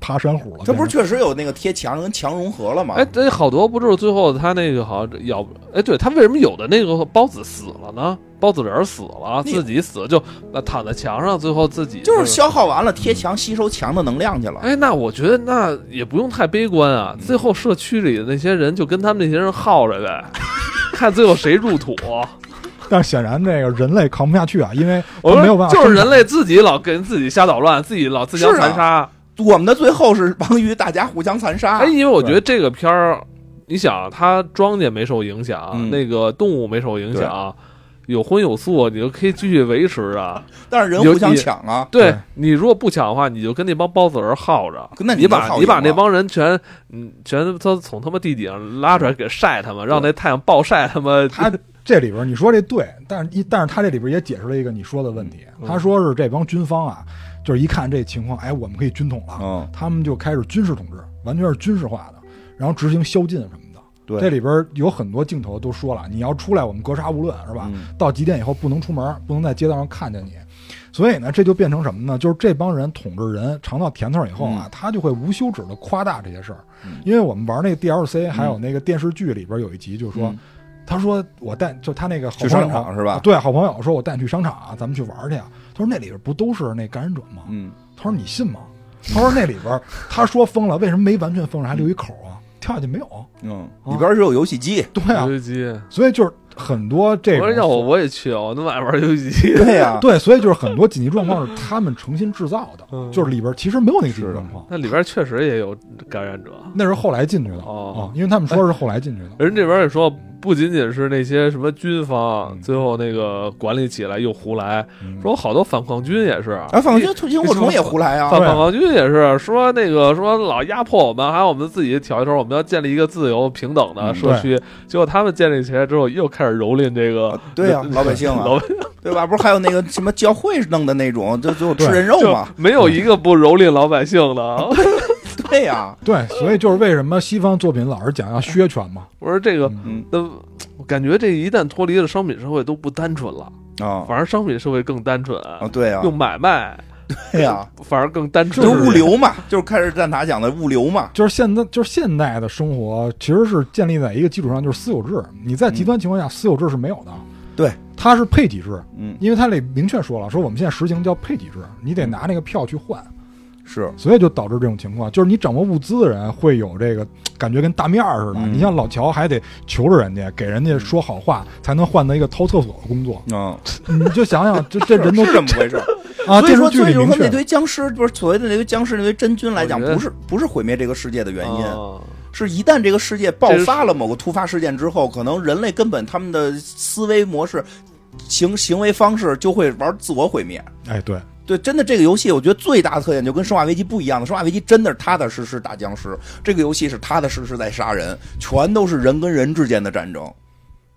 [SPEAKER 3] 爬山虎了。
[SPEAKER 6] 它不是
[SPEAKER 3] 变成
[SPEAKER 6] 确实有那个贴墙跟墙融合了吗？
[SPEAKER 1] 嗯哎，这好多不就是最后他那个好像咬，哎，对他为什么有的那个孢子死了呢？孢子仁儿死了，
[SPEAKER 6] 你
[SPEAKER 1] 自己死了就呃躺在墙上，最后自己
[SPEAKER 6] 就是消耗完了贴墙，吸收墙的能量去了。
[SPEAKER 1] 哎，那我觉得那也不用太悲观啊。
[SPEAKER 6] 嗯
[SPEAKER 1] 最后社区里的那些人就跟他们那些人耗着呗， [LAUGHS] 看最后谁入土。
[SPEAKER 3] 但是显然这个人类扛不下去啊，因为
[SPEAKER 1] 我
[SPEAKER 3] 他
[SPEAKER 1] 说
[SPEAKER 3] 没有办法生
[SPEAKER 1] 就
[SPEAKER 3] 产，
[SPEAKER 1] 是人类自己老跟自己瞎捣乱，自己老自相
[SPEAKER 6] 是啊
[SPEAKER 1] 残杀。
[SPEAKER 6] 我们的最后是亡于大家互相残
[SPEAKER 2] 啊
[SPEAKER 6] 杀
[SPEAKER 1] 哎，。因为我觉得这个片儿，你想，它庄稼没受影响，
[SPEAKER 2] 嗯
[SPEAKER 1] 那个动物没受影响，有荤有素，你就可以继续维持啊。
[SPEAKER 6] 但是人
[SPEAKER 1] 有
[SPEAKER 6] 互相
[SPEAKER 1] 你
[SPEAKER 6] 抢啊，
[SPEAKER 1] 对
[SPEAKER 3] 对
[SPEAKER 1] 你如果不抢的话，你就跟那帮包子人耗着。
[SPEAKER 6] 那
[SPEAKER 1] 你把
[SPEAKER 6] 能好
[SPEAKER 1] 你把
[SPEAKER 6] 赢吗
[SPEAKER 1] 那帮人全，嗯，全都从他妈地底上拉出来给晒他们，让那太阳暴晒他们。
[SPEAKER 3] 他这里边你说这对，但是一但是他这里边也解释了一个你说的问题，
[SPEAKER 1] 嗯
[SPEAKER 3] 他说是这帮军方啊，就是一看这情况，哎，我们可以军统了，
[SPEAKER 2] 嗯
[SPEAKER 3] 他们就开始军事统治，完全是军事化的，然后执行宵禁什么的。
[SPEAKER 2] 对
[SPEAKER 3] 这里边有很多镜头都说了，你要出来我们格杀勿论，是吧？
[SPEAKER 2] 嗯
[SPEAKER 3] 到几点以后不能出门，不能在街道上看见你。所以呢，这就变成什么呢？就是这帮人统治人尝到甜头以后啊，他就会无休止的夸大这些事儿。
[SPEAKER 2] 嗯
[SPEAKER 3] 因为我们玩那个 DLC，还有那个电视剧里边有一集，就是说，
[SPEAKER 2] 嗯
[SPEAKER 3] 他说我带就他那个好
[SPEAKER 2] 去
[SPEAKER 3] 朋友啊
[SPEAKER 2] 商场是吧
[SPEAKER 3] 对，好朋友说我带你去商场啊，咱们去玩去啊。他说那里边不都是那感染者吗？
[SPEAKER 2] 嗯，
[SPEAKER 3] 他说你信吗？他说那里边儿，他说封了，为什么没完全封上，还留一口啊？跳下去没有？
[SPEAKER 2] 嗯，
[SPEAKER 3] 哦
[SPEAKER 6] 里边是有游戏机，
[SPEAKER 1] [LAUGHS]
[SPEAKER 3] 对啊，
[SPEAKER 1] 游戏机
[SPEAKER 3] 所以就是很多这
[SPEAKER 1] 我
[SPEAKER 3] 种
[SPEAKER 1] 说要我啊我也去，我能买玩游戏机。
[SPEAKER 2] [LAUGHS]
[SPEAKER 6] 对呀、
[SPEAKER 3] 对，所以就是很多紧急状况是他们重新制造的，
[SPEAKER 1] 嗯
[SPEAKER 3] 就是里边其实没有那个紧急状况，
[SPEAKER 1] 那里边确实也有感染者，
[SPEAKER 3] 那是后来进去的啊、
[SPEAKER 1] 哦
[SPEAKER 3] 因为他们说是后来进去的。
[SPEAKER 1] 人这边也说，不仅仅是那些什么军方，
[SPEAKER 3] 嗯
[SPEAKER 1] 最后那个管理起来又胡来，
[SPEAKER 3] 嗯
[SPEAKER 1] 说好多反抗军也是。
[SPEAKER 6] 啊，反正萤火虫也胡来啊
[SPEAKER 1] 反
[SPEAKER 3] 对
[SPEAKER 1] 反抗军也是说那个说老压迫我们，还有我们自己挑一头，我们要建立一个自由平等的
[SPEAKER 2] 嗯
[SPEAKER 1] 社区。结果他们建立起来之后，又开始蹂躏这个
[SPEAKER 2] 啊对呀、老百姓啊，
[SPEAKER 1] 老
[SPEAKER 2] 对吧？不是还有那个什么教会弄的那种，就就吃人肉
[SPEAKER 1] 就
[SPEAKER 2] 嘛？
[SPEAKER 1] 没有一个不蹂躏老百姓的。
[SPEAKER 2] 对呀、
[SPEAKER 3] 对，所以就是为什么西方作品老是讲要削权嘛，
[SPEAKER 1] 我说这个，
[SPEAKER 2] 嗯
[SPEAKER 1] 那我感觉这一旦脱离了商品社会都不单纯了，
[SPEAKER 2] 啊
[SPEAKER 1] 反而商品社会更单纯，
[SPEAKER 2] 啊，对呀、
[SPEAKER 1] 用买卖 [LAUGHS]
[SPEAKER 2] 对呀、
[SPEAKER 1] 反而更单
[SPEAKER 2] 就
[SPEAKER 1] 纯。
[SPEAKER 2] 就物流嘛，就是开始蛋挞讲的物流嘛。
[SPEAKER 3] 就是现在就是现代的生活其实是建立在一个基础上，就是私有制。你在极端情况下，私有制是没有的，
[SPEAKER 2] 对，
[SPEAKER 3] 它是配给制，
[SPEAKER 2] 嗯，
[SPEAKER 3] 因为它里明确说了，说我们现在实行叫配给制，你得拿那个票去换，
[SPEAKER 2] 是
[SPEAKER 3] 所以就导致这种情况，就是你掌握物资的人会有这个感觉跟大面儿似的。
[SPEAKER 2] 嗯
[SPEAKER 3] 你像老乔还得求着人家，给人家说好话，才能换到一个掏厕所的工作。
[SPEAKER 2] 嗯，
[SPEAKER 3] 你就想想，这这人都
[SPEAKER 2] 是这么回事儿。
[SPEAKER 3] 啊，
[SPEAKER 2] 所以
[SPEAKER 3] 电视
[SPEAKER 2] 说，
[SPEAKER 3] 剧
[SPEAKER 2] 所以
[SPEAKER 3] 里
[SPEAKER 2] 就是说
[SPEAKER 3] 明
[SPEAKER 2] 那
[SPEAKER 3] 确。
[SPEAKER 2] 堆僵尸，不是所谓的那堆僵尸，那堆真菌来讲，
[SPEAKER 1] 我觉得
[SPEAKER 2] 不是不是毁灭这个世界的原因，
[SPEAKER 3] 哦
[SPEAKER 1] 啊
[SPEAKER 2] 是一旦这个世界爆发了某个突发事件之后，可能人类根本他们的思维模式、行行为方式就会玩自我毁灭。
[SPEAKER 3] 哎，对，
[SPEAKER 2] 对，真的这个游戏，我觉得最大的特点就跟《生化危机》不一样的，《生化危机》真的是踏踏实实打僵尸，这个游戏是踏踏实实在杀人，全都是人跟人之间的战争。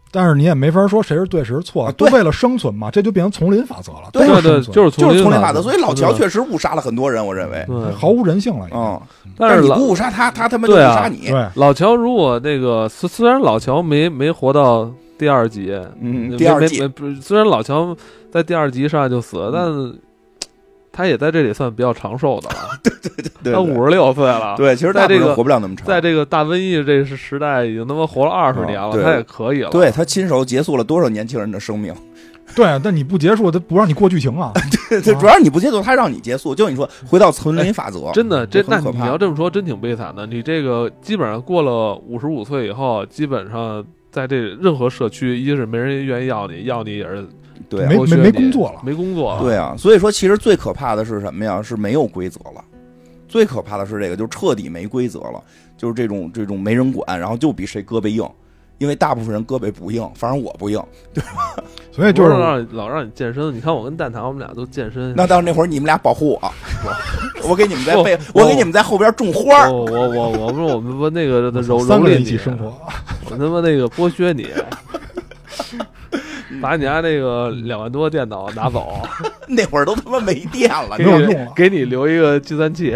[SPEAKER 3] 但是你也没法说谁是对谁是错，
[SPEAKER 2] 啊
[SPEAKER 3] 都
[SPEAKER 2] 对
[SPEAKER 3] 为了生存嘛，这就变成丛林法则了。
[SPEAKER 2] 对
[SPEAKER 3] 都
[SPEAKER 1] 对
[SPEAKER 3] 是
[SPEAKER 1] 对，
[SPEAKER 3] 生存，
[SPEAKER 1] 就是
[SPEAKER 2] 就是丛林
[SPEAKER 1] 法
[SPEAKER 2] 法则，所以老乔
[SPEAKER 1] 对
[SPEAKER 2] 确实误杀了很多人，我认为。
[SPEAKER 1] 对，
[SPEAKER 3] 毫无人性了已经。
[SPEAKER 2] 嗯，
[SPEAKER 1] 但
[SPEAKER 2] 是你
[SPEAKER 1] 老
[SPEAKER 2] 不误杀他，他他妈就误
[SPEAKER 1] 对啊
[SPEAKER 2] 杀你。
[SPEAKER 3] 对，
[SPEAKER 1] 老乔如果那个虽虽然老乔没没活到第二集，
[SPEAKER 2] 嗯，
[SPEAKER 1] 没
[SPEAKER 2] 第二
[SPEAKER 1] 没
[SPEAKER 2] 季
[SPEAKER 1] 没不是虽然老乔在第二集上来就死了，
[SPEAKER 2] 嗯
[SPEAKER 1] 但他也在这里算比较长寿的了，
[SPEAKER 2] [LAUGHS] 对
[SPEAKER 1] 他
[SPEAKER 2] 对
[SPEAKER 1] 五十六岁了，
[SPEAKER 2] 对，其实
[SPEAKER 1] 在
[SPEAKER 2] 大
[SPEAKER 1] 这
[SPEAKER 2] 部分
[SPEAKER 1] 个
[SPEAKER 2] 人活不了那么长，
[SPEAKER 1] 在这个大瘟疫这时代已经他妈活了二十年
[SPEAKER 2] 啊
[SPEAKER 1] 了，
[SPEAKER 2] 对
[SPEAKER 1] 他也可以了，
[SPEAKER 2] 对他亲手结束了多少年轻人
[SPEAKER 1] [LAUGHS]
[SPEAKER 2] 的生命？
[SPEAKER 3] 对，但你不结束，他不让你过剧情
[SPEAKER 2] [LAUGHS]
[SPEAKER 3] 啊。
[SPEAKER 2] 这主要是你不结束，他让你结束。就你说回到丛林法则，
[SPEAKER 1] 真的，这
[SPEAKER 2] 这
[SPEAKER 1] 那
[SPEAKER 2] 很可
[SPEAKER 1] 你
[SPEAKER 2] 怕
[SPEAKER 1] 要这么说，真挺悲惨的。你这个基本上过了五十五岁以后，基本上在这任何社区，一是没人愿意要你，要你也是
[SPEAKER 2] 对啊
[SPEAKER 3] 没
[SPEAKER 1] 剥削
[SPEAKER 3] 没没
[SPEAKER 1] 你
[SPEAKER 3] 工作了
[SPEAKER 1] 没工作了。
[SPEAKER 2] 对啊，所以说其实最可怕的是什么呀？是没有规则了。最可怕的是这个，就是彻底没规则了，就是这种这种没人管，然后就比谁胳膊硬，因为大部分人胳膊不硬，反正我不硬。
[SPEAKER 3] 所以就
[SPEAKER 1] 不
[SPEAKER 3] 是
[SPEAKER 1] 是让你老让你健身，你看我跟蛋挞，我们俩都健身。
[SPEAKER 2] 那到那会儿你们俩保护
[SPEAKER 1] [LAUGHS]
[SPEAKER 2] 我，我给你们在背，
[SPEAKER 1] 我
[SPEAKER 2] 我给你们在后边种花儿
[SPEAKER 1] 我我我我们我们不那
[SPEAKER 3] [LAUGHS]
[SPEAKER 1] 个蹂
[SPEAKER 3] 三
[SPEAKER 1] 蹂
[SPEAKER 3] 个
[SPEAKER 1] 躏
[SPEAKER 3] 人一起
[SPEAKER 1] 你，
[SPEAKER 3] 生活， [LAUGHS]
[SPEAKER 1] 我他妈那个剥削你，把你家那个两万多电脑拿走，
[SPEAKER 2] 那会儿都他妈没电了
[SPEAKER 1] 给
[SPEAKER 3] [LAUGHS] 没，
[SPEAKER 1] 你
[SPEAKER 3] 有用了
[SPEAKER 1] 给你留一个计算器。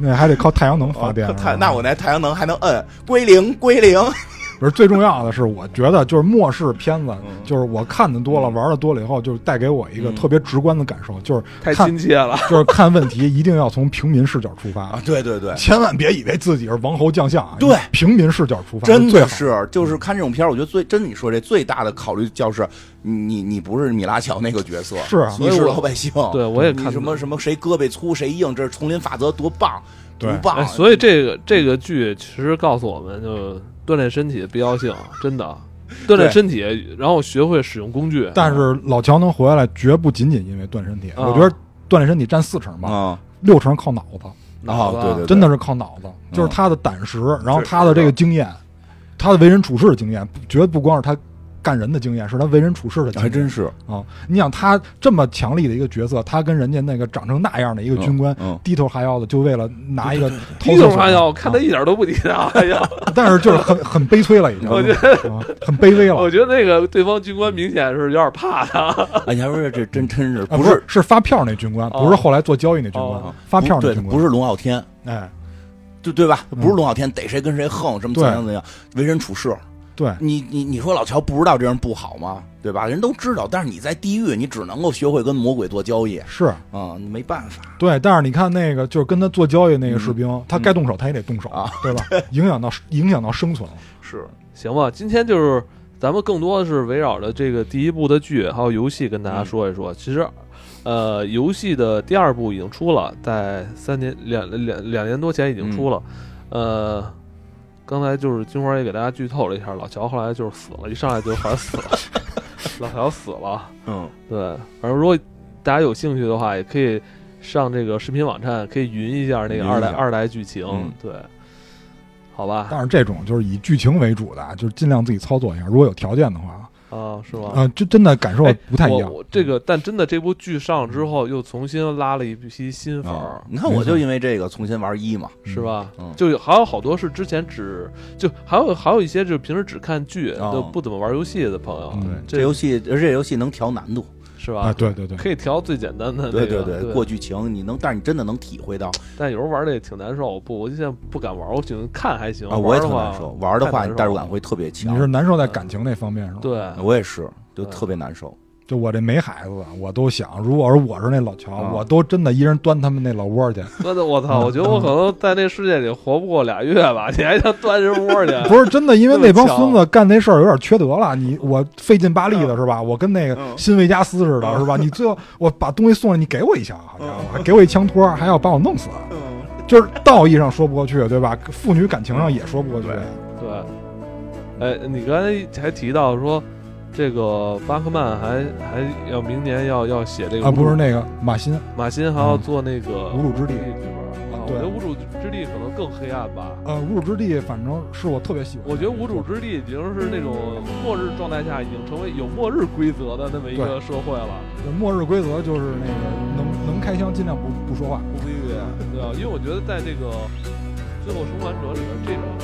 [SPEAKER 3] 那还得靠太阳能发
[SPEAKER 2] 啊
[SPEAKER 3] 电。是吧
[SPEAKER 2] 太那我那太阳能还能摁归零归零，
[SPEAKER 1] 啊
[SPEAKER 3] 不是最重要的是，我觉得就是末世片子，就是我看的多了，玩的多了以后，就是带给我一个
[SPEAKER 2] 嗯
[SPEAKER 3] 特别直观的感受，就是
[SPEAKER 1] 太
[SPEAKER 3] 看
[SPEAKER 1] 亲切了，
[SPEAKER 3] [LAUGHS] 就是看问题一定要从平民视角出发
[SPEAKER 2] 啊，，对对对，
[SPEAKER 3] 千万别以为自己是王侯将相啊，
[SPEAKER 2] 对
[SPEAKER 3] 以平民视角出发，
[SPEAKER 2] 真
[SPEAKER 3] 最
[SPEAKER 2] 的
[SPEAKER 3] 好嗯
[SPEAKER 2] 是，就是看这种片儿，我觉得最真你说这最大的考虑就是你你你不是米拉乔那个角色，
[SPEAKER 3] 是啊
[SPEAKER 1] 所
[SPEAKER 2] 你
[SPEAKER 1] 以
[SPEAKER 2] 是
[SPEAKER 1] 我
[SPEAKER 2] 老百姓，
[SPEAKER 1] 对我也看
[SPEAKER 2] 你什么什么谁胳膊粗谁硬，这是丛林法则多棒，多
[SPEAKER 3] 对
[SPEAKER 2] 棒，啊
[SPEAKER 1] 哎，所以这个这个剧其实告诉我们，就锻炼身体的必要性，真
[SPEAKER 3] [LAUGHS]
[SPEAKER 1] 的锻炼身体，然后学会使用工具。
[SPEAKER 3] 但是老乔能活下来，绝不仅仅因为锻身体。
[SPEAKER 1] 啊
[SPEAKER 3] 我觉得锻炼身体占四成吧，
[SPEAKER 2] 啊
[SPEAKER 3] 六成靠脑子，
[SPEAKER 1] 脑子啊
[SPEAKER 2] 对对啊
[SPEAKER 3] 真的是靠脑子，就是他的胆识，然后他的这个经验，他的为人处事的经验，绝不光是他干人的经验，是他为人处事的经验。
[SPEAKER 2] 是
[SPEAKER 3] 啊！你想他这么强力的一个角色，他跟人家那个长成那样的一个军官。
[SPEAKER 2] 嗯，
[SPEAKER 3] 低头哈腰的，就为了拿一个头
[SPEAKER 1] 嗯低头哈腰，我啊看他
[SPEAKER 3] 他，
[SPEAKER 1] 一点都不低哎头哈
[SPEAKER 3] [LAUGHS]
[SPEAKER 1] 腰。
[SPEAKER 3] 啊但是就是很很悲催了，已经，
[SPEAKER 1] 我觉哦
[SPEAKER 3] 啊很卑微
[SPEAKER 1] 我
[SPEAKER 3] 了。
[SPEAKER 1] 觉得那个对方军官明显是有点怕他。
[SPEAKER 2] 哎，你还说这真真是
[SPEAKER 3] 啊
[SPEAKER 2] 不
[SPEAKER 3] 是是发票那军官，不是后来做交易那军官
[SPEAKER 1] 哦，
[SPEAKER 3] 发票那
[SPEAKER 2] 对，
[SPEAKER 3] 军官
[SPEAKER 2] 不是龙傲天，
[SPEAKER 3] 哎，
[SPEAKER 2] 对对吧？
[SPEAKER 3] 嗯
[SPEAKER 2] 不是龙傲天，逮谁跟谁横，什么怎
[SPEAKER 3] 对
[SPEAKER 2] 样怎样，为人处事，
[SPEAKER 3] 对，
[SPEAKER 2] 你你你说老乔不知道这人不好吗？对吧？人都知道，但是你在地狱，你只能够学会跟魔鬼做交易
[SPEAKER 3] 是
[SPEAKER 2] 啊、你没办法。
[SPEAKER 3] 对。但是你看那个，就是跟他做交易那个
[SPEAKER 1] 嗯
[SPEAKER 3] 士兵，他该动手他也得动手，
[SPEAKER 2] 啊
[SPEAKER 3] 对吧？影响到影响到生存了。
[SPEAKER 2] 是，
[SPEAKER 1] 行吧，今天就是咱们更多的是围绕着这个第一部的剧还有游戏跟大
[SPEAKER 2] 嗯
[SPEAKER 1] 家说一说。其实，呃，游戏的第二部已
[SPEAKER 2] 嗯
[SPEAKER 1] 经出了，在三年两两两年多前已经出了。呃，刚才就是金花也给大家剧透了一下，老乔后来就是死了，一上来就反死了， [LAUGHS] 老乔死了。
[SPEAKER 2] 嗯，
[SPEAKER 1] 对，反正如果大家有兴趣的话，也可以上这个视频网站，可以云一下那
[SPEAKER 2] 云
[SPEAKER 1] 个
[SPEAKER 2] 一下
[SPEAKER 1] 二代二代剧情。
[SPEAKER 2] 嗯
[SPEAKER 1] 对，好吧，
[SPEAKER 3] 但是这种就是以剧情为主的，啊就是尽量自己操作一下，如果有条件的话，
[SPEAKER 1] 啊，是吗？
[SPEAKER 3] 啊，这真的感受
[SPEAKER 1] 哎
[SPEAKER 3] 不太一
[SPEAKER 1] 我
[SPEAKER 3] 样。
[SPEAKER 1] 我这个，但真的这部剧上之后，又重新拉了一批新粉儿
[SPEAKER 2] 嗯啊，你看我就因为这个重新玩一嘛，
[SPEAKER 1] 是吧？
[SPEAKER 2] 嗯
[SPEAKER 1] 就还有好多是之前只就还有还有一些就是平时只看剧，
[SPEAKER 2] 哦
[SPEAKER 1] 就不怎么玩游戏的朋友，
[SPEAKER 3] 嗯
[SPEAKER 2] 这游戏而且游戏能调难度，
[SPEAKER 1] 是吧？
[SPEAKER 3] 啊，对对对，
[SPEAKER 1] 可以调最简单的那
[SPEAKER 2] 对
[SPEAKER 1] 个，
[SPEAKER 2] 对
[SPEAKER 1] 对，
[SPEAKER 2] 过剧情你能，但是你真的能体会到
[SPEAKER 1] 但有时候玩的也挺难受，我不，我现在不敢玩，我只能看还行。
[SPEAKER 2] 啊，我
[SPEAKER 1] 玩
[SPEAKER 2] 也
[SPEAKER 1] 的
[SPEAKER 2] 挺
[SPEAKER 1] 话
[SPEAKER 2] 难受，玩的话
[SPEAKER 1] 太难受
[SPEAKER 2] 你
[SPEAKER 1] 了
[SPEAKER 2] 代入感会特别
[SPEAKER 3] 你是
[SPEAKER 2] 强，
[SPEAKER 3] 难受在感情那方面是吧？，
[SPEAKER 1] 嗯对，
[SPEAKER 2] 我也是，就
[SPEAKER 1] 对
[SPEAKER 2] 特别难受。
[SPEAKER 3] 就我这没孩子，我都想，如果是我是那老乔，
[SPEAKER 2] 啊
[SPEAKER 3] 我都真的一人端他们那老窝去，
[SPEAKER 1] 我的我操，我觉得我可能在那世界里活不过俩月吧，你还想端人窝去？
[SPEAKER 3] 不是真的，因为那
[SPEAKER 1] 这
[SPEAKER 3] 帮
[SPEAKER 1] 么巧嗯
[SPEAKER 3] 孙子干那事儿有点缺德了。你我费劲巴力的是吧？我跟那个新维加斯似的，是吧？你最后我把东西送了，你给我一枪，好家伙，
[SPEAKER 1] 嗯
[SPEAKER 3] 还给我一枪托，还要把我弄死，就是道义上说不过去，对吧？父女感情上也说不过去。
[SPEAKER 1] 对，哎，你刚才还提到说。这个巴克曼还还要明年要要写这个
[SPEAKER 3] 啊，不是
[SPEAKER 1] 那。
[SPEAKER 3] 那个马欣，
[SPEAKER 1] 马欣还要做那个
[SPEAKER 3] 嗯无主之地
[SPEAKER 1] 里边儿啊，我
[SPEAKER 3] 对
[SPEAKER 1] 觉得无主之地可能更黑暗吧。
[SPEAKER 3] 呃，无主之地，反正是我特别喜欢。
[SPEAKER 1] 我觉得无主之地已经是那种末日状态下已经成为有末日规则的那么一个社会了，
[SPEAKER 3] 末日规则就是那个能能开枪尽量不不说话。
[SPEAKER 1] 啊对对对吧？因为我觉得在这个最后生还者里边，这种